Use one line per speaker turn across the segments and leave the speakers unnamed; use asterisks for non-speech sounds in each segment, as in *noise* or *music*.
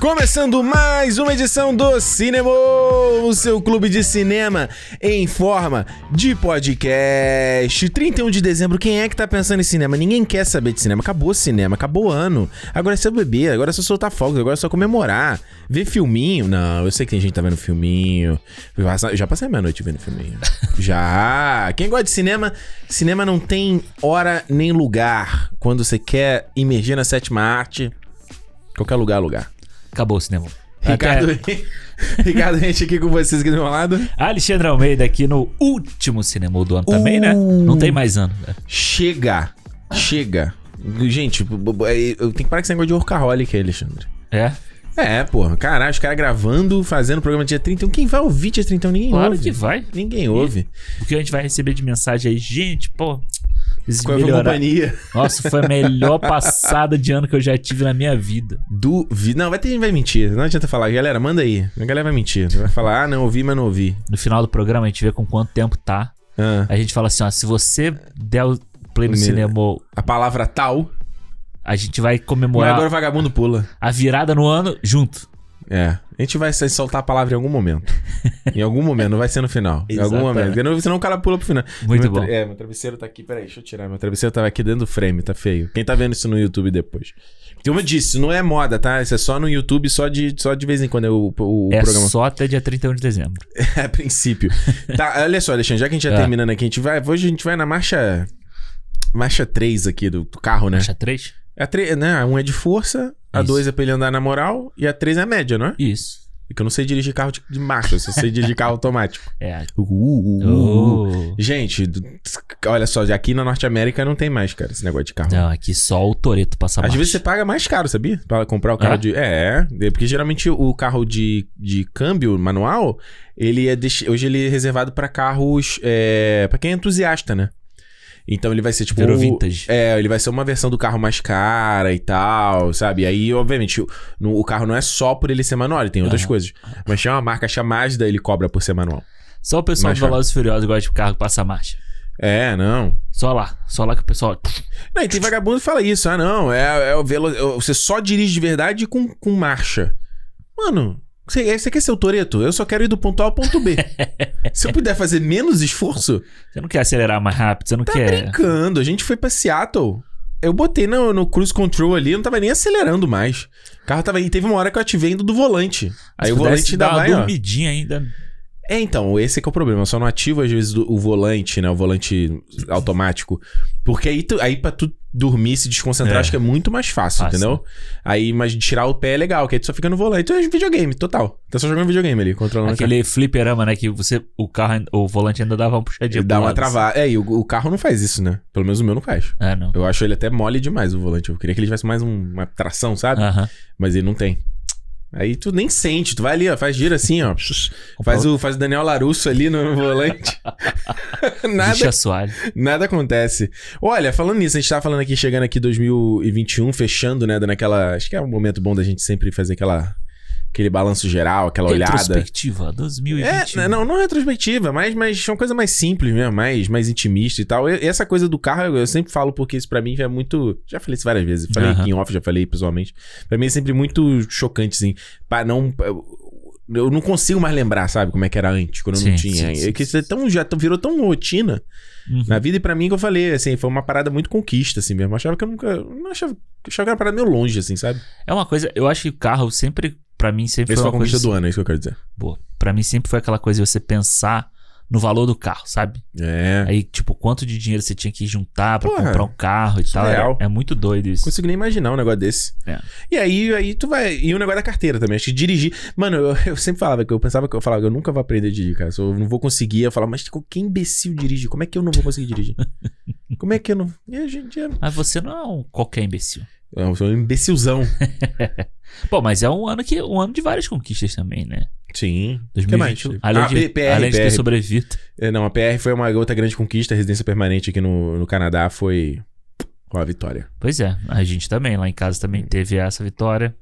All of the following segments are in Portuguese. Começando mais uma edição do Cinema, o seu clube de cinema em forma de podcast. 31 de dezembro, quem é que tá pensando em cinema? Ninguém quer saber de cinema. Acabou o cinema, acabou o ano. Agora é só beber, agora é só soltar fogos, agora é só comemorar. Ver filminho. Não, eu sei que tem gente que tá vendo filminho. Eu Já passei a minha noite vendo filminho. Já. Quem gosta de cinema, cinema não tem hora nem lugar. Quando você quer imergir na sétima arte, qualquer lugar é lugar.
Acabou o cinema.
Ricardo, *laughs* Ricardo, gente aqui com vocês aqui do meu lado.
Até Alexandre Almeida aqui no último cinema do ano também, né?
Uh.
Não tem mais ano. né?
Chega, chega. Gente, b- b- eu tenho que parar com esse negócio de workaholic aí, Alexandre.
É?
É, porra, caralho, os caras gravando, fazendo programa dia 31. Quem vai ouvir dia 31? Ninguém
Claro
ouve.
que vai.
Ninguém ouve.
O que a gente vai receber de mensagem aí, gente, pô. Vocês
Qual é a
melhoraram.
companhia?
Nossa, foi a melhor passada de ano que eu já tive na minha vida.
Duvido. Não, vai ter gente que vai mentir. Não adianta falar. Galera, manda aí. A galera vai mentir. Vai falar, ah, não ouvi, mas não ouvi.
No final do programa a gente vê com quanto tempo tá.
Ah,
A gente fala assim, ó, se você der o play no
Primeiro.
cinema,
a palavra tal,
a gente vai
mas
comemorar
agora o vagabundo pula.
a virada no ano junto.
É. A gente vai soltar a palavra em algum
*laughs*
momento. em algum momento, não vai ser no final. Em algum
Exatamente.
momento. Porque não- Senão o cara pula pro final.
Muito
Meu
bom.
tra- É, meu travesseiro tá aqui. Peraí, deixa eu tirar. Meu travesseiro tava aqui dentro do frame, tá feio. Quem tá vendo isso no YouTube depois? Como eu disse, não é moda, tá? Isso é só no YouTube, só de, só de vez em quando eu- o, o
é
programa.
só até dia 31 de dezembro.
*laughs* É, a princípio. Tá, olha só, Alexandre, já que a gente já
É.
terminando aqui, a gente vai. Hoje a gente vai na marcha. Marcha 3 aqui do, do carro, né?
Acha três?
A 3, né? A 1 é de força, a
Isso.
2 é pra ele andar na moral e a 3 é a média, não é?
Isso.
Porque eu não sei dirigir carro de, de marcha, eu só sei dirigir carro automático.
É.
*laughs* Uh, uh, uh, uh.
Oh.
Gente, do- olha só, aqui na Norte América não tem mais, cara, esse negócio de carro.
Não, aqui só o Toreto passa
Às
marcha.
vezes você paga É, tá mais caro, sabia? Pra comprar o carro
É?
de. É, é, porque geralmente o carro de, de câmbio manual, ele é. desti- Hoje ele é reservado pra carros. É... para quem é entusiasta, né? Então ele vai ser tipo.
Virou
o-
vintage.
É, ele vai ser uma versão do carro mais cara e tal, sabe? E aí, obviamente, o, no- o carro não é só por ele ser manual, ele tem outras
Aham.
coisas. Mas tem uma marca chamada Mazda, ele cobra por ser manual.
Só o pessoal
Mais
do Velozes e Furiosos gosta de carro que passa marcha.
É, não.
Só lá. Só lá que o pessoal...
Não, e tem vagabundo que fala isso. Ah, não, é, é o velo... é o- Você só dirige de verdade com, com marcha. Mano, você, você quer ser o Toreto? Eu só quero ir do ponto A ao ponto B. Se eu puder fazer menos esforço,
Você não quer acelerar mais rápido, você não
tá
quer...
brincando. A gente foi pra Seattle. Eu botei no, no cruise control ali, eu não tava nem acelerando mais. O carro tava aí. Teve uma hora que eu ativei indo do volante. Aí
Se
o
pudesse
volante ainda
dar uma
vai, ó.
dormidinha ainda.
É, então, esse é que é o problema. Eu só não ativo, às vezes, do- o volante, né? O volante automático. Porque aí, tu, aí pra tu dormir, se desconcentrar,
É.
acho que é muito mais fácil,
Fácil.
entendeu? Aí, mas tirar o pé é legal, que aí tu só fica no volante. Então é videogame, total. Tá só jogando videogame ali, controlando a
Aquele fliperama, né? Que você, o carro, ainda- o volante ainda dava uma
câmera.
puxadinha.
Dá
pro
uma
lado, assim.
travada. É, e o, o carro não faz isso, né? Pelo menos o meu não faz.
Ah, não.
Eu acho ele até mole demais, o volante. Eu queria que ele tivesse mais um- uma tração, sabe?
Aham.
Mas ele não tem. Aí tu nem sente, tu vai ali, ó, faz giro assim, ó. Faz o, faz o Daniel Larusso ali no volante. *laughs* Nada
Bicha assoalho.
Nada acontece. Olha, falando nisso, a gente tava falando aqui, chegando aqui 2021, fechando, né? Dando aquela. Acho que é um momento bom da gente sempre fazer aquela. Aquele balanço geral, aquela olhada.
Retrospectiva,
É,
2021.
né, não, não retrospectiva, mas, mas é uma coisa mais simples mesmo, mais, mais intimista e tal. E- essa coisa do carro, eu, eu sempre falo porque isso pra mim é muito. Já falei isso várias vezes. Falei
Aham.
aqui em off, já falei pessoalmente. Pra mim é sempre muito chocante, assim. Pra não. Eu não consigo mais lembrar, sabe, como é que era antes, quando eu não
Sim,
tinha.
sim, sim,
É que isso é tão, já virou tão rotina
Uhum.
na vida. E pra mim, que eu falei, assim, foi uma parada muito conquista, assim mesmo. Eu achava que eu nunca. eu Não achava, eu achava que era uma parada meio longe, assim, sabe?
É uma coisa... Eu acho que o carro sempre... Pra mim sempre
Essa
foi
foi
uma
a conquista
coisa... assim.
do ano, é isso que eu quero dizer.
Boa. Pra mim sempre foi aquela coisa de você pensar no valor do carro, sabe?
É.
Aí, tipo, quanto de dinheiro você tinha que juntar pra
Porra,
comprar um carro e tal.
surreal.
É, é muito doido isso.
Consigo nem imaginar um negócio desse.
É.
E aí, aí tu vai. E o negócio da carteira também. Acho que dirigir. Mano, eu, eu sempre falava que eu pensava que eu falava que eu nunca vou aprender a dirigir, cara. Se Eu não vou conseguir. Eu falava, mas tipo, que imbecil dirige? Como é que eu não vou conseguir dirigir?
*laughs*
Como é que eu não. E hoje em dia.
Mas você não é um qualquer imbecil.
Eu sou um imbecilzão.
Pô, mas é um ano que um ano de várias conquistas também, né?
Sim. O que mais?
2020, além,
Ah,
de,
PR,
além de
PR.
ter sobrevivido.
É, não, a PR foi uma outra grande conquista. A residência permanente aqui no, no Canadá foi com a vitória.
Pois é, a gente também, lá em casa também teve essa vitória.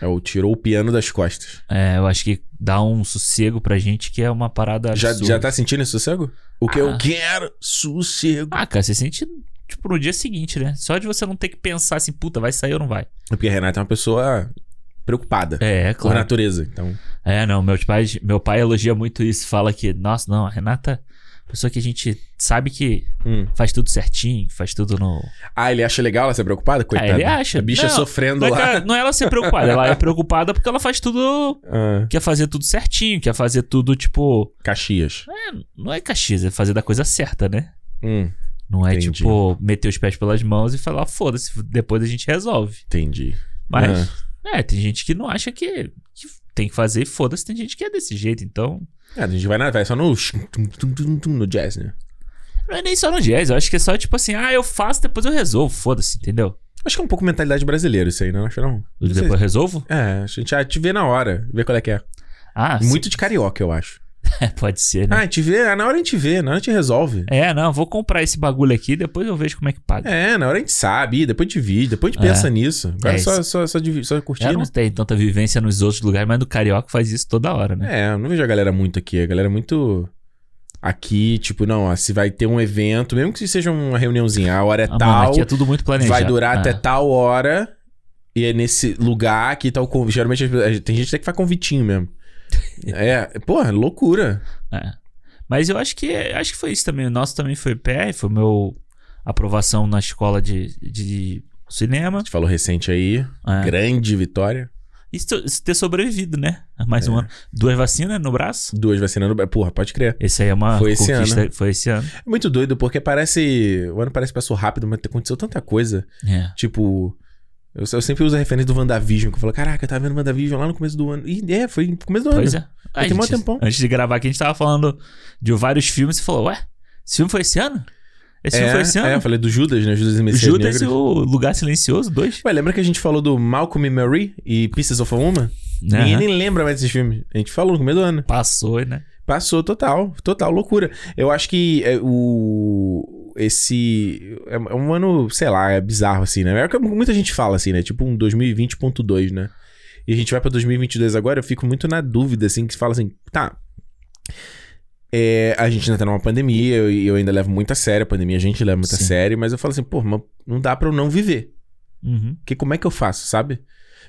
É o tirou o piano das costas.
É, eu acho que dá um sossego pra gente que é uma parada
Já,
absurda.
já tá sentindo esse sossego? O que eu
Ah.
quero? Sossego.
Ah, cara, você sente, tipo, no dia seguinte, né? Só de você não ter que pensar assim, puta, vai sair ou não vai.
Porque a Renata é uma é pessoa preocupada
É, é
com a
claro.
natureza. Então,
É, não, meus pais, meu pai elogia muito isso, fala que, nossa, não, a Renata, pessoa que a gente sabe que
hum.
faz tudo certinho, faz tudo no.
Ah, ele acha legal ela ser preocupada? Coitada.
É, ele acha.
A bicha
Não,
sofrendo
Não é, que
lá.
ela, não é ela ser preocupada, ela é preocupada porque ela faz tudo.
Ah,
Quer fazer tudo certinho, quer fazer tudo, tipo.
Caxias.
Não é caxias, é fazer da coisa certa, né?
Hum,
Não é,
Entendi.
tipo, meter os pés pelas mãos e falar, foda-se, depois a gente resolve.
entendi. Ah.
Mas, é, tem gente que não acha que, que tem que fazer, e foda-se, tem gente que é desse jeito, então.
É, a gente vai, na, vai só no... tum, tum, tum, tum, No jazz, né?
Não é nem só no jazz, eu acho que é só tipo assim, ah, eu faço, depois eu resolvo, foda-se, entendeu?
Acho que é um pouco mentalidade brasileira isso aí, não? Acho não. Não
Eu
sei.
Depois eu resolvo?
É, a gente já te vê na hora, vê qual é que é.
Ah,
Muito de carioca, eu acho.
sim, pode ser, né?
Ah, te vê, ah, na hora a gente vê, na hora a gente resolve.
É, não, vou comprar esse bagulho aqui, depois eu vejo como é que paga.
É, na hora a gente sabe, ih, depois divide, depois a gente
É.
pensa nisso. Agora
É um
só, só, só, divi- só curtir,
Eu não
né?
tenho tanta vivência nos outros lugares, mas no Carioca faz isso toda hora, né?
É, eu não vejo a galera muito aqui. A galera é muito. Aqui, tipo, não, ó, se vai ter um evento, mesmo que seja uma reuniãozinha, a hora é
Ah, mano,
tal,
aqui é tudo muito planejado.
vai durar
Ah,
até tal hora, e é nesse lugar aqui tal. Tá o conv- Geralmente as- tem gente até que faz convitinho
*laughs*
mesmo. É, porra, loucura.
é. Mas eu acho que acho que foi isso também. O nosso também foi pé, foi meu aprovação na escola de, de
A
cinema.
gente falou recente aí,
É.
grande vitória.
E so- se ter sobrevivido, né? A Mais
É.
um ano. Duas vacinas no braço?
Duas vacinas no. Porra, pode crer.
Esse aí é uma
Foi esse
conquista. Foi esse ano.
É muito doido, porque parece. O ano parece que passou rápido, mas aconteceu tanta coisa.
É.
Tipo, eu, eu sempre uso a referência do WandaVision, que eu falo, caraca, eu tava vendo WandaVision lá no começo do ano. E é, foi no começo do ano.
Pois é.
tem mó tempão.
Antes de gravar aqui, a gente tava falando de vários filmes e falou, ué, esse filme foi esse ano? Esse filme foi esse
é, eu
ano?
falei do Judas, né? Judas e Messias
Judas e
Negros.
o Lugar Silencioso, dois.
Ué, lembra que a gente falou do Malcolm e Marie e Pieces of a Woman? Ninguém
Aham.
nem lembra mais desses filmes. A gente falou no começo do ano.
Passou, né?
Passou total, total loucura. Eu acho que é, o esse é é um ano, sei lá, é bizarro assim, né? É o que muita gente fala assim, né? Tipo um 2020.2, né? E a gente vai pra 2022 agora, eu fico muito na dúvida assim, que fala assim, tá. é, a gente ainda tá numa pandemia, eu, eu ainda levo muito a sério a pandemia, a gente leva muito a
Sim.
sério, mas eu falo assim, pô, mas não dá pra eu não viver.
Uhum.
Porque como é que eu faço, sabe?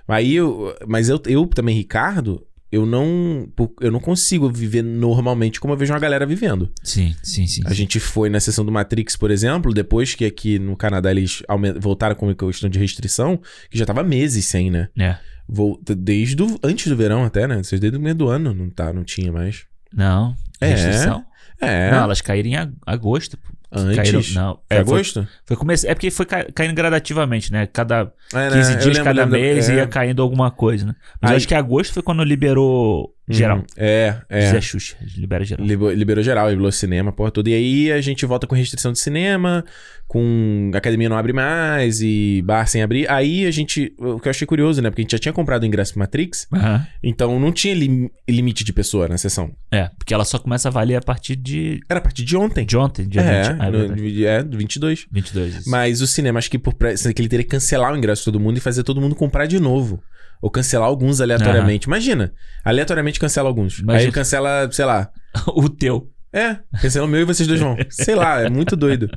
Aí eu, mas eu, eu também, Ricardo, eu não, eu não consigo viver normalmente como eu vejo uma galera vivendo.
Sim, sim, sim.
A gente foi na sessão do Matrix, por exemplo, depois que aqui no Canadá eles aumen- voltaram com a questão de restrição, que já tava meses sem, né?
É.
Vol- desde o, antes do verão até, né? Desde o meio do ano não, tá, não tinha mais.
Não.
É.
Restrição?
É,
Não, elas caíram em ag- agosto. pô.
antes.
Caíram, não.
Foi
É, foi,
agosto?
foi começo, é porque foi ca- caindo gradativamente, né? Cada
É,
15
Eu
dias
lembro,
cada
lembro-
mês
é.
ia caindo alguma coisa, né? Mas
Aí-
eu acho que agosto foi quando liberou geral.
Uhum. É, é.
Zé Xuxa, libera geral.
Liberou, liberou geral, liberou cinema, porra toda. E aí a gente volta com restrição de cinema, com academia não abre mais e bar sem abrir. Aí a gente. O que eu achei curioso, né? Porque a gente já tinha comprado o ingresso pro Matrix,
Aham.
então não tinha lim- limite de pessoa na sessão.
É, porque ela só começa a valer a partir de,
Era a partir de ontem.
de ontem, dia
é,
20. Ah, é
no-
verdade.
é, do 22.
22. isso.
Mas o cinema, acho que por pre- que ele teria que cancelar o ingresso de todo mundo e fazer todo mundo comprar de novo. Ou cancelar alguns aleatoriamente. Imagina. Aleatoriamente cancela alguns.
Imagina.
Aí ele cancela, sei lá,
*laughs* o teu.
É, cancela o meu e vocês dois
*laughs*
vão. Sei lá, é muito doido.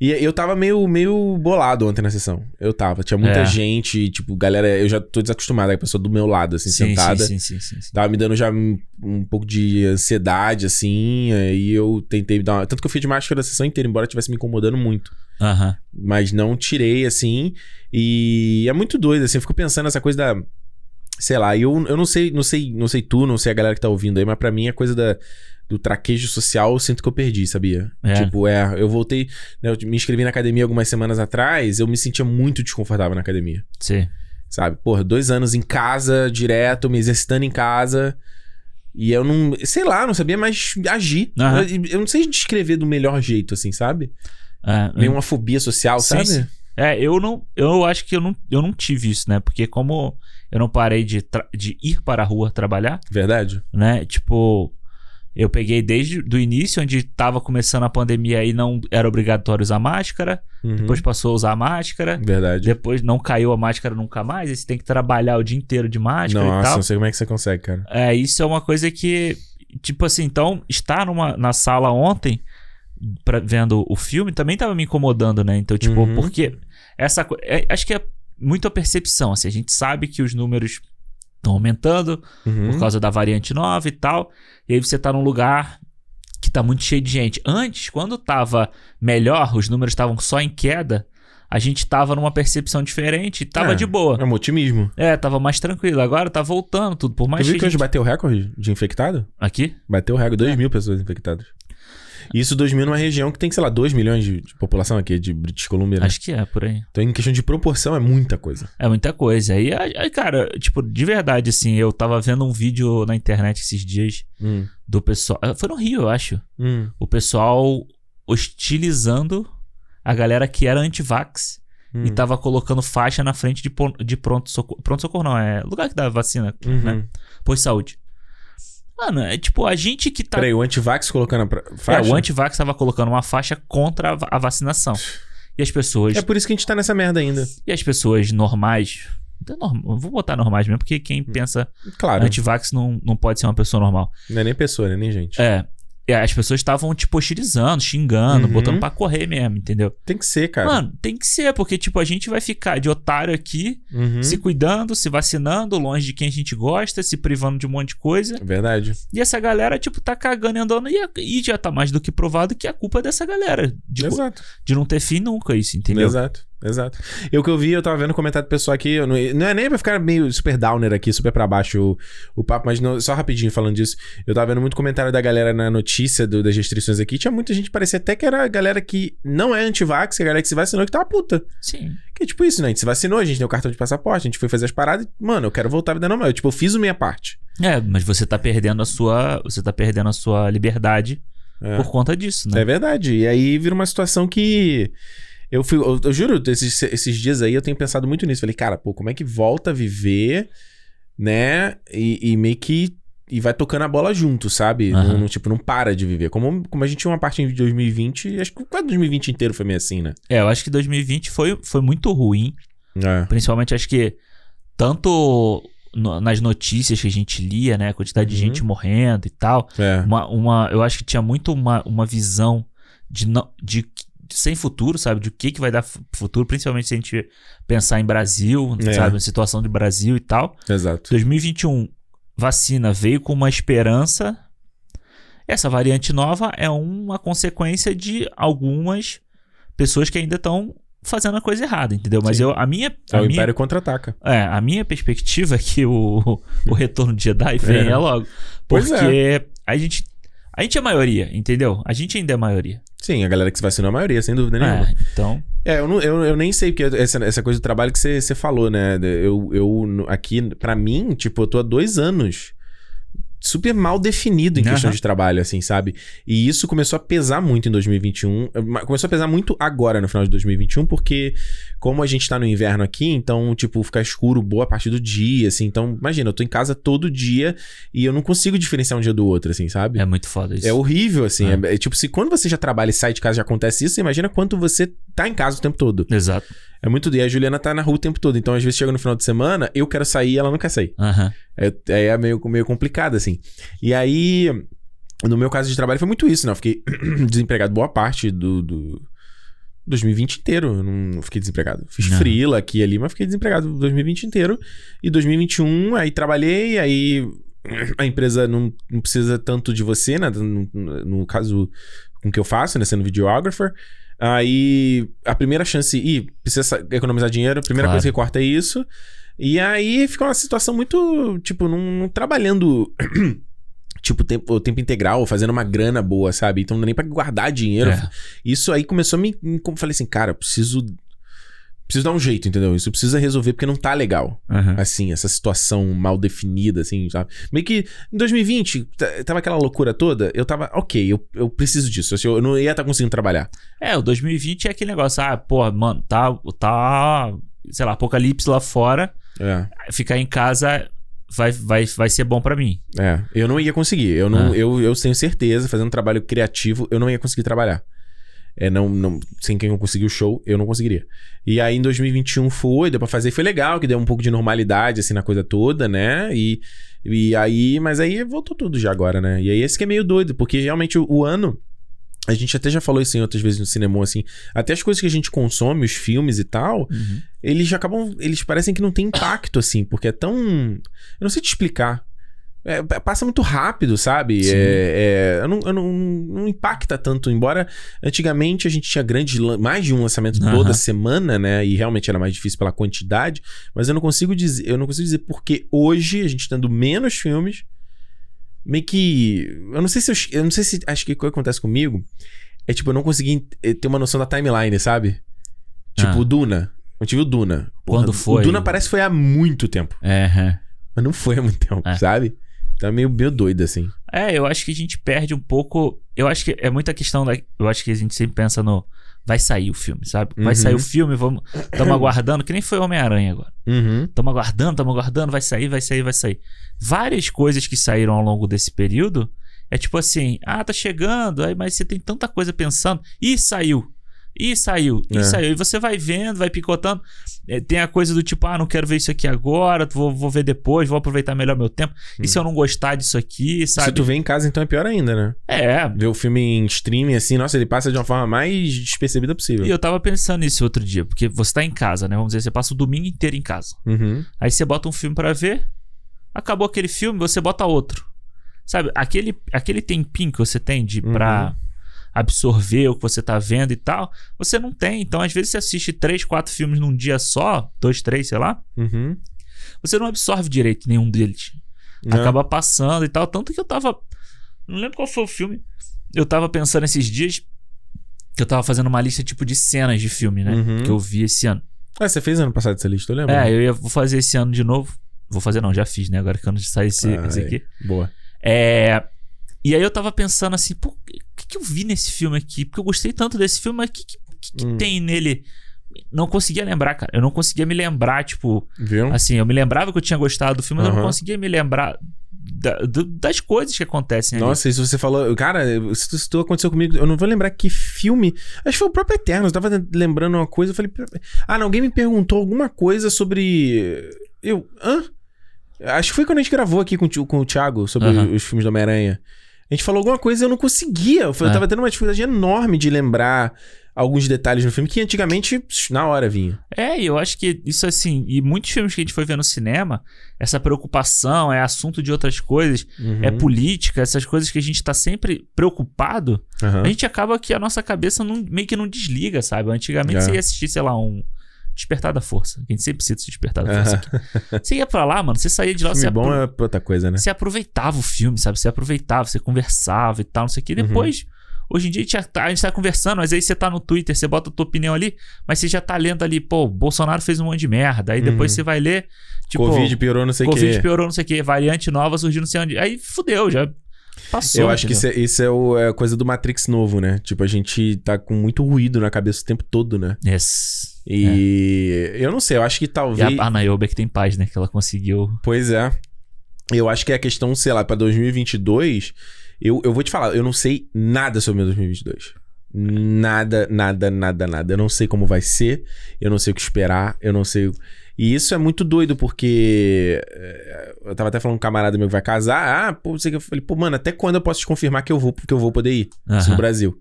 E eu tava meio, meio bolado ontem na sessão. Eu tava. Tinha muita
É.
gente, e, tipo, galera, eu já tô desacostumado, a pessoa do meu lado, assim,
Sim,
sentada.
sim, sim, sim, sim, sim.
Tava me dando já um, um pouco de ansiedade, assim, aí eu tentei dar uma... Tanto que eu fui de máscara a sessão inteira, embora tivesse me incomodando muito.
Aham.
Mas não tirei, assim, e é muito doido, assim, eu fico pensando nessa coisa da... Sei lá, eu, eu não sei, não sei, não sei tu, não sei a galera que tá ouvindo aí, mas pra mim a coisa da, do traquejo social eu sinto que eu perdi, sabia?
É.
Tipo, é, eu voltei, né, eu me inscrevi na academia algumas semanas atrás, eu me sentia muito desconfortável na academia,
Sim.
sabe? Porra, dois anos em casa, direto, me exercitando em casa, e eu não, sei lá, não sabia mais agir.
Aham.
Eu, eu não sei descrever do melhor jeito, assim, sabe?
Ah,
Meio uma fobia social,
Sim,
sabe?
sim. É, eu não. Eu acho que eu não, eu não tive isso, né? Porque como eu não parei de, tra- de ir para a rua trabalhar,
Verdade?
né? Tipo, eu peguei desde do início, onde tava começando a pandemia e não era obrigatório usar máscara.
Uhum.
Depois passou a usar máscara.
Verdade.
Depois não caiu a máscara nunca mais. Aí você tem que trabalhar o dia inteiro de máscara e
Nossa,
tal.
não sei como é que você consegue, cara.
É, isso é uma coisa que, tipo assim, então, estar numa, na sala ontem, pra- vendo o filme, também tava me incomodando, né? Então, tipo,
Uhum.
é porque essa coisa. acho que é muito a percepção, assim, a gente sabe que os números estão aumentando por
Uhum.
causa da variante nova e tal. E aí você tá num lugar que tá muito cheio de gente. Antes, quando tava melhor, os números estavam só em queda, a gente tava numa percepção diferente, e tava
É.
de boa.
É um otimismo.
É, tava mais tranquilo. Agora tá voltando tudo, por mais
tu viu que
cheio
hoje
de...
bateu recorde de infectado?
Aqui?
Bateu recorde, 2 mil pessoas infectadas. Isso 2 mil numa região que tem, sei lá, 2 milhões de, de população aqui, de British Columbia. né?
Acho que é, por aí.
Então, em questão de proporção, é muita coisa.
É muita coisa. E, aí, aí, cara, tipo, de verdade, assim, eu tava vendo um vídeo na internet esses dias
Hum.
do pessoal... ah, Foi no Rio, eu acho.
Hum.
O pessoal hostilizando a galera que era anti-vax.
Hum.
e tava colocando faixa na frente de, pon- de pronto socorro. Pronto socorro não, é lugar que dá vacina,
Uhum.
né? Pois saúde. Mano, é tipo, a gente que tá.
Peraí, o antivax colocando a pra-
é,
faixa?
o antivax tava colocando uma faixa contra a va- a vacinação. E as pessoas.
É por isso que a gente tá nessa merda ainda.
E as pessoas normais. Não é norm- Vou botar normais mesmo, porque quem pensa
Hum. Claro,
antivax não, não pode ser uma pessoa normal.
não é nem pessoa, né? Nem gente.
É. E as pessoas estavam, tipo, hostilizando, xingando,
Uhum.
botando pra correr mesmo, entendeu?
Tem que ser, cara.
Mano, tem que ser, porque, tipo, a gente vai ficar de otário aqui
Uhum.
se cuidando, se vacinando, longe de quem a gente gosta, se privando de um monte de coisa.
É Verdade.
E essa galera, tipo, tá cagando e andando. E, a- e já tá mais do que provado que a culpa é dessa galera. De,
Exato.
de não ter fim nunca, isso, entendeu?
Exato. Exato. Eu que eu vi, eu tava vendo o comentário do pessoal aqui. eu não, não é nem pra ficar meio super downer aqui, super pra baixo o, o papo, mas não- só rapidinho falando disso. Eu tava vendo muito comentário da galera na notícia do- das restrições aqui. Tinha muita gente, parecia até que era a galera que não é antivax, que é a galera que se vacinou que tá uma puta.
Sim.
Que é tipo isso, né? A gente se vacinou, a gente deu cartão de passaporte, a gente foi fazer as paradas. e, Mano, eu quero voltar à vida normal. Eu, tipo, eu fiz a minha parte.
É, mas você tá perdendo a sua. Você tá perdendo a sua liberdade
É.
por conta disso, né?
É verdade. E aí vira uma situação que. Eu, fui, eu, eu juro, esses, esses dias aí eu tenho pensado muito nisso. Falei, cara, pô, como é que volta a viver, né? E, e meio que. E vai tocando a bola junto, sabe?
Aham.
Não- não, tipo, não para de viver. Como, como a gente tinha uma parte em 2020, acho que quase 2020 inteiro foi meio assim, né?
É, eu acho que 2020 foi, foi muito ruim.
É.
Principalmente, acho que tanto no- nas notícias que a gente lia, né? A quantidade de
Uhum.
gente morrendo e tal.
É.
uma, uma- eu acho que tinha muito uma, uma visão de, não, de, de sem futuro, sabe? De o que, que vai dar fu- futuro, principalmente se a gente pensar em Brasil,
É.
sabe? Situação de Brasil e tal.
Exato.
2021, vacina veio com uma esperança. Essa variante nova é uma consequência de algumas pessoas que ainda estão fazendo a coisa errada, entendeu? Mas
Sim.
eu, a minha,
É,
a
o
minha
Império contra-ataca.
é, a minha perspectiva é que o, o retorno de Jedi venha
É.
logo.
Pois é.
Porque a gente. A gente é maioria, entendeu? A gente ainda é maioria.
Sim, a galera que se vacinou, a maioria, sem dúvida nenhuma.
É, então.
É, eu, não- eu, eu nem sei, porque essa, essa coisa do trabalho que você você falou, né? Eu, eu no- aqui, pra mim, tipo, eu tô há dois anos super mal definido em
Aham.
questão de trabalho, assim, sabe? E isso começou a pesar muito em 2021. eh, ma- Começou a pesar muito agora, no final de 2021, porque como a gente tá no inverno aqui, então, tipo, fica escuro boa parte do dia, assim. Então, imagina, eu tô em casa todo dia e eu não consigo diferenciar um dia do outro, assim, sabe?
É muito foda isso.
É horrível, assim.
É.
É. é tipo, se quando você já trabalha e sai de casa já acontece isso, você imagina quanto você tá em casa o tempo todo.
Exato.
É muito. E a Juliana tá na rua o tempo todo. Então, às vezes, chega no final de semana, eu quero sair e ela não quer sair.
Aham.
É, é meio, meio complicado, assim. E aí, no meu caso de trabalho, foi muito isso, né? Eu fiquei *clears throat* desempregado boa parte do. do 2020 inteiro, eu não fiquei desempregado. Fiz
Não.
frila aqui e ali, mas fiquei desempregado 2020 inteiro. E 2021, aí trabalhei, aí *clears throat* a empresa não, não precisa tanto de você, né? No, no caso, com o que eu faço, né? Sendo videographer. Aí, a primeira chance... Ih, precisa sa- economizar dinheiro. A primeira
Claro.
coisa que corta é isso. E aí, fica uma situação muito... Tipo, não, não trabalhando... *clears throat* Tipo, tempo, tempo integral, fazendo uma grana boa, sabe? Então, não dá nem pra guardar dinheiro.
É.
Isso aí começou a me... me- como eu Falei assim, cara, eu preciso... Preciso dar um jeito, entendeu? Isso precisa resolver porque não tá legal
Aham.
assim, essa situação mal definida, assim, sabe? Meio que em 2020, t- tava aquela loucura toda, eu tava, ok, eu, eu preciso disso, assim, eu não ia estar conseguindo trabalhar.
É, o 2020 é aquele negócio, ah, pô, mano, tá, tá, sei lá, apocalipse lá fora,
É,
ficar em casa vai, vai, vai ser bom pra mim.
é, eu não ia conseguir, eu não,
Ah.
eu, eu tenho certeza, fazendo um trabalho criativo, eu não ia conseguir trabalhar. É, não, não, sem quem eu consegui o show, eu não conseguiria. E aí em 2021 foi, deu pra fazer, foi legal, que deu um pouco de normalidade, assim, na coisa toda, né? E, e aí, mas aí voltou tudo já agora, né? E aí esse que é meio doido, porque realmente o, o ano A gente até já falou isso em outras vezes no cinema, assim. Até as coisas que a gente consome, os filmes e tal,
Uhum.
eles acabam. Eles parecem que não tem impacto, assim, porque é tão. Eu não sei te explicar. É, pa- passa muito rápido, sabe?
Sim.
É, é, eu não, eu não- não impacta tanto, embora antigamente a gente tinha grandes, lan- mais de um lançamento
Aham.
toda semana, né? E realmente era mais difícil pela quantidade, mas eu não consigo dizer, eu não consigo dizer porque hoje a gente tendo menos filmes, meio que, eu não sei se eu, eu não sei se acho que o que acontece comigo é tipo eu não consegui eh, ter uma noção da timeline, sabe? Tipo
Ah.
o Duna. Eu tive o Duna.
Quando foi?
O Duna parece que foi há muito tempo.
É, é.
Mas não foi há muito tempo,
É.
sabe? Então é meio, meio doido, assim.
É, eu acho que a gente perde um pouco. Eu acho que é muita questão da. Eu acho que a gente sempre pensa no. Vai sair o filme, sabe? Vai
Uhum.
sair o filme, vamos. Estamos aguardando, que nem foi Homem-Aranha agora.
Uhum.
Estamos aguardando, estamos aguardando, vai sair, vai sair, vai sair. Várias coisas que saíram ao longo desse período é tipo assim: ah, tá chegando, aí, mas você tem tanta coisa pensando. Ih, saiu. Ih, saiu. Ih,
É.
saiu. E você vai vendo, vai picotando. É, tem a coisa do tipo: ah, não quero ver isso aqui agora, vou, vou ver depois, vou aproveitar melhor meu tempo. E se eu não gostar disso aqui,
Se
sabe?
tu vê em casa, então é pior ainda, né?
É,
Ver o filme em streaming, assim, nossa, ele passa de uma forma mais despercebida possível.
E eu tava pensando nisso outro dia, porque você tá em casa, né? Vamos dizer, você passa o domingo inteiro em casa.
Uhum.
Aí você bota um filme pra ver, acabou aquele filme, você bota outro. Sabe, aquele, aquele tempinho que você tem de
Uhum.
pra absorver o que você tá vendo e tal, você não tem. Então, às vezes, você assiste três, quatro filmes num dia só, dois, três, sei lá,
Uhum.
você não absorve direito nenhum deles
Né?
acaba passando e tal. Tanto que eu tava. Não lembro qual foi o filme. Eu tava pensando esses dias que eu tava fazendo uma lista tipo de cenas de filme, né?
Uhum.
Que eu vi esse ano.
Ah, você fez ano passado essa lista, eu lembro.
É, eu ia, vou fazer esse ano de novo. Vou fazer, não, já fiz, né? Agora que ano sai esse,
Ah,
esse
é.
aqui.
Boa.
É. E aí eu tava pensando assim, pô, o que, que eu vi nesse filme aqui? Porque eu gostei tanto desse filme, mas o que, que, que que
Hum.
tem nele? Não conseguia lembrar, cara. Eu não conseguia me lembrar, tipo,
Viu?
Assim, eu me lembrava que eu tinha gostado do filme, mas eu
Aham.
não conseguia me lembrar da- do- das coisas que acontecem ali.
Nossa, isso você falou. Cara, isso, isso tudo aconteceu comigo. Eu não vou lembrar que filme. Acho que foi o próprio Eterno. Eu tava lembrando uma coisa. Eu falei. Ah, não, alguém me perguntou alguma coisa sobre. Eu. Hã? Acho que foi quando a gente gravou aqui com, o Ti- com o Thiago sobre
Aham.
os filmes do Homem-Aranha. A gente falou alguma coisa e eu não conseguia. Eu, falei, eu
É.
tava tendo uma dificuldade enorme de lembrar alguns detalhes no filme que antigamente, pss, na hora vinha.
É, e eu acho que isso assim, e muitos filmes que a gente foi ver no cinema, essa preocupação é assunto de outras coisas, é
Uhum.
política, essas coisas que a gente tá sempre preocupado,
Aham.
a gente acaba que a nossa cabeça não- meio que não desliga, sabe? Antigamente
É.
você ia assistir, sei lá, um Despertar da Força. A gente sempre cita esse Despertar da Força.
Aham.
aqui.
*laughs*
Você ia pra lá, mano, você saía de lá, você
Filme
ia
bom é outra coisa, né?
Você aproveitava o filme, sabe? Você aproveitava, você conversava e tal, não sei o quê.
Uhum.
Depois, hoje em dia, a gente, já tá, a gente tá conversando, mas aí você tá no Twitter, você bota a tua opinião ali, mas você já tá lendo ali, pô, Bolsonaro fez um monte de merda. Aí depois
Uhum.
você vai ler, tipo,
Covid piorou, não sei o quê.
Covid piorou, não sei o quê, variante nova surgiu, não sei onde. Aí fudeu, já passou.
Eu acho que isso
entendeu?
é, isso é o- é a coisa do Matrix novo, né? Tipo, a gente tá com muito ruído na cabeça o tempo todo, né?
Yes. É.
E eu não sei, eu acho que
E
talvez.
a, a Nayoba que tem paz, né? Que ela conseguiu.
Pois é. Eu acho que é a questão, sei lá, pra 2022. Eu, eu vou te falar, eu não sei nada sobre meu 2022. Nada, nada, nada, nada. Eu não sei como vai ser, eu não sei o que esperar, eu não sei. E isso é muito doido, porque. eh, Eu tava até falando com um camarada meu que vai casar. Ah, pô, não sei o que. Eu falei, pô, mano, até quando eu posso te confirmar que eu vou, porque eu vou poder ir? isso no
Aham.
Brasil.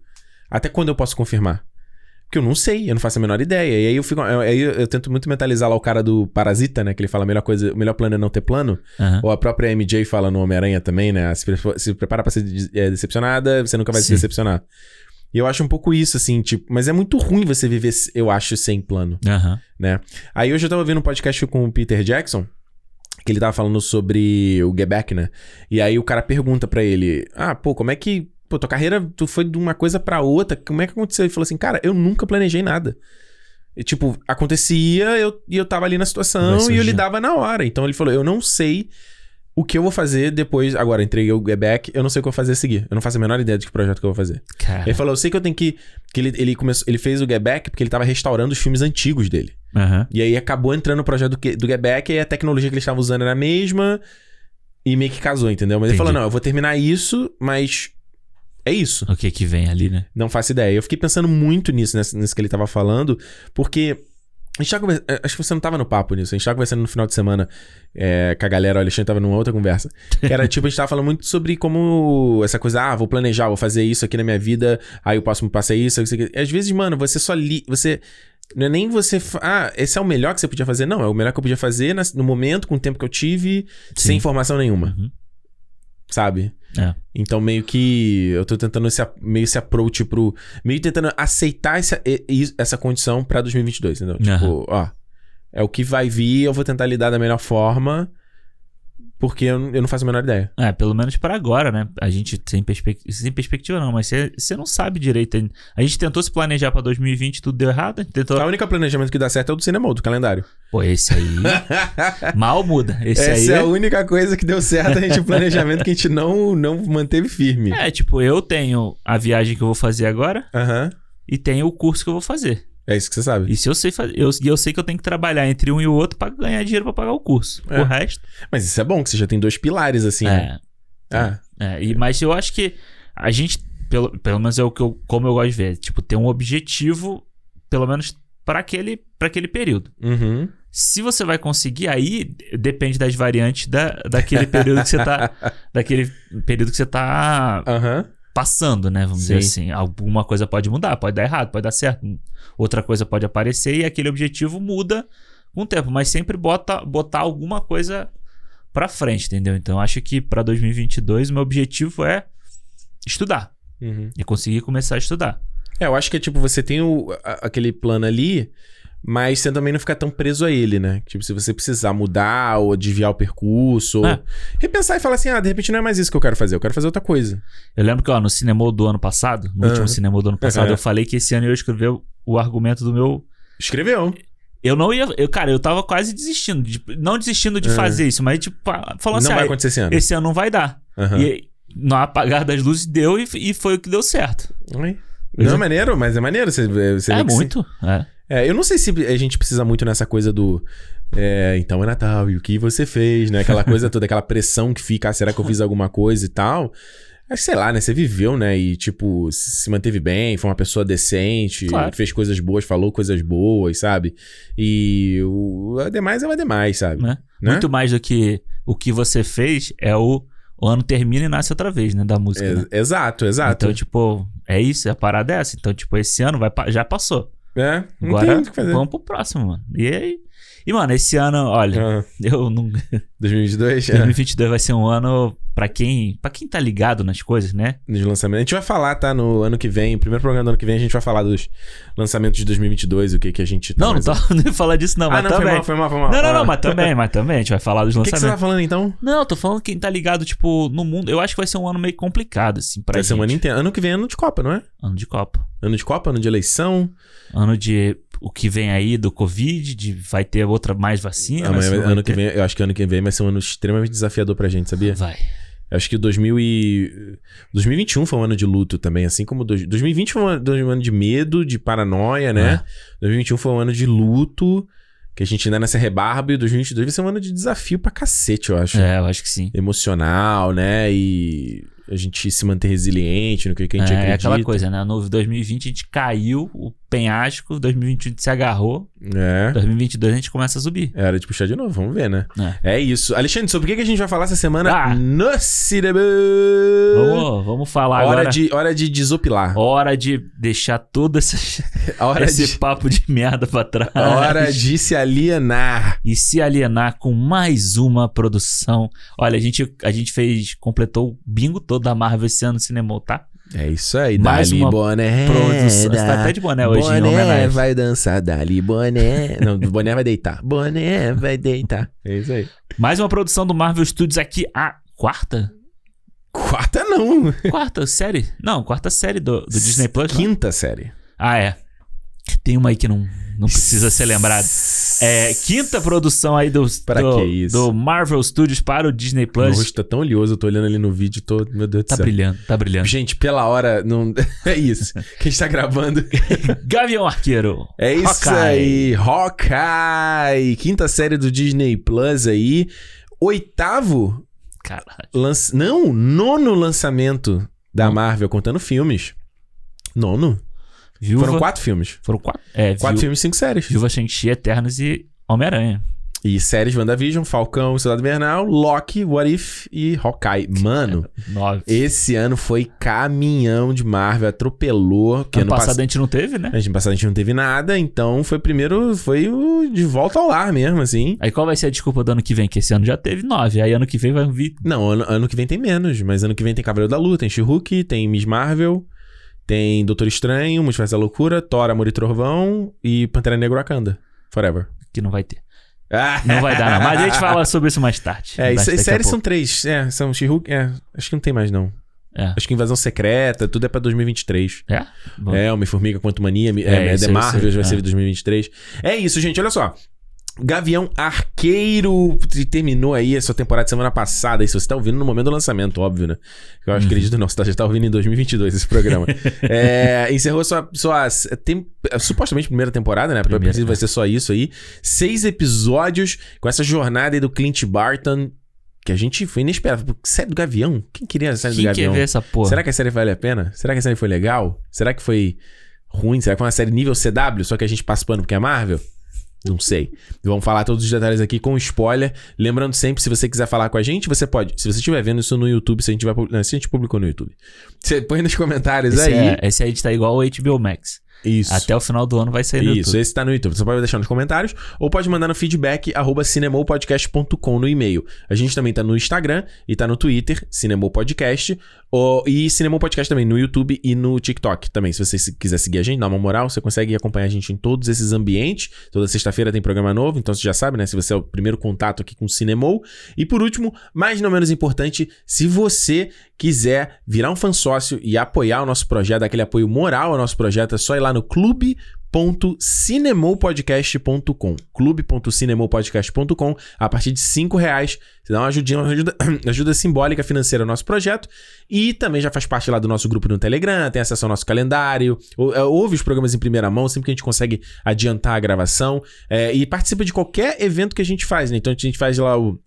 Até quando eu posso confirmar? Porque eu não sei, eu não faço a menor ideia. E aí eu fico. eu- Aí eu, eu tento muito mentalizar lá o cara do Parasita, né? Que ele fala a melhor coisa, o melhor plano é não ter plano.
Aham.
Ou a própria MJ fala no Homem-Aranha também, né? Se, pre- se prepara pra ser de- é, decepcionada, você nunca vai se
Sim.
decepcionar. E eu acho um pouco isso, assim, tipo, mas é muito ruim você viver, eu acho, sem plano.
Aham.
Aí hoje eu tava ouvindo um podcast com o Peter Jackson, que ele tava falando sobre o Get Back, né? E aí o cara pergunta pra ele: Ah, pô, como é que. Pô, tua carreira, tu foi de uma coisa pra outra, como é que aconteceu? Ele falou assim: Cara, eu nunca planejei nada. E, tipo, acontecia eu, e eu tava ali na
Vai
situação e
surgir.
eu lidava na hora. Então ele falou: Eu não sei. O que eu vou fazer depois, agora entreguei o Get Back, eu não sei o que eu vou fazer a seguir. Eu não faço a menor ideia de que projeto que eu vou fazer.
Cara.
Ele falou, eu sei que eu tenho que. que ele, ele, começou, ele fez o Get Back porque ele tava restaurando os filmes antigos dele.
Aham.
E aí acabou entrando o projeto do, que- do Quebec e a tecnologia que eles estavam usando era a mesma. E meio que casou, entendeu? Mas ele
Entendi.
falou: não, eu vou terminar isso, mas. É isso.
O que que vem ali, né?
Não faço ideia. Eu fiquei pensando muito nisso, nesse, nisso que ele tava falando, porque A gente tá conversa- eh, Acho que você não tava no papo nisso. A gente tava conversando no final de semana eh, com a galera, o Alexandre tava numa outra conversa. Que era tipo, a gente tava falando muito sobre como essa coisa, ah, vou planejar, vou fazer isso aqui na minha vida, aí o próximo passo é isso, isso aqui. Às vezes, mano, você só li. Você. Não é nem você. fa- Ah, esse é o melhor que você podia fazer. Não, é o melhor que eu podia fazer nas- no momento, com o tempo que eu tive, sem informação nenhuma.
Uhum.
Sabe?
É.
Então, meio que eu tô tentando esse, a- meio esse approach pro. Meio tentando aceitar essa, e- e- essa condição pra 2022, entendeu? Tipo, ó. É o que vai vir, eu vou tentar lidar da melhor forma, porque eu, eu não faço a menor ideia.
É, pelo menos para agora, né? A gente sem, perspe- sem perspectiva não, mas você você não sabe direito. ainda. A gente tentou se planejar para 2020, tudo deu errado. A gente tentou...
A única planejamento que dá certo é o do cinema, do calendário.
Pô, esse aí...
*laughs*
Mal muda. Esse aí
essa é
é...
a única coisa que deu certo, a gente o planejamento que a gente não, não manteve firme.
É, tipo, eu tenho a viagem que eu vou fazer agora
Aham.
e tenho o curso que eu vou fazer.
É isso que você sabe.
E se eu sei fazer, eu, e eu sei que eu tenho que trabalhar entre um e o outro pra ganhar dinheiro pra pagar o curso.
É.
O resto,
Mas isso é bom, que você já tem dois pilares, assim. né?
é,
Ah,
é, e- mas eu acho que a gente, pelo, pelo menos é o que eu, como eu gosto de ver, tipo, ter um objetivo, pelo menos pra aquele, pra aquele período.
uhum.
Se você vai conseguir, aí depende das variantes da, daquele período que você tá. daquele período que você tá
Aham.
passando, né? Vamos dizer
Sim.
assim. Alguma coisa pode mudar, pode dar errado, pode dar certo. Outra coisa pode aparecer e aquele objetivo muda com o tempo, mas sempre bota botar alguma coisa pra frente, entendeu? Então acho que pra 2022 o meu objetivo é estudar
Uhum.
e conseguir começar a estudar.
É, eu acho que é tipo, você tem o- a- aquele plano ali, mas você também não fica tão preso a ele, né? Tipo, se você precisar mudar ou desviar o percurso, ou
É.
repensar e falar assim, ah, de repente não é mais isso que eu quero fazer, eu quero fazer outra coisa.
Eu lembro que ó, no cinema do ano passado, no
Ah.
último cinema do ano passado,
É.
eu falei que esse ano eu ia escrever o- o argumento do meu
Escreveu.
Eu não ia. Eu, cara, eu tava quase desistindo. de- não desistindo de
É.
fazer isso, mas tipo, pa- falando
não
assim,
vai
ah,
acontecer né? esse ano.
esse ano não vai dar.
Aham.
E no apagar das luzes deu e, e foi o que deu certo.
Oi? Não é maneiro, mas é maneiro. Você, você
é
vê que se-
muito. É.
É, eu não sei se a gente precisa muito nessa coisa do. é, então é Natal, e o que você fez, né? Aquela coisa toda, aquela pressão que fica, ah, será que eu fiz alguma coisa e tal? Acho que sei lá, né? Você viveu, né? E, tipo, se manteve bem, foi uma pessoa decente,
Claro.
fez coisas boas, falou coisas boas, sabe? E o a demais é o a demais, sabe?
Né?
Né?
Muito mais do que o que você fez é o. O ano termina e nasce outra vez, né? Da música. né?
É, Exato, exato.
Então, tipo, é isso, é a parada é essa. Então, tipo, esse ano vai, pa- já passou.
É, não tem
Então, Agora
muito o que fazer.
vamos pro próximo, mano. E aí. E, mano, esse ano, olha,
Ah,
*laughs* eu não,
2022? É.
*laughs* 2022 vai ser um ano pra quem, para quem tá ligado nas coisas, né?
de lançamento. A gente vai falar, tá? No ano que vem, primeiro programa do ano que vem, a gente vai falar dos lançamentos de 2022, o que que a gente... tá
Não, não,
mais-
tô, *laughs* não ia falar disso não,
Ah,
mas
não, foi
também.
mal, foi mal, foi mal.
não, não, não,
Ah.
mas também, mas também. A gente vai falar
*laughs*
dos
O que, que você
lançamentos.
tá falando, então?
Não, tô falando quem tá ligado, tipo, no mundo. Eu acho que vai ser um ano meio complicado, assim, pra
Vai
gente.
ser um ano inteiro. Ano que vem é ano de Copa, não é?
Ano de Copa.
Ano de Copa, ano de eleição.
Ano de o que vem aí do Covid, de vai ter outra mais vacina.
Ah, mas
se não vai um
ano que
ter.
vem, eu acho que ano que vem vai ser um ano extremamente desafiador pra gente, sabia?
Vai.
Eu acho que 2000 e... 2021 foi um ano de luto também, assim como... dois- 2020 foi um ano- um ano de medo, de paranoia,
É.
né? 2021 foi um ano de luto, que a gente ainda nessa rebarba, e 2022 vai ser um ano de desafio pra cacete, eu acho.
É, eu acho que sim.
emocional, né? E a gente se manter resiliente no que, que a gente
é, é
acredita.
aquela coisa, né? No 2020 a gente caiu o penhasco, 2021 a gente se agarrou,
É.
2022 a gente começa a subir.
É hora de puxar de novo, vamos ver, né? É isso. Alexandre, sobre o que que a gente vai falar essa semana
Ah.
no cinema?
Vamos, vamos falar
Hora,
agora.
de, hora de desopilar.
Hora de deixar todo esse,
A *laughs* hora,
Oh, esse
de,
papo de merda pra trás.
a hora
*laughs*
de se alienar.
e se alienar com mais uma produção. Olha, a gente, a gente fez, completou o bingo todo da Marvel esse ano no cinema, tá?
É isso aí,
Mais
Dali
uma
Boné.
Produção. Você tá
da-
até de boné hoje, em
É, boné
homenagem.
vai dançar, Dali Boné. Não, Boné vai deitar. Boné vai deitar. É isso aí.
Mais uma produção do Marvel Studios aqui, a quarta?
Quarta não.
Quarta série? Não, quarta série do, do Disney Plus. não?
Quinta série.
Ah, é. Tem uma aí que não, não precisa ser lembrada. É, quinta produção aí do,
Pra
do,
que isso?
do Marvel Studios para o Disney
Meu
Plus.
rosto tá tão oleoso, eu tô olhando ali no vídeo, tô... meu Deus
Tá
do céu.
brilhando, tá brilhando.
Gente, pela hora, não... *laughs* é isso. Quem está gravando.
Gavião Arqueiro.
É isso
Hawkeye.
aí. Hawkeye. Quinta série do Disney Plus aí. Oitavo...
Caralho.
Lanç... Não,
Hum.
nono lançamento da Marvel, contando filmes. Nono?
Viúva.
Foram quatro filmes.
Foram quatro. É,
Quatro
Viú-
filmes e cinco séries.
Viúva Shang-Chi, Eternos e Homem-Aranha.
E séries WandaVision, Falcão, Soldado Invernal, Loki, What If e Hawkeye.
é.
Mano,
Nove.
esse ano foi caminhão de Marvel, atropelou. Que
ano passado a gente não teve, né?
A gente passado a gente não teve nada, então foi primeiro, foi o de volta ao lar mesmo, assim.
Aí qual vai ser a desculpa do ano que vem? Que esse ano já teve nove. Aí ano que vem vai vir.
Não, ano, ano que vem tem menos, mas ano que vem tem Cavaleiro da Lua, tem She-Hulk, tem Miss Marvel, tem Doutor Estranho, Multiverso da Loucura, Thor, Amor e Trovão e Pantera Negra Wakanda. Forever. *laughs* Ah,
Que não vai ter. Não vai dar, não. Mas a gente fala sobre isso mais tarde.
É,
Mais
e sé-
daqui a
séries
pouco.
são três. É, são She-Hulk, é, acho que não tem mais não.
É.
Acho que Invasão Secreta, tudo é pra 2023.
É? Bom,
É, Homem-Formiga, Quantumania,
É,
é, é,
isso
The
eu sei,
Marvel vai
é.
ser 2023. É isso, gente, olha só. Gavião Arqueiro te- terminou aí a sua temporada semana passada. Isso você tá ouvindo no momento do lançamento, óbvio, né? Eu
Uhum.
acho que acredito não, você tá, já tá ouvindo em 2022 esse
*laughs*
programa. É, encerrou sua, sua tem- supostamente primeira temporada, né? Porque
Primeira, é.
vai ser só isso aí. Seis episódios com essa jornada aí do Clint Barton, que a gente foi inesperado. Pô, Série do Gavião? Quem queria a série do
Quem quer
Gavião?
ver essa porra?
Será que a série vale a pena? Será que a série foi legal? Será que foi ruim? Será que foi uma série nível CW, só que a gente participando porque é Marvel? Não sei. Vamos falar todos os detalhes aqui com spoiler. Lembrando sempre, se você quiser falar com a gente, você pode. Se você estiver vendo isso no YouTube, se a gente vai. pub- Não, se a gente publicou no YouTube. Você põe nos comentários
esse,
aí.
É, esse aí tá igual o HBO Max.
Isso.
Até o final do ano vai sair no
Isso,
YouTube.
esse tá no YouTube. Você pode deixar nos comentários ou pode mandar no feedback arroba cinemopodcast.com no e-mail. A gente também tá no Instagram e tá no Twitter, Cinemopodcast. ó, E Cinemopodcast também no YouTube e no TikTok também. Se você se- quiser seguir a gente, dá uma moral, você consegue acompanhar a gente em todos esses ambientes. Toda sexta-feira tem programa novo, então você já sabe, né? Se você é o primeiro contato aqui com o Cinemol. E por último, mas não menos importante, se você quiser virar um fã sócio e apoiar o nosso projeto, dar aquele apoio moral ao nosso projeto, é só ir lá no clube clube.cinemopodcast.com clube.cinemopodcast.com a partir de cinco reais você dá uma ajudinha, uma ajuda, *clears throat* ajuda simbólica financeira ao nosso projeto e também já faz parte lá do nosso grupo no Telegram tem acesso ao nosso calendário ou- é, ouve os programas em primeira mão, sempre que a gente consegue adiantar a gravação é, e participa de qualquer evento que a gente faz né? então a gente faz lá o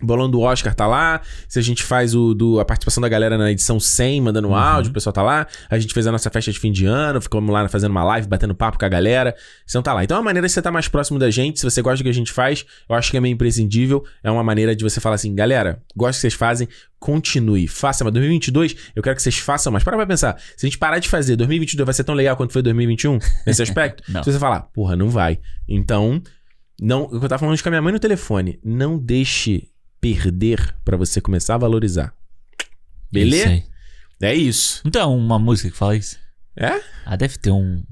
Bolão do Oscar tá lá. Se a gente faz o do, a participação da galera na edição 100, mandando áudio, o pessoal tá lá. A gente fez a nossa festa de fim de ano, ficamos lá fazendo uma live, batendo papo com a galera. Então tá lá. Então é uma maneira de você estar mais próximo da gente. Se você gosta do que a gente faz, eu acho que é meio imprescindível. É uma maneira de você falar assim, galera, gosto do que vocês fazem, continue. Faça, mas 2022, eu quero que vocês façam mais. Para pra pensar. Se a gente parar de fazer, 2022 vai ser tão legal quanto foi
*laughs*
2021, nesse aspecto?
Não.
Se você falar, porra, não vai. Então, não, eu tava falando isso com a minha mãe no telefone. Não deixe perder pra você começar a valorizar. Beleza?
É Isso aí.
é isso.
Não tem uma música que fala isso?
É?
Ah, deve
*clears throat*
ter um.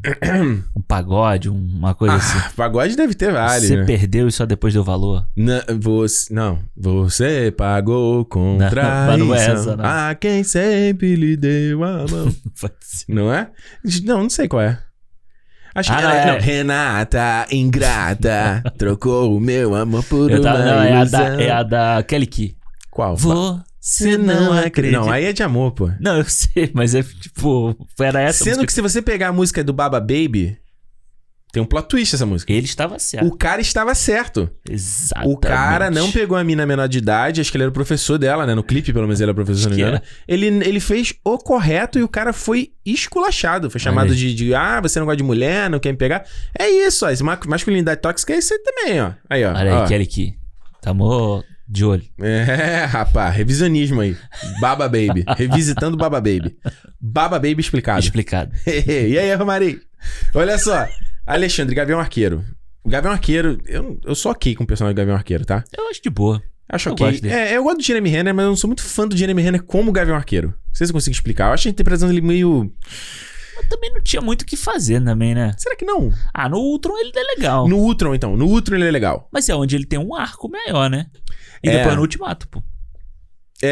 um pagode, uma coisa assim.
Ah, Pagode deve ter vários.
Você
né?
perdeu e só depois deu valor. *laughs*
Na- você, não, você pagou com
Não, *laughs* mas
traição
não é essa, não.
a quem sempre lhe deu a mão.
*laughs* Pode ser.
não é? Não, não sei qual é. Acho
Ah,
que
não,
era,
é.
não, Renata,
*laughs*
ingrata, trocou o meu amor por
Eu
uma
tava- não, é, a
ilusão.
da, é a da Kelly Key.
Qual?
Você não acredita.
Não, aí é de amor, pô.
Não, eu *laughs* sei, mas é tipo. Era essa
Sendo
música.
que se você pegar a música do Baba Baby, tem um plot twist essa música.
Ele é. estava certo.
O cara estava certo.
Exatamente.
O cara não pegou a mina menor de idade, acho que ele era o professor dela, né? No clipe, pelo menos ele era professor, se não me
que é.
engano. Ele, ele fez o correto e o cara foi esculachado. Foi chamado
Olha aí.
de, de, ah, você não gosta de mulher, não quer me pegar. É isso, ó. esse ma- Masculinidade tóxica é isso aí também, ó. Aí, ó.
Olha
ó.
aí, é. Kelly Key. Tamo de olho.
É, rapaz, revisionismo aí. Baba Baby. Revisitando Baba Baby. Baba Baby explicado.
Explicado.
*laughs* e aí, Romari? Olha só. Alexandre, Gavião Arqueiro. O Gavião Arqueiro, eu, eu sou ok com o personagem do Gavião Arqueiro, tá?
Eu acho de boa.
Acho
Eu
ok.
gosto dele.
é, eu gosto do Jeremy Renner, mas eu não sou muito fã do Jeremy Renner como Gavião Arqueiro. Não sei se eu consigo explicar. Eu acho a interpretação dele meio.
Mas também não tinha muito o que fazer também, né?
Será que não?
Ah, no Ultron ele é legal.
No Ultron, então. No Ultron ele é legal.
Mas é onde ele tem um arco maior, né? E
É.
depois no Ultimato, pô.
É,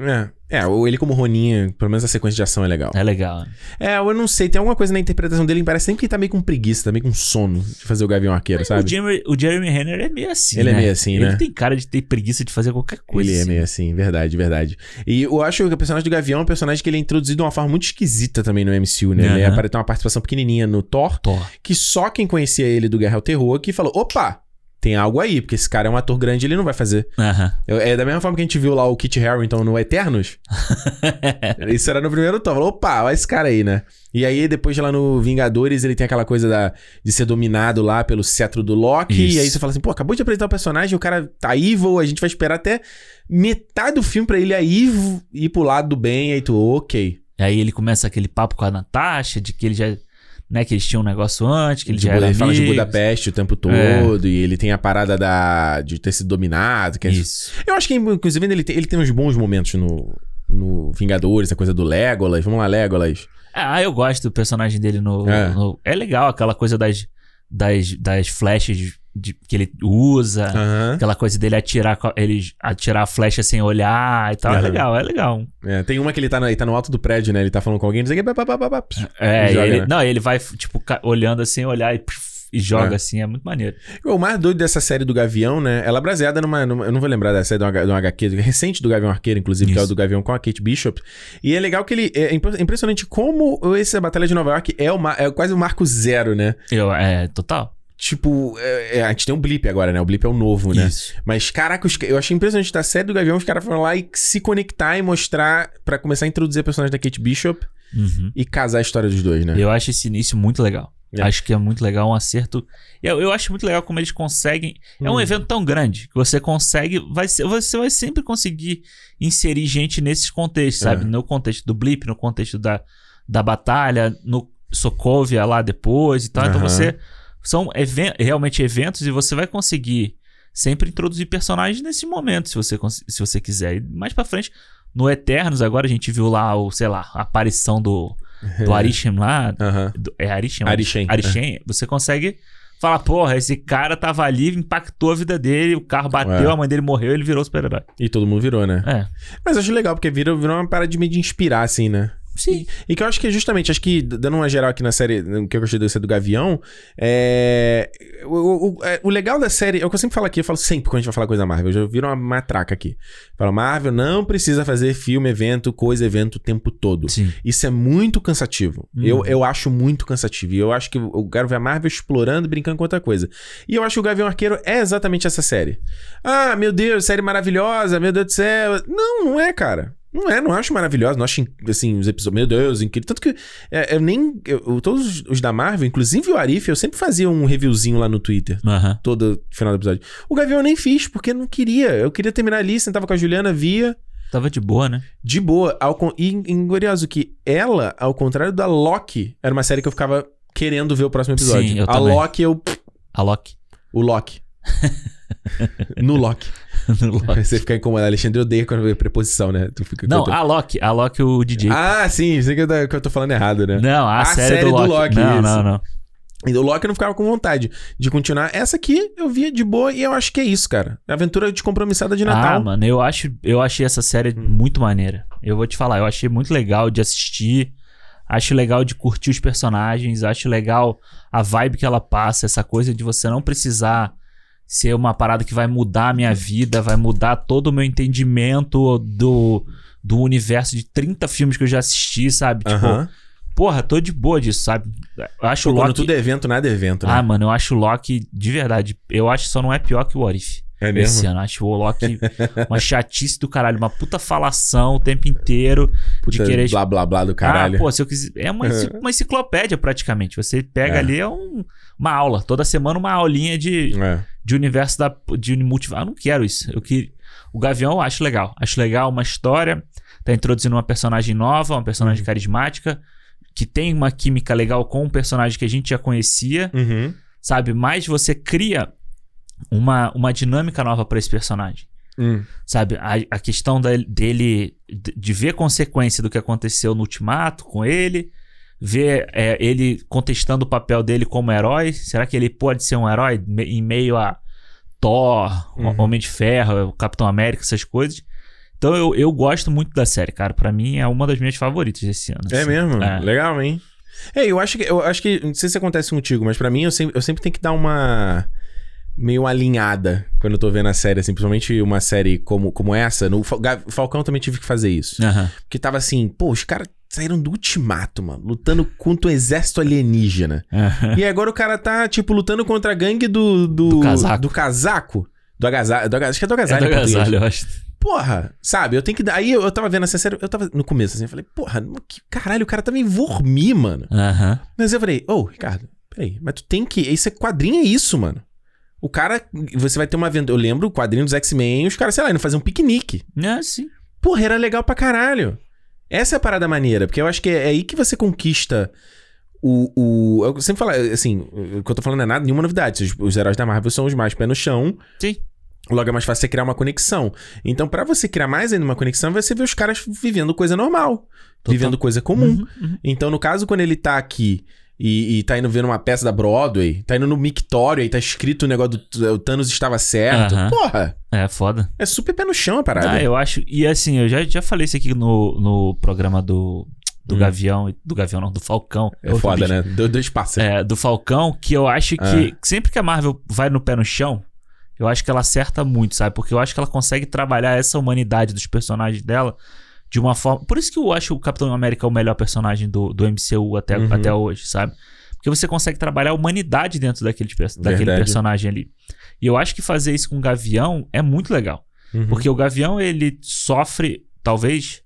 é. É, ou ele como Roninha, pelo menos a sequência de ação é legal.
É legal. né?
É, eu não sei, tem alguma coisa na interpretação dele que parece sempre que ele tá meio com preguiça, tá meio com sono de fazer o Gavião Arqueiro,
O
sabe?
Jeremy, o Jeremy Renner é meio assim.
Ele é
né?
meio assim, né?
Ele tem cara de ter preguiça de fazer qualquer coisa.
Ele é
assim.
meio assim, verdade, verdade. E eu acho que o personagem do Gavião é um personagem que ele é introduzido de uma forma muito esquisita também no MCU, né? Ele
Aham.
apare- tem uma participação pequenininha no Thor,
Thor.
que só quem conhecia ele do Guerra ao Terror que falou, opa, tem algo aí, porque esse cara é um ator grande, ele não vai fazer.
Aham.
Eu- É da mesma forma que a gente viu lá o Kit Harington no Eternos. Isso era no primeiro tom. Falou, opa, olha esse cara aí, né? E aí, depois lá no Vingadores, ele tem aquela coisa da, de ser dominado lá pelo cetro do Loki.
Isso.
E aí você fala assim, pô, acabou de apresentar o personagem, o cara tá evil, a gente vai esperar até metade do filme pra ele aí ir pro lado do bem. Aí tu, ok.
E aí ele começa aquele papo com a Natasha, de que ele já. Né, que eles tinham um negócio antes, que ele
De
já
Bu-
era
ele fala de
amigos.
Budapeste É. o tempo todo, e ele tem a parada da, de ter sido dominado. Que é-
Isso.
Eu acho que, inclusive, ele tem, ele tem uns bons momentos no, no Vingadores, a coisa do Legolas. Vamos lá, Legolas.
Ah, eu gosto do personagem dele no. no-
É.
É, legal aquela coisa das, das, das flechas de- que ele usa.
Aham.
Aquela coisa dele atirar, co- ele atirar a flecha sem olhar e tal. É
Aham.
legal, é legal.
É, tem uma que ele tá, na- ele tá no alto do prédio, né? Ele tá falando com alguém, não sei o que. pá, pá, pá, pá, pá.
É,
E joga,
e ele,
né?
não, ele vai, tipo, ca- olhando assim, olhar e, pff, e joga
É.
assim, é muito maneiro.
O mais doido dessa série do Gavião, né? Ela é baseada numa, numa- Eu não vou lembrar da série de uma, de uma HQ, recente do Gavião Arqueiro, inclusive, que é o
Isso.
do Gavião com a Kate Bishop. E é legal que ele. É impre- impressionante como essa Batalha de Nova York é, uma, é quase o marco zero, né?
Eu, é, total.
Tipo, é- é, a gente tem um blip agora, né? O blip é o novo, né?
Isso.
Mas, caraca, os ca- eu achei impressionante da série do Gavião, os caras foram lá e se conectar e mostrar pra começar a introduzir a personagem da Kate Bishop
Uhum.
e casar a história dos dois, né? *laughs*
Eu acho esse início muito legal.
É.
Acho que é muito legal, um acerto. Eu, eu acho muito legal como eles conseguem. É um
Hum.
evento tão grande que você consegue. Vai, ser- você vai sempre conseguir inserir gente nesses contextos, sabe?
É.
No contexto do blip, no contexto da, da batalha, no Sokovia lá depois e tal. Então
Aham.
você. São even- realmente eventos e você vai conseguir sempre introduzir personagens nesse momento, se você, cons- se você quiser. E mais pra frente, no Eternos, agora a gente viu lá o, sei lá, a aparição do, do
É.
Arishem lá,
Aham.
do- é Arishem?
Arishem.
Arishem, você consegue falar, porra, esse cara tava ali, impactou a vida dele, o carro bateu,
É.
a mãe dele morreu, ele virou super-herói.
E todo mundo virou, né?
É.
Mas eu acho legal, porque virou, virou uma parada de me de inspirar, assim, né?
Sim.
E que eu acho que é justamente, acho que d- dando uma geral aqui na série, o que eu gostei dessa do Gavião, é. O, o- é, o legal da série, é o que eu sempre falo aqui, eu falo sempre quando a gente vai falar coisa da Marvel, eu já viro uma matraca aqui. Falo, Marvel não precisa fazer filme, evento, coisa, evento o tempo todo.
Sim.
Isso é muito cansativo.
Hum.
Eu, eu acho muito cansativo. E eu acho que eu quero ver a Marvel explorando, e brincando com outra coisa. E eu acho que o Gavião Arqueiro é exatamente essa série. Ah, meu Deus, série maravilhosa, meu Deus do céu. Não, não é, cara. Não é, não acho maravilhosa. Não acho, assim, os episódios. Meu Deus, incrível. Tanto que é, eu nem. eu- eu- todos os da Marvel, inclusive o Arif, eu sempre fazia um reviewzinho lá no Twitter
Aham.
todo final do episódio. O Gavião eu nem fiz, porque eu não queria. Eu queria terminar ali, sentava com a Juliana, via.
Tava de boa, né?
De boa. Ao con- E e curioso que ela, ao contrário da Loki, era uma série que eu ficava querendo ver o próximo episódio.
Sim, eu
a
também.
Loki, eu.
A Loki.
O Loki. no Loki.
No *laughs* Loki.
Você fica incomodado. Alexandre odeia quando vê preposição, né? Tu fica.
Não,
quando-
a Loki. A Loki o DJ.
Ah, sim. Sei que eu, tô- que eu tô falando errado, né?
Não, é. a, série, do Loki. não,
isso.
não, não.
E o Loki eu não ficava com vontade de continuar. Essa aqui eu via de boa e eu acho que é isso, cara. Aventura descompromissada de
Ah,
Natal.
mano, eu, acho, eu achei essa série
Hum.
muito maneira. Eu vou te falar, eu achei muito legal de assistir. Acho legal de curtir os personagens. Acho legal a vibe que ela passa. Essa coisa de você não precisar ser uma parada que vai mudar a minha vida, vai mudar todo o meu entendimento do, do universo de 30 filmes que eu já assisti, sabe? Tipo,
Aham.
porra, tô de boa disso, sabe? Eu acho o
Quando
Loki.
tudo é evento, nada é evento, né?
Ah, mano, eu acho o Loki de verdade. Eu acho que só não é pior que o What If
é
esse ano. Acho o Loki uma chatice do caralho, uma puta falação o tempo inteiro
Puta,
de querer. tipo,
blá blá blá do caralho.
Ah, pô, se eu quiser. É uma, enci- uma enciclopédia praticamente. Você pega
É.
ali é um- uma aula. Toda semana uma aulinha de,
É.
de universo da. de uni- multiverso. Ah, eu não quero isso. Eu que O Gavião eu acho legal. Acho legal uma história. Tá introduzindo uma personagem nova, uma personagem
Hum.
carismática. Que tem uma química legal com um personagem que a gente já conhecia
Uhum.
sabe? Mas você cria uma, uma dinâmica nova pra esse personagem,
Hum.
sabe? A, a questão da- dele de de ver consequência do que aconteceu no Ultimato com ele, ver é, ele contestando o papel dele como herói. Será que ele pode ser um herói me- em meio a Thor,
Uhum.
Homem de Ferro, Capitão América, essas coisas? Então eu, eu gosto muito da série, cara. Pra mim é uma das minhas favoritas desse ano.
É
assim.
mesmo?
É.
Legal, hein? É, eu acho que eu acho que não sei se acontece contigo, mas pra mim eu sempre, eu sempre tenho que dar uma meio alinhada quando eu tô vendo a série, assim, principalmente uma série como, como essa, no Fal- Ga- Falcão eu também tive que fazer isso.
Aham.
Porque tava assim, pô, os caras saíram do ultimato, mano. Lutando contra um exército alienígena. E agora o cara tá, tipo, lutando contra a gangue do. Do,
É. Do casaco.
Do casaco. Do agasalho. Do aga- acho que é do
É
agasalho.
do
em português.
agasalho, eu acho.
Porra, sabe? Eu tenho que dar. Aí eu, eu tava vendo essa série. Eu tava no começo assim. Eu falei, porra, que caralho, o cara tava em Vormir, mano.
Aham.
Mas eu falei, ô, Ricardo, peraí, mas tu tem que. Isso é quadrinho, é isso, mano. O cara. Você vai ter uma venda. Eu lembro o quadrinho dos X-Men, os caras, sei lá, indo fazer um piquenique.
É, sim.
Porra, era legal pra caralho. Essa é a parada maneira, porque eu acho que é, é aí que você conquista o, o. Eu sempre falo, assim, o que eu tô falando não é nada, nenhuma novidade. Os, os heróis da Marvel são os mais pé no chão.
Sim.
Logo é mais fácil você criar uma conexão. Então, pra você criar mais ainda uma conexão, você vê os caras vivendo coisa normal,
Total.
vivendo coisa comum.
Uhum, uhum.
Então, no caso, quando ele tá aqui e, e tá indo ver uma peça da Broadway, tá indo no mictório e tá escrito o negócio do o Thanos estava certo.
Aham.
Porra,
É foda.
é super pé no chão a parada.
Ah, eu acho. E assim, eu já, já falei isso aqui no, no programa do, do
Hum.
Gavião. e- Do Gavião, não, do Falcão.
é
Outro
foda,
bicho.
né? Ah. Deu dois passos.
É, do Falcão, que eu acho que sempre que a Marvel vai no pé no chão, eu acho que ela acerta muito, sabe? Porque eu acho que ela consegue trabalhar essa humanidade dos personagens dela de uma forma. Por isso que eu acho o Capitão América o melhor personagem do, do MCU até,
Uhum.
até hoje, sabe? Porque você consegue trabalhar a humanidade dentro daquele, perso- daquele
Verdade.
personagem ali. E eu acho que fazer isso com o Gavião é muito legal.
Uhum.
Porque o Gavião, ele sofre, talvez.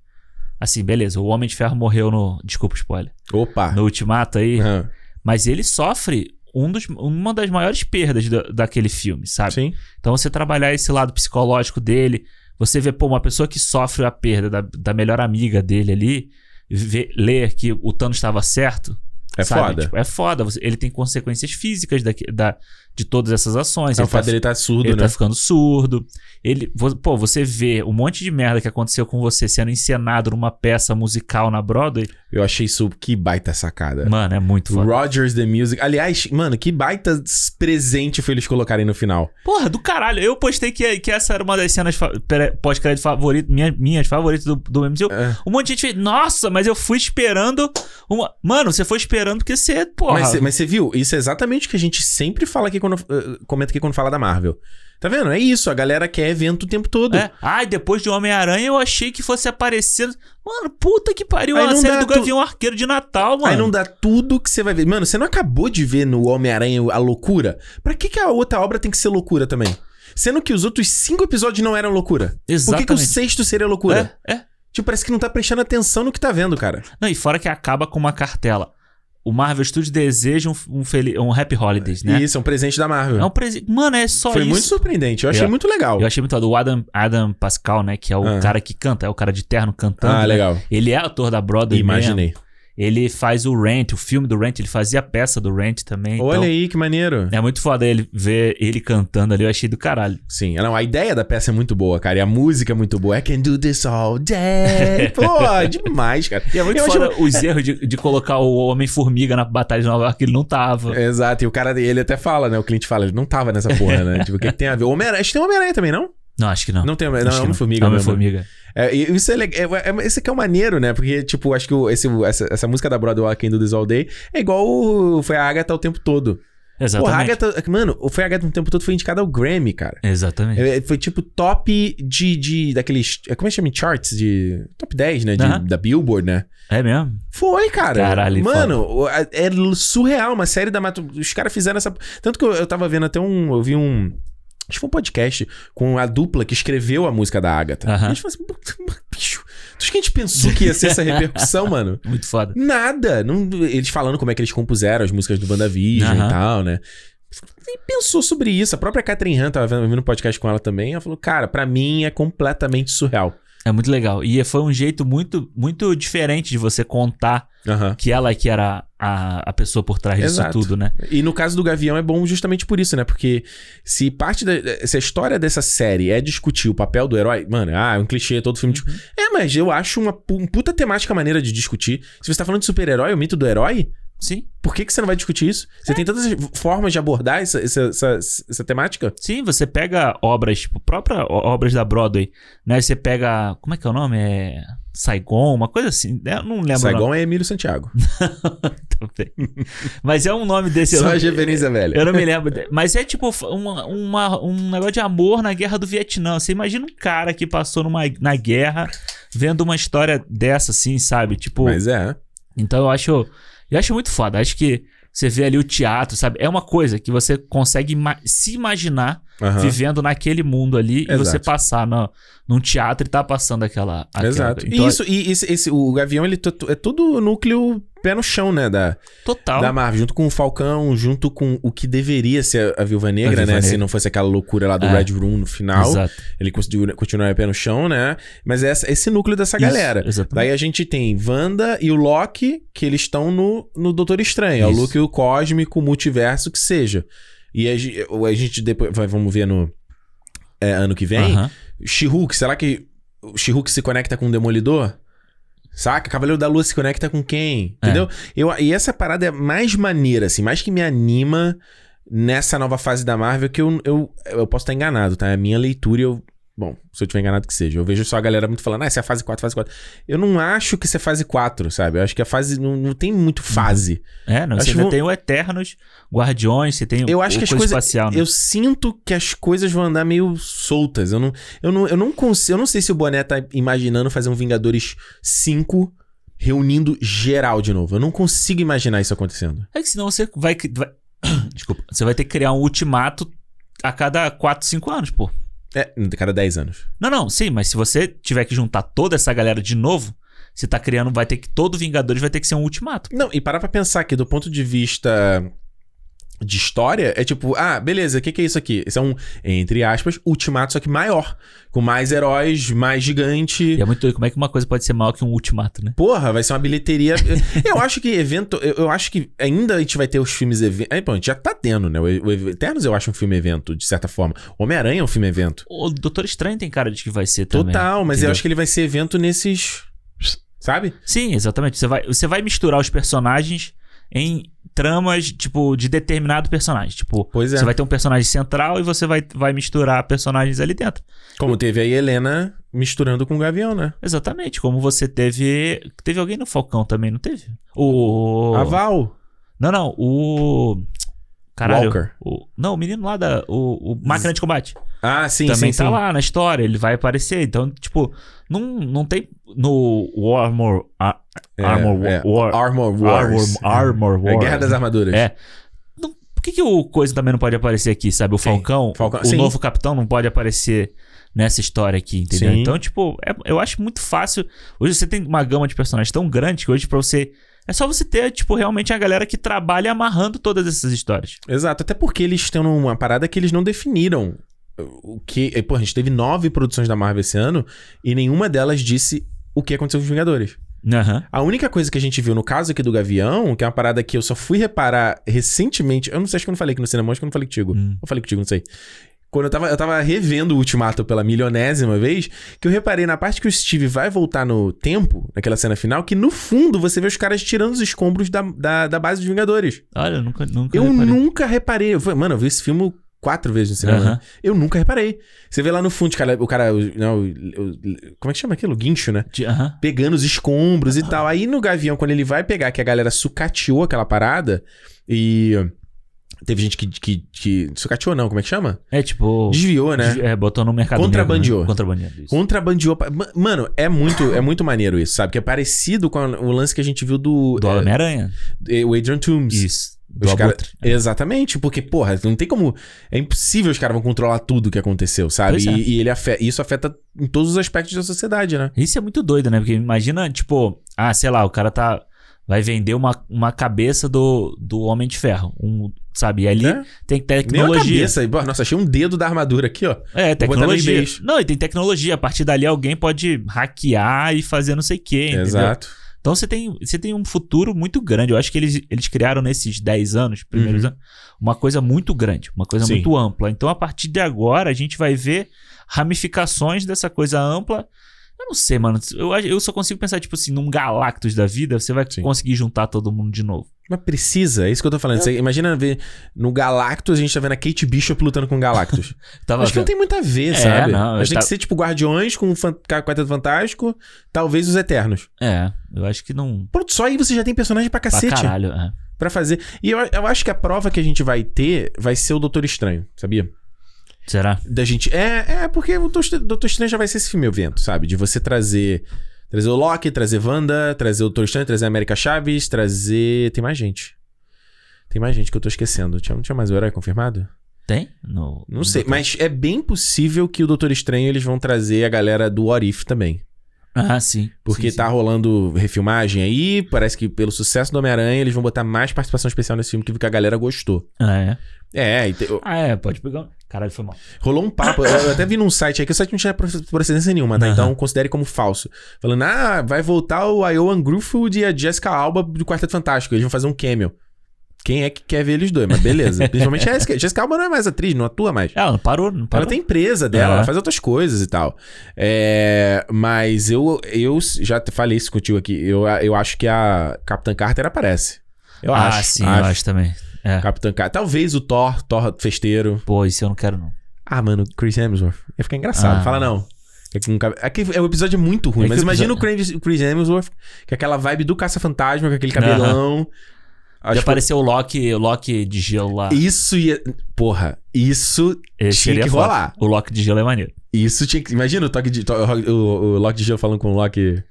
Assim, beleza, o Homem de Ferro morreu no. Desculpa o spoiler.
Opa.
No Ultimato aí.
Aham.
Mas ele sofre um dos- uma das maiores perdas da- daquele filme, sabe?
Sim.
Então você trabalhar esse lado psicológico dele, você vê, pô, uma pessoa que sofre a perda da, da melhor amiga dele ali, vê- ler que o Thanos estava certo.
É
sabe?
foda.
Tipo, é foda. Você- ele tem consequências físicas daqui- da, de todas essas ações.
é o
ele tá
fato dele tá surdo,
ele
né?
tá ficando surdo. Ele, vo- pô, você vê um monte de merda que aconteceu com você sendo encenado numa peça musical na Broadway.
Eu achei isso. Que baita sacada.
Mano, é muito foda.
Rogers the Music. Aliás, mano, que baita s- presente foi eles colocarem no final.
Porra, do caralho. Eu postei que, que essa era uma das cenas fa- pré- pós-crédito favorito, minha, minhas favoritas do, do MCU.
É.
Um monte de gente fez, nossa, mas eu fui esperando. Uma... Mano, você foi esperando porque você, porra.
Mas cê- Mas você viu? Isso é exatamente o que a gente sempre fala aqui quando. eh, comenta aqui quando fala da Marvel. Tá vendo? É isso. A galera quer evento o tempo todo.
É. Ai, depois de Homem-Aranha eu achei que fosse aparecendo. Mano, puta que pariu,
Aí
a
não
série
dá,
do
tu-
Gavião Arqueiro de Natal, mano.
Aí não dá tudo que você vai ver. Mano, você não acabou de ver no Homem-Aranha a loucura? Pra que, que a outra obra tem que ser loucura também? Sendo que os outros cinco episódios não eram loucura. Por que,
Exatamente.
que o sexto seria loucura?
É, é.
Tipo, parece que não tá prestando atenção no que tá vendo, cara.
Não, e fora que acaba com uma cartela. O Marvel Studios deseja um, um, feliz, um Happy Holidays, né?
E isso, é um presente da Marvel.
É um presente. Mano, é só
Foi
isso.
muito surpreendente. Eu achei
Eu-
muito legal.
Eu achei muito foda. O Adam, Adam Pascal, né? Que é o
Ah.
cara que canta, é o cara de terno cantando.
Ah,
né?
legal.
Ele é ator da Broadway. mesmo.
Imaginei.
Ele faz o Rent, o filme do Rent. Ele fazia a peça do Rent também. então,
Olha aí que maneiro.
É muito foda ele ver ele cantando ali. Eu achei do caralho.
Sim, não, a ideia da peça é muito boa, cara. E a música é muito boa. I can do this all day.
*laughs*
Pô, é demais, cara.
E é muito
Eu acho-
foda *laughs* os erros de, de colocar o Homem-Formiga na Batalha de Nova York. Ele não
É.
tava.
Exato, e o cara, ele até fala, né? O cliente fala, ele não tava nessa porra, né? tipo, o que, que tem a ver? Homem-Aranha, acho que tem Homem-Aranha também, não?
Não, acho que não.
Não, tem Homem-Aranha, não, é
Acho que
Homem-Formiga.
É
mesmo.
Homem-Formiga.
É, e isso é legal. É, é- esse aqui é o maneiro, né? Porque, tipo, acho que o- esse, essa, essa música da Broadway, Quem do This All Day, é igual o- foi a Agatha o tempo todo. Pô, a
Exatamente.
Agatha, mano, foi a Agatha o tempo todo, foi indicada ao Grammy, cara.
Exatamente.
É, Foi tipo top de, de daqueles. é, Como é que chama? Charts de. Top 10, né? de-
Aham.
Da Billboard, né?
É mesmo?
Foi, cara.
Caralho,
Mano, o- a- é surreal. Uma série da Mato. Os caras fizeram essa. Tanto que eu, eu tava vendo até um. Eu vi um. Acho que foi um podcast com a dupla que escreveu a música da Agatha.
Aham.
E a gente falou assim, "Puta, *laughs* mas, bicho, tu acha que a gente pensou que ia ser essa
*laughs*
repercussão, mano?
Muito foda.
Nada. Não, eles falando como é que eles compuseram as músicas do WandaVision
Aham.
e tal, né? Nem pensou sobre isso. A própria Catherine Han tava vendo, vendo um podcast com ela também. Ela falou, cara, pra mim é completamente surreal.
É muito legal. E foi um jeito muito, muito diferente de você contar
Aham.
que ela que era a, a pessoa por trás
Exato.
disso tudo, né?
E no caso do Gavião é bom justamente por isso, né? Porque se parte da. Se a história dessa série é discutir o papel do herói, mano, ah, é um clichê, todo filme.
Uhum.
Tipo, é, mas eu acho uma pu- um puta temática maneira de discutir. Se você tá falando de super-herói, o mito do herói,
Sim,
Por que, que você não vai discutir isso?
É.
Você tem tantas formas de abordar essa, essa, essa, essa temática?
sim, você pega obras, tipo, próprias obras da Broadway, né? Você pega. Como é que é o nome? É. Saigon, uma coisa assim, né? Eu não lembro. o nome.
Saigon é Emílio Santiago. *laughs*
Também. Mas é um nome desse. *laughs* eu
Só
não-
a referência velha.
Eu não me lembro. de- Mas é tipo uma, uma- um negócio de amor na guerra do Vietnã. Você imagina um cara que passou numa, na guerra vendo uma história dessa, assim, sabe? Tipo.
Mas é.
Então eu acho. Eu acho muito foda. Acho que você vê ali o teatro, sabe? É uma coisa que você consegue ima- se imaginar
Aham.
vivendo naquele mundo ali e
Exato.
você passar na, num teatro e tá passando aquela. aquela-
Exato.
Então,
e isso, e esse, esse- o Gavião, ele to- é todo o núcleo pé no chão, né? Da,
é total.
da Marvel, junto com o Falcão, junto com o que deveria ser a, a Viúva Negra,
Viúva
né?
Negra.
Se não fosse aquela loucura lá do
É.
Red Room no final.
Exato.
Ele conseguiu continuar pé no chão, né? Mas é essa- esse núcleo dessa
Isso,
galera.
Exatamente.
Daí a gente tem Wanda e o Loki, que eles estão no, no Doutor Estranho. É o
Isso.
Loki, o cósmico, o multiverso, que seja. E a, ge- a gente depois... vai- vamos ver no... é, ano que vem.
Aham.
She-Hulk, será que o She-Hulk se conecta com o Demolidor? Saca? Cavaleiro da Lua se conecta com quem?
É.
Entendeu? Eu, e essa parada é mais maneira, assim, mais que me anima nessa nova fase da Marvel, que eu, eu, eu posso estar enganado, tá? É a minha leitura e eu. Bom, se eu tiver enganado que seja. Eu vejo só a galera muito falando, ah, essa é a fase 4, fase 4. Eu não acho que isso é fase 4, sabe? Eu acho que a fase. Não, não tem muito fase.
É, não,
Acho
você
que
ainda
vão-
tem o Eternos, Guardiões, você tem
Eu
o-
acho
o
que as
Coisa
coisas-
Espacial, né?
Eu sinto que as coisas vão andar meio soltas. Eu não, eu não, eu não consigo. Eu não sei se o Boné tá imaginando fazer um Vingadores 5 reunindo geral de novo. Eu não consigo imaginar isso acontecendo.
É que senão você vai, cri- vai- Desculpa. Você vai ter que criar um ultimato a cada 4, 5 anos, pô.
É, de cada 10 anos.
Não, não, sim, mas se você tiver que juntar toda essa galera de novo, você tá criando, vai ter que. Todo Vingadores vai ter que ser um ultimato.
Não, e parar pra pensar que do ponto de vista de história, é tipo, ah, beleza, o que, que é isso aqui? Isso é um, entre aspas, ultimato, só que maior. Com mais heróis, mais gigante.
E é muito doido. Como é que uma coisa pode ser maior que um ultimato, né?
Porra, vai ser uma
*laughs*
bilheteria. Eu- eu acho que evento. Eu, eu acho que ainda a gente vai ter os filmes. Even... Aí, pô, a gente já tá tendo, né? O, o Eternos eu acho um filme evento, de certa forma. Homem-Aranha é um filme evento.
O Doutor Estranho tem cara de que vai ser também.
Total, mas eu
entendeu?
acho que ele vai ser evento nesses. Sabe?
Sim, exatamente. Você vai, você vai misturar os personagens em tramas, tipo, de determinado personagem. Tipo,
Pois é.
Você vai ter um personagem central e você vai, vai misturar personagens ali dentro.
Como teve aí Helena misturando com o Gavião, né?
Exatamente, como você teve. Teve alguém no Falcão também, não teve? O.
A Val.
Não, não, o. Caralho.
Walker.
O... Não, o menino lá da. O, o Máquina de Combate.
Ah, sim,
também
sim,
tá
sim.
lá na história, ele vai aparecer. Então, tipo, não, não tem. No Armor. Ar-
É,
Armor
é.
War.
Armor
Armor,
Wars.
Armor
É
Wars.
Guerra das Armaduras.
É. Não- por que, que o Coisa também não pode aparecer aqui, sabe? O
Sim,
Falcão,
Falcão-
o
sim.
novo Capitão não pode aparecer nessa história aqui, entendeu?
Sim.
Então, tipo, é- eu acho muito fácil. Hoje você tem uma gama de personagens tão grande que hoje pra você. É só você ter, tipo, realmente a galera que trabalha amarrando todas essas histórias.
Exato, até porque eles estão numa parada que eles não definiram o que. e, Pô, a gente teve nove produções da Marvel esse ano e nenhuma delas disse o que aconteceu com os Vingadores.
Aham.
A única coisa que a gente viu no caso aqui do Gavião, que é uma parada que eu só fui reparar recentemente. Eu não sei, acho que eu não falei aqui no cinema, acho que eu não falei contigo.
Hum.
Eu falei contigo, não sei. Quando eu tava, eu tava revendo o Ultimato pela milionésima vez, que eu reparei na parte que o Steve vai voltar no tempo, naquela cena final, que no fundo você vê os caras tirando os escombros da, da, da base dos Vingadores.
Olha, eu nunca. nunca
Eu
reparei.
nunca reparei. Eu falei, mano, eu vi esse filme quatro vezes no cinema.
Aham.
né? Eu nunca reparei. Você vê lá no fundo, o cara. O cara o- não, o- o- como é que chama aquilo? Guincho, né?
De- aham.
Pegando os escombros e tal. Aí no Gavião, quando ele vai pegar, que a galera sucateou aquela parada e. Teve gente que. que, que sucateou, não, como é que chama?
É tipo.
Desviou, né?
de- é, botou no mercado.
Contrabandeou.
Negro, né? Contrabandeou. isso.
Contrabandeou. pa- Ma- Mano, é muito, é muito maneiro isso, sabe? Que é parecido com a- o lance que a gente viu do.
Do
é,
Homem-Aranha.
o Adrian Toomes.
Isso. Do
Os cara-
Abutre.
Exatamente, porque, porra, não tem como. É impossível os caras vão controlar tudo o que aconteceu, sabe?
Pois é.
E, e ele afe- isso afeta em todos os aspectos da sociedade, né?
Isso é muito doido, né? Porque imagina, tipo, ah, sei lá, o cara tá. Vai vender uma, uma cabeça do, do Homem de Ferro. Um, sabe? E ali
É.
tem
Nem a
tecnologia.
cabeça. Pô, Nossa, achei um dedo da armadura aqui, ó.
É,
botar no
tecnologia.
eBay.
Não, e tem tecnologia. A partir dali alguém pode hackear e fazer não sei o quê. entendeu?
Exato.
Então você tem, você tem um futuro muito grande. Eu acho que eles, eles criaram nesses 10 anos, primeiros anos, uma coisa muito grande, uma coisa
Uhum. Sim.
muito ampla. Então a partir de agora a gente vai ver ramificações dessa coisa ampla. Eu não sei, mano. Eu, acho- eu só consigo pensar, tipo assim, num Galactus da vida, você vai
Sim.
conseguir juntar todo mundo de novo.
Mas precisa, é isso que eu tô falando. Você imagina ver no Galactus, a gente tá vendo a Kate Bishop lutando com o Galactus. *laughs*
Tava
Acho que não
vendo.
tem muito a ver,
É,
sabe?
não,
Mas
eu
tem
tá-
que ser tipo Guardiões com o Fan- com o Quarteto Fantástico, talvez os Eternos.
É, eu acho que não.
Pronto, só aí você já tem personagem pra
Pra
cacete
caralho. é.
pra fazer. E eu, eu acho que a prova que a gente vai ter vai ser o Doutor Estranho, sabia?
Será?
Da gente. É, é porque o Doutor Estranho- Doutor Estranho já vai ser esse filme evento, sabe? De você trazer. Trazer o Loki, trazer Wanda, trazer o Doutor Estranho, trazer a América Chaves, trazer. Tem mais gente. Tem mais gente que eu tô esquecendo. Tinha- Não tinha mais o herói confirmado?
Tem? No,
Não
no
sei,
Doutor-
mas é bem possível que o Doutor Estranho eles vão trazer a galera do What If também.
Ah, sim.
Porque
sim,
tá rolando refilmagem aí, parece que pelo sucesso do Homem-Aranha eles vão botar mais participação especial nesse filme que que a galera gostou.
sim. Ah, é.
É, e te-
Ah, é, pode pegar. um- Caralho, foi mal.
rolou um papo. Eu eu até vi num site aí que o site não tinha proce- procedência nenhuma, tá?
Aham.
Então considere como falso. Falando, ah, vai voltar o Ioan Gruffudd e a Jessica Alba do Quarteto Fantástico, eles vão fazer um cameo. Quem é que quer ver eles dois? Mas
*laughs*
beleza. Principalmente a Jessica. Jessica Alba não é mais atriz, não atua mais.
É, Ela parou, não parou.
Ela tem empresa dela,
Tá Aham.
ela faz outras coisas e tal. É, mas eu, eu já te falei isso contigo aqui. Eu, eu acho que a Capitã Carter aparece. Eu
ah,
acho.
sim, eu acho também. É.
Capitã Carter. Talvez o Thor, Thor festeiro.
Pô, isso eu não quero, não.
Ah, mano, Chris Hemsworth. Ia ficar engraçado.
Ah.
Fala não. É que nunca- é que o episódio é muito ruim,
É que
mas
o
imagina o Chris, o Chris Hemsworth, que é aquela vibe do Caça-Fantasma, com aquele cabelão. Acho
Já
que-
apareceu o Loki, o Loki de gelo lá.
Isso ia. Porra, isso
Esse
tinha
seria
que
foda.
rolar.
O Loki de gelo é maneiro.
Isso tinha que. Imagina o, toque de, to- o, o Loki de Gelo falando com o Loki.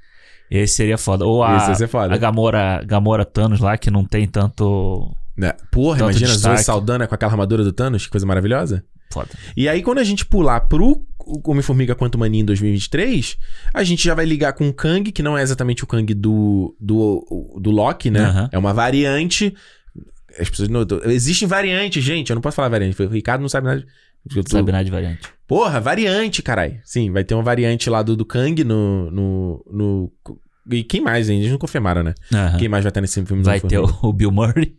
Esse seria foda. Ou a,
Isso ia ser é foda.
a Gamora, Gamora Thanos lá, que não tem tanto.
Né? Porra,
Tanto
imagina a Zoe
destaque.
Saldana com aquela armadura do Thanos, que coisa maravilhosa.
Foda.
E aí, quando a gente pular pro Homem-Formiga Quanto Mania em 2023, a gente já vai ligar com o Kang, que não é exatamente o Kang do, do, do Loki, né?
Aham.
É uma variante. As pessoas não. Existem variantes, gente. Eu não posso falar variante. O Ricardo não sabe nada. de- Eu tô-
Sabe nada de variante.
Porra, variante, caralho. Sim, vai ter uma variante lá do, do Kang no, no, no. E quem mais, hein? Eles não confirmaram, né?
Aham.
Quem mais vai estar nesse filme do
Ah. Vai ter o,
Homem-Formiga?
o Bill Murray.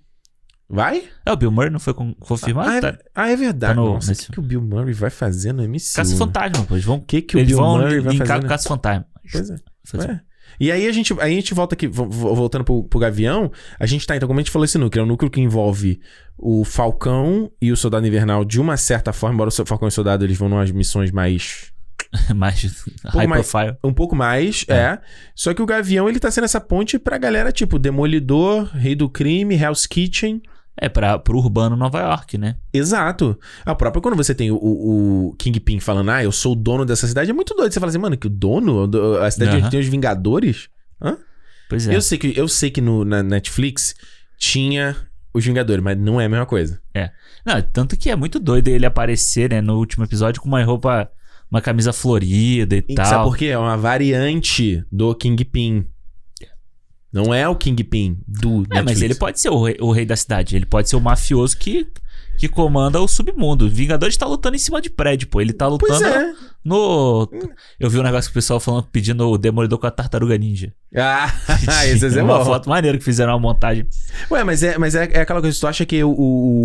Vai?
É, o Bill Murray não foi con- confirmado?
Ah, é-
tá.
Ah, é verdade.
Tá no-
Nossa, o
nesse
que, que o Bill Murray vai fazer no MCU?
Caça
né?
Fantasma, pô. Eles vão,
O que, que o
eles
Bill
vão
Murray vai
linkar
fazer?
com
né?
Caça Fantasma.
Pois é,
Fazer- *laughs*
ué. E aí a gente, aí a gente volta aqui, vo- vo- voltando pro, pro Gavião, a gente tá, então, como a gente falou, esse núcleo. É um núcleo que envolve o Falcão e o Soldado Invernal de uma certa forma, embora o Falcão e o Soldado eles vão numas missões mais...
mais high
mais-
profile.
Um pouco mais, é. Só que o Gavião, ele tá sendo essa ponte pra galera, tipo, Demolidor, Rei do Crime, Hell's Kitchen...
É, pra, pro urbano Nova York, né?
Exato. A própria, quando você tem o, o Kingpin falando, ah, eu sou o dono dessa cidade, é muito doido. Você fala assim, mano, que o dono? Do- A cidade
Aham.
onde tem os Vingadores?
Pois é.
Eu sei que, eu sei que no, na Netflix tinha os Vingadores, mas não é a mesma coisa.
Não, tanto que é muito doido ele aparecer, né, no último episódio com uma roupa, uma camisa florida e,
E
tal.
sabe por quê? É uma variante do Kingpin. Não é o Kingpin do Netflix.
É, mas ele pode ser o rei, o rei da cidade. Ele pode ser o mafioso que, que comanda o submundo. O Vingadores tá lutando em cima de prédio, pô. Ele tá lutando
Pois é.
no. Eu vi um negócio que o pessoal falando pedindo o Demolidor com a tartaruga ninja.
*laughs* Ah, esse é
uma
bom.
foto maneira que fizeram uma montagem.
Ué, mas é, mas é, é aquela coisa, tu acha que o. o-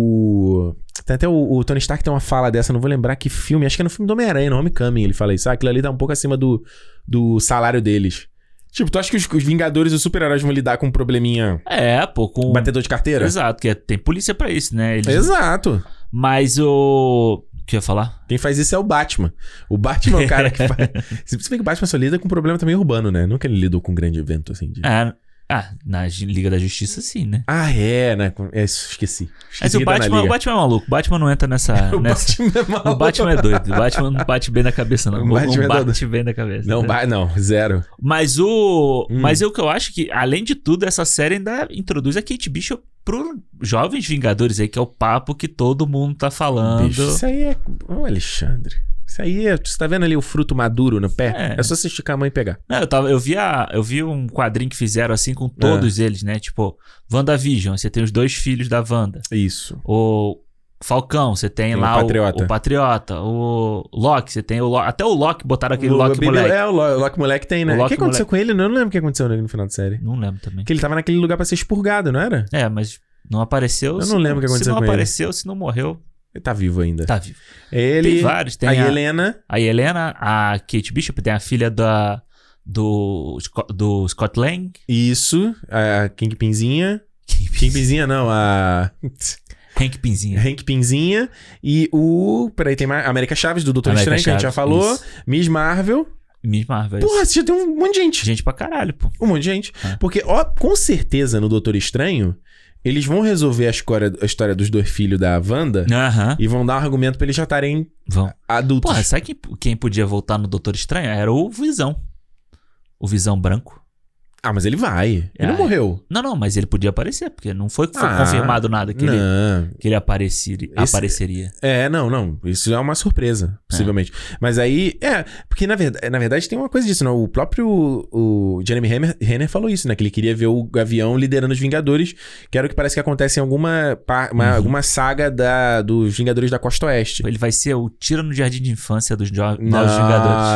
o- Tem até o, o Tony Stark tem uma fala dessa, não vou lembrar que filme. Acho que é no filme do Homem-Aranha, no Homecoming, ele fala isso. Ah, aquilo ali tá um pouco acima do, do salário deles. Tipo, tu acha que os, os Vingadores e os super-heróis vão lidar com um probleminha
É, pô, com.
batedor de carteira?
Exato, que é- tem polícia pra isso, né? Eles-
Exato.
Mas o. O que eu ia falar?
Quem faz isso é o Batman. O Batman é o cara *laughs* que faz. Se se bem que o Batman só lida com um problema também urbano, né? Nunca ele lidou com um grande evento assim. De...
Ah, ah, na Liga da Justiça, sim, né?
Ah, é, né? É, isso, esqueci.
Mas
Esqueci
o
que tá na
Batman, o
liga.
Batman é maluco. O Batman não entra
*laughs*
nessa.
O
nessa...
Batman é maluco.
O Batman é doido. O Batman não bate bem na cabeça, não.
O
Não
Batman é
bate
doido.
bem na cabeça.
Não, ba- não, zero.
Mas o.
Hum.
Mas o que eu acho que, além de tudo, essa série ainda introduz a Kate Bishop pro Jovens Vingadores aí, que é o papo que todo mundo tá falando.
Bicho, isso aí é. Ô, Alexandre. Isso aí é. Você tá vendo ali o fruto maduro no pé? É,
É.
só você esticar a mão e pegar.
Não, eu, tava, eu, vi a- eu vi um quadrinho que fizeram assim com
É.
todos eles, né? Tipo, WandaVision, você tem os dois filhos da Wanda.
Isso.
O Falcão, você tem,
Tem o
lá o
Patriota.
o, Patriota. O Loki, você tem o Loki. Até o Loki botaram aquele
O
Loki
Baby-
moleque.
É, o Lo- o Loki moleque tem, né?
O
O,
Loki
que aconteceu com ele? Eu não lembro o que aconteceu no final da série.
Não lembro também.
Que ele tava naquele lugar pra ser expurgado, não era?
É, mas não apareceu.
Eu
se
não lembro o que aconteceu
Se não
com ele.
apareceu, se não morreu,
Ele tá vivo ainda. É
tá vivo.
Ele.
Tem vários. Tem
a
a,
Helena.
a Helena, a Kate Bishop, tem a filha da, do, Sco- do Scott Lang. *laughs*
Isso, a King Pinzinha. King Pinzinha não,
*laughs*
a
Hank Pinzinho.
Hank Pinzinha. E o. Peraí, tem mais. América Chaves, do Doutor
América
Estranho, né, que a gente já
Chaves,
falou.
Tá isso.
Miss Marvel.
Miss Marvel.
Porra, você já tem um monte de gente.
Gente pra caralho, pô.
Um monte de gente.
É.
Porque, ó, com certeza, no Doutor Estranho, eles vão resolver a história, a história dos dois filhos da Wanda
Aham.
e vão dar um argumento pra eles já estarem
Vão.
adultos.
Porra, sabe quem, quem podia voltar no Doutor Estranho? Era o Visão. O Visão Branco.
Ah, mas ele vai. Ele não
Ah,
morreu.
Não, não, mas ele podia aparecer, porque não foi, foi
Ah,
confirmado nada que ele,
Não.
que ele apareceria.
Esse-
apareceria.
É, não, não. Isso é uma surpresa, possivelmente. Mas aí, é, porque na verdade, na verdade tem uma coisa disso, né? O próprio o Jeremy Renner, Renner falou isso, né? Que ele queria ver o Gavião liderando os Vingadores, que era o que parece que acontece em alguma, par- uma-
Uhum.
alguma saga da, dos Vingadores da Costa Oeste.
Ele vai ser o tira no jardim de infância dos jo- Novos Vingadores.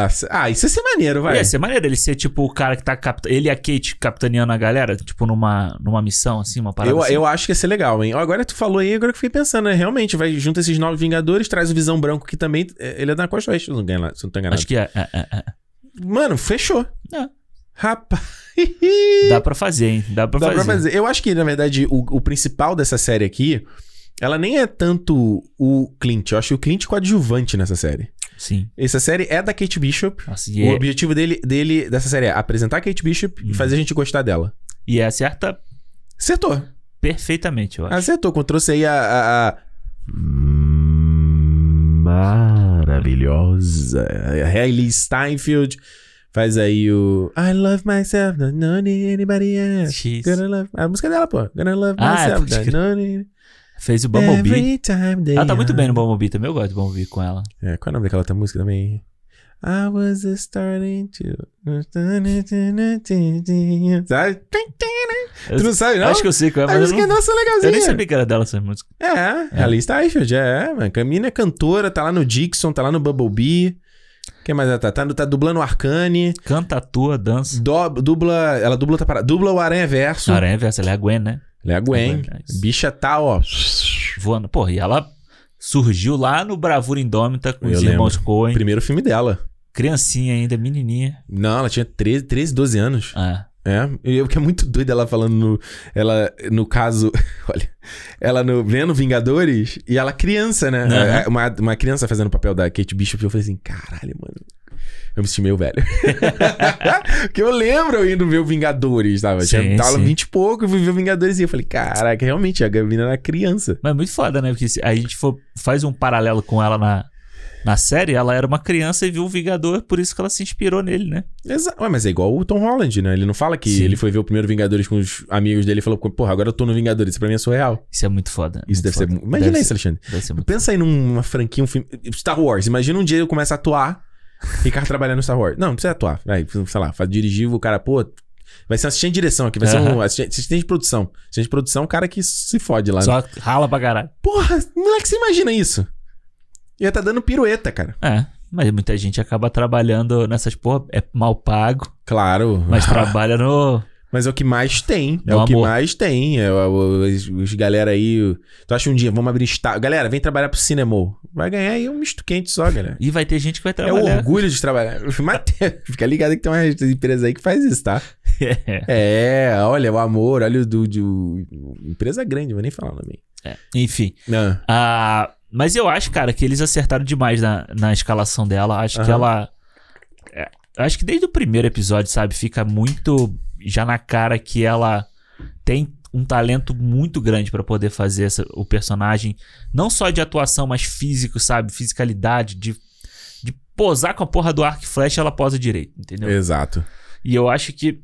Nossa. Ah, isso ia ser maneiro, vai.
Ia ser maneiro ele ser tipo o cara que tá capta... Ele e a Kate capitaneando a galera, tipo numa, numa missão, assim, uma parada.
Eu,
assim.
eu acho que ia ser legal, hein? Ó, Agora tu falou aí, agora que eu fiquei pensando, né? Realmente, vai junto esses novos Vingadores, traz o Visão Branco, que também. é, Ele é da Costa Oeste, se eu não engano- se eu não tô enganado.
Acho que é, é, é, é.
Mano, fechou.
É.
Rapaz. *laughs*
dá pra fazer, hein? Dá pra
Dá
fazer.
pra fazer. Eu acho que, na verdade, o, o principal dessa série aqui, ela nem é tanto o Clint. Eu acho o Clint coadjuvante nessa série.
Sim.
Essa série é da Kate Bishop.
Nossa,
O
e, é,
objetivo dele, dele, dessa série é apresentar a Kate Bishop e
Hum.
fazer a gente gostar dela.
e é acerta
Acertou.
perfeitamente, eu acho.
Acertou. quando Trouxe aí a... a- a- Maravilhosa. Hailey Steinfeld. Faz aí o... I love myself, don't need anybody else.
X.
Gonna love... A música dela, pô. Gonna love
Ah, é,
myself.
pode
don't
crer.
know-
Fez o Bumblebee.
Every time they
Ela tá muito
are-
bem no Bumblebee também. Eu gosto do Bumblebee com ela.
É, qual é o nome daquela outra música também? I was starting to... Sabe?
Eu-
Tu não sabe, não?
Acho que eu sei qual é,
a
mas eu,
música
não...
nossa é legalzinha.
eu nem sabia que era dela essa música.
É, é. Haley Steinfeld, é, mano. Camina é cantora, tá lá no Dixon, tá lá no Bumblebee. Quem mais ela tá? Tá, no- tá dublando o Arcane.
Canta, atua, dança.
do- dubla. Ela dubla, tá parada. Dubla o Aranha Verso.
Aranha Versa, ela é a Gwen, né?
Ela é a Gwen.
Gwen, é isso.
Bicha tá, ó.
Voando. Porra, e ela surgiu lá no Bravura Indômita com
Eu
os irmãos Coen.
Primeiro filme dela.
Criancinha ainda, menininha.
Não, ela tinha 13, 13 12 anos.
Ah,
É. E o que é muito doido ela falando no. Ela, no caso. *laughs* Olha. Ela no, vendo Vingadores e ela criança, né?
Aham.
É, Uma, uma criança fazendo o papel da Kate Bishop. Eu falei assim, caralho, mano. Eu me senti meio velho. *laughs* Porque eu lembro eu indo ver o Vingadores, sabe?
Sim,
Tinha tava
sim.
20 e pouco, eu fui ver o Vingadores e eu falei, caraca, realmente, a Gabina era criança.
mas é muito foda, né? Porque se a gente for, faz um paralelo com ela na, na série, ela era uma criança e viu o Vingador, por isso que ela se inspirou nele, né?
Exa Ué, mas é igual o Tom Holland, né? Ele não fala que
Sim.
ele foi ver o primeiro Vingadores com os amigos dele e falou, porra, agora eu tô no Vingadores, isso pra mim é surreal.
Isso é muito foda.
Isso
muito
deve ser.
foda.
mu- Imagina
Deve
isso, Alexandre.
ser- deve ser muito-
Pensa aí numa franquia, um filme. Star Wars. Imagina um dia eu começo a atuar e o cara trabalhando no Star Wars. Não, não precisa atuar. Vai, sei lá, faz dirigir o cara, pô. Vai ser um assistente de direção aqui, vai ser um
Aham.
assistente, assistente de produção. Assistente de produção é um cara que se fode lá. né?
Só rala pra caralho.
Porra, moleque, você imagina isso? Ia tá dando pirueta, cara.
É, mas muita gente acaba trabalhando nessas porra, é mal pago,
Claro.
mas trabalha no.
Mas é o que mais tem. É
No
o que
amor.
mais tem. É, o- os, os galera aí. o- Tu acha um dia, vamos abrir Star. Galera, vem trabalhar pro cinema. Vai ganhar aí um misto quente só, galera.
E vai ter gente que vai
É o
trabalhar.
orgulho de trabalhar. *laughs* Mas tem- fica ligado que tem uma empresa aí que faz isso, tá?
É.
É, olha o amor, olha o do. do- empresa grande, vou nem falar também.
Enfim.
Não.
Ah, mas eu acho, cara, que eles acertaram demais na, na escalação dela. Acho que
Aham.
ela. é, acho que desde o primeiro episódio, sabe? Fica muito já na cara que ela tem um talento muito grande pra poder fazer essa- o personagem. Não só de atuação, mas físico, sabe? Fisicalidade, de, de posar com a porra do arco e flecha, ela posa direito, entendeu?
É. Exato.
E eu acho que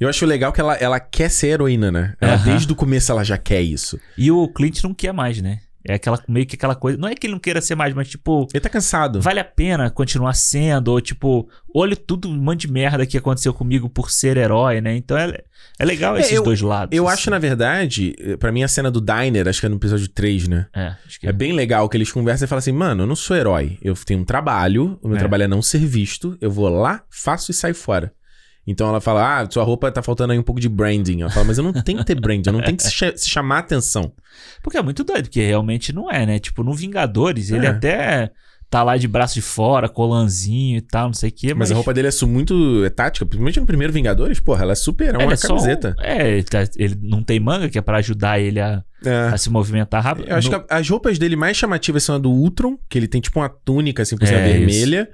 Eu acho legal que ela, ela quer ser heroína, né? Ela,
Aham.
Desde o começo ela já quer isso.
E o Clint não quer mais, né? É aquela, meio que aquela coisa. Não é que ele não queira ser mais, mas tipo,
Ele tá cansado.
vale a pena continuar sendo? Ou tipo, olha tudo, um monte de merda que aconteceu comigo por ser herói, né? Então é, é legal
É,
esses
eu-
dois lados.
Eu
assim.
acho, na verdade, eh, pra mim a cena do Diner, acho que é no episódio 3, né?
É, acho que
É bem legal que eles conversam e falam assim, mano, eu não sou herói. Eu tenho um trabalho, o meu
É.
trabalho é não ser visto, eu vou lá, faço e saio fora. Então ela fala, ah, sua roupa tá faltando aí um pouco de branding. Ela fala, mas eu não tenho que ter branding, eu não tenho que se, cha- se chamar atenção.
Porque é muito doido, porque realmente não é, né? Tipo, no Vingadores, ele
É.
até tá lá de braço de fora, colanzinho e tal, não sei o quê.
Mas a roupa dele é su- muito é tática, principalmente no primeiro Vingadores, porra, ela é super, é
Ele
uma
é só um-
camiseta.
é, ele, tá- ele não tem manga, que é pra ajudar ele a,
É.
a se movimentar rápido.
Eu acho
No-
que a- as roupas dele mais chamativas são a do Ultron, que ele tem tipo uma túnica assim por cima
É,
vermelha,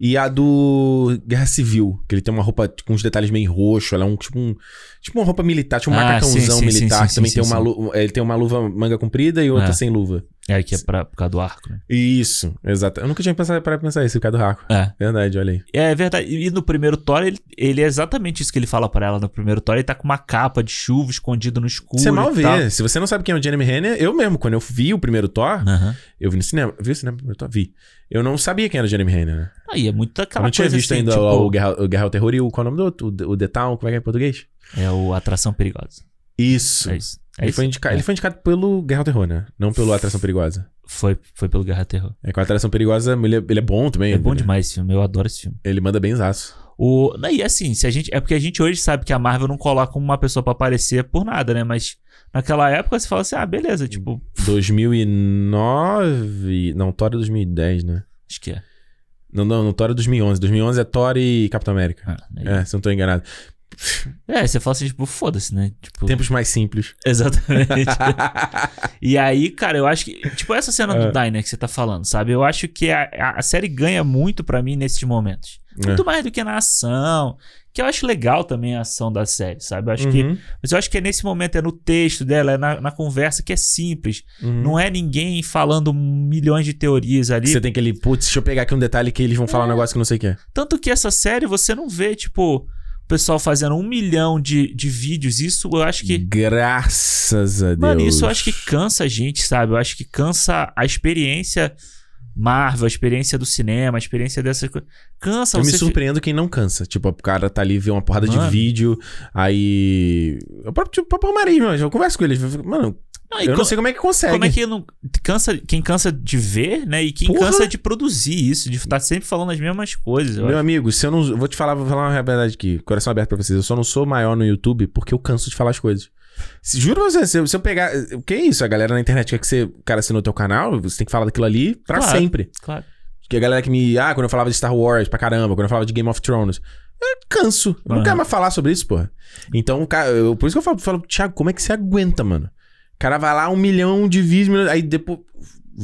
e a do Guerra Civil, que ele tem uma roupa com uns detalhes meio roxo, ela é um tipo um tipo uma roupa militar, tipo um
Ah,
macacãozão
sim, sim,
militar,
sim,
que
sim,
também
sim,
tem
sim,
uma lu- eh, ele tem uma luva manga comprida e outra
É.
sem luva.
É, que é pra, por causa do arco, né?
Isso, exato. Eu nunca tinha pensado para pensar isso, por causa do Raco.
É.
Verdade, olha aí.
É verdade. E no primeiro Thor, ele, ele é exatamente isso que ele fala pra ela no primeiro Thor. Ele tá com uma capa de chuva escondido no escuro.
Você mal
e
vê.
tal.
Se você não sabe quem é o Jeremy Renner, eu mesmo, quando eu vi o primeiro Thor,
Aham.
eu vi no cinema. Vi o cinema primeiro Thor? Vi. Eu não sabia quem era o Jeremy Renner, né?
Aí é muito
Eu
aquela
não tinha
coisa
visto
assim,
ainda
tipo,
o, o, Guerra, o Guerra ao Terror e o. Qual é o nome do outro? O, The- o The Town, como é que é em português?
É o Atração Perigosa.
Isso.
É isso. É
ele,
isso.
Foi indica-
É.
ele foi indicado pelo Guerra ao Terror, né? Não pelo Atração Perigosa.
Foi, foi pelo Guerra Terror.
É que o Atração Perigosa, ele é, ele é bom também.
É bom
ele,
demais esse filme. Eu adoro esse filme.
Ele manda benzaço.
O... não, E assim, se a gente... é porque a gente hoje sabe que a Marvel não coloca uma pessoa pra aparecer por nada, né? Mas naquela época você fala assim, ah, beleza. Tipo,
2009. Não, Thor é 2010, né?
acho que é.
Não, não, não, Thor é 2011. 2011 é Thor e Capitão América.
Ah, né?
É, se eu não tô enganado.
é. você fala assim, tipo, foda-se, né? Tipo,
Tempos mais simples.
*laughs* Exatamente. E aí, cara, eu acho que. Tipo, essa cena do
É.
Diner que você tá falando, sabe? Eu acho que a, a- a série ganha muito pra mim nesses momentos.
É.
Muito mais do que na ação. Que eu acho legal também a ação da série, sabe? Eu acho
Uhum.
que. Mas eu acho que é nesse momento, é no texto dela, é na, na conversa que é simples. Não é ninguém falando milhões de teorias ali.
uhum. Você tem aquele, putz, deixa eu pegar aqui um detalhe que eles vão falar um negócio que eu não sei o que é.
Tanto que essa série você não vê, tipo, o pessoal fazendo um milhão de, de vídeos. Isso eu acho que.
Graças a Deus.
Mano, isso eu acho que cansa a gente, sabe? Eu acho que cansa a experiência Marvel, a experiência do cinema, a experiência dessas coisas. Cansa
Eu me
você. fi-
surpreendo quem não cansa. Tipo, o cara tá ali, vê uma porrada
Mano.
de vídeo, aí... O próprio tipo, papo Maris, mano, eu converso com eles. eu fico, Mano,
Não, Ah, e
eu não
co-
sei como é que consegue.
Como é que não. Cansa, quem cansa de ver, né? E quem
Porra!
cansa de produzir isso, de estar sempre falando as mesmas coisas. eu
Meu
acho.
amigo, se eu não... Vou te falar, vou falar uma verdade aqui. Coração aberto pra vocês. Eu só não sou maior no YouTube porque eu canso de falar as coisas. Se- Juro pra você, se eu, se eu pegar... O que é isso? A galera na internet quer que você... O cara assinou teu canal, você tem que falar daquilo ali pra
Claro.
sempre.
Claro.
Que a galera que me. Ah, quando eu falava de Star Wars pra caramba, quando eu falava de Game of Thrones. Eu canso. Eu não
Aham.
quero mais falar sobre isso, porra. Então, cara, eu- por isso que eu falo, falo, Thiago, como é que você aguenta, mano? O cara vai lá, um milhão de vídeos, mil- aí depois.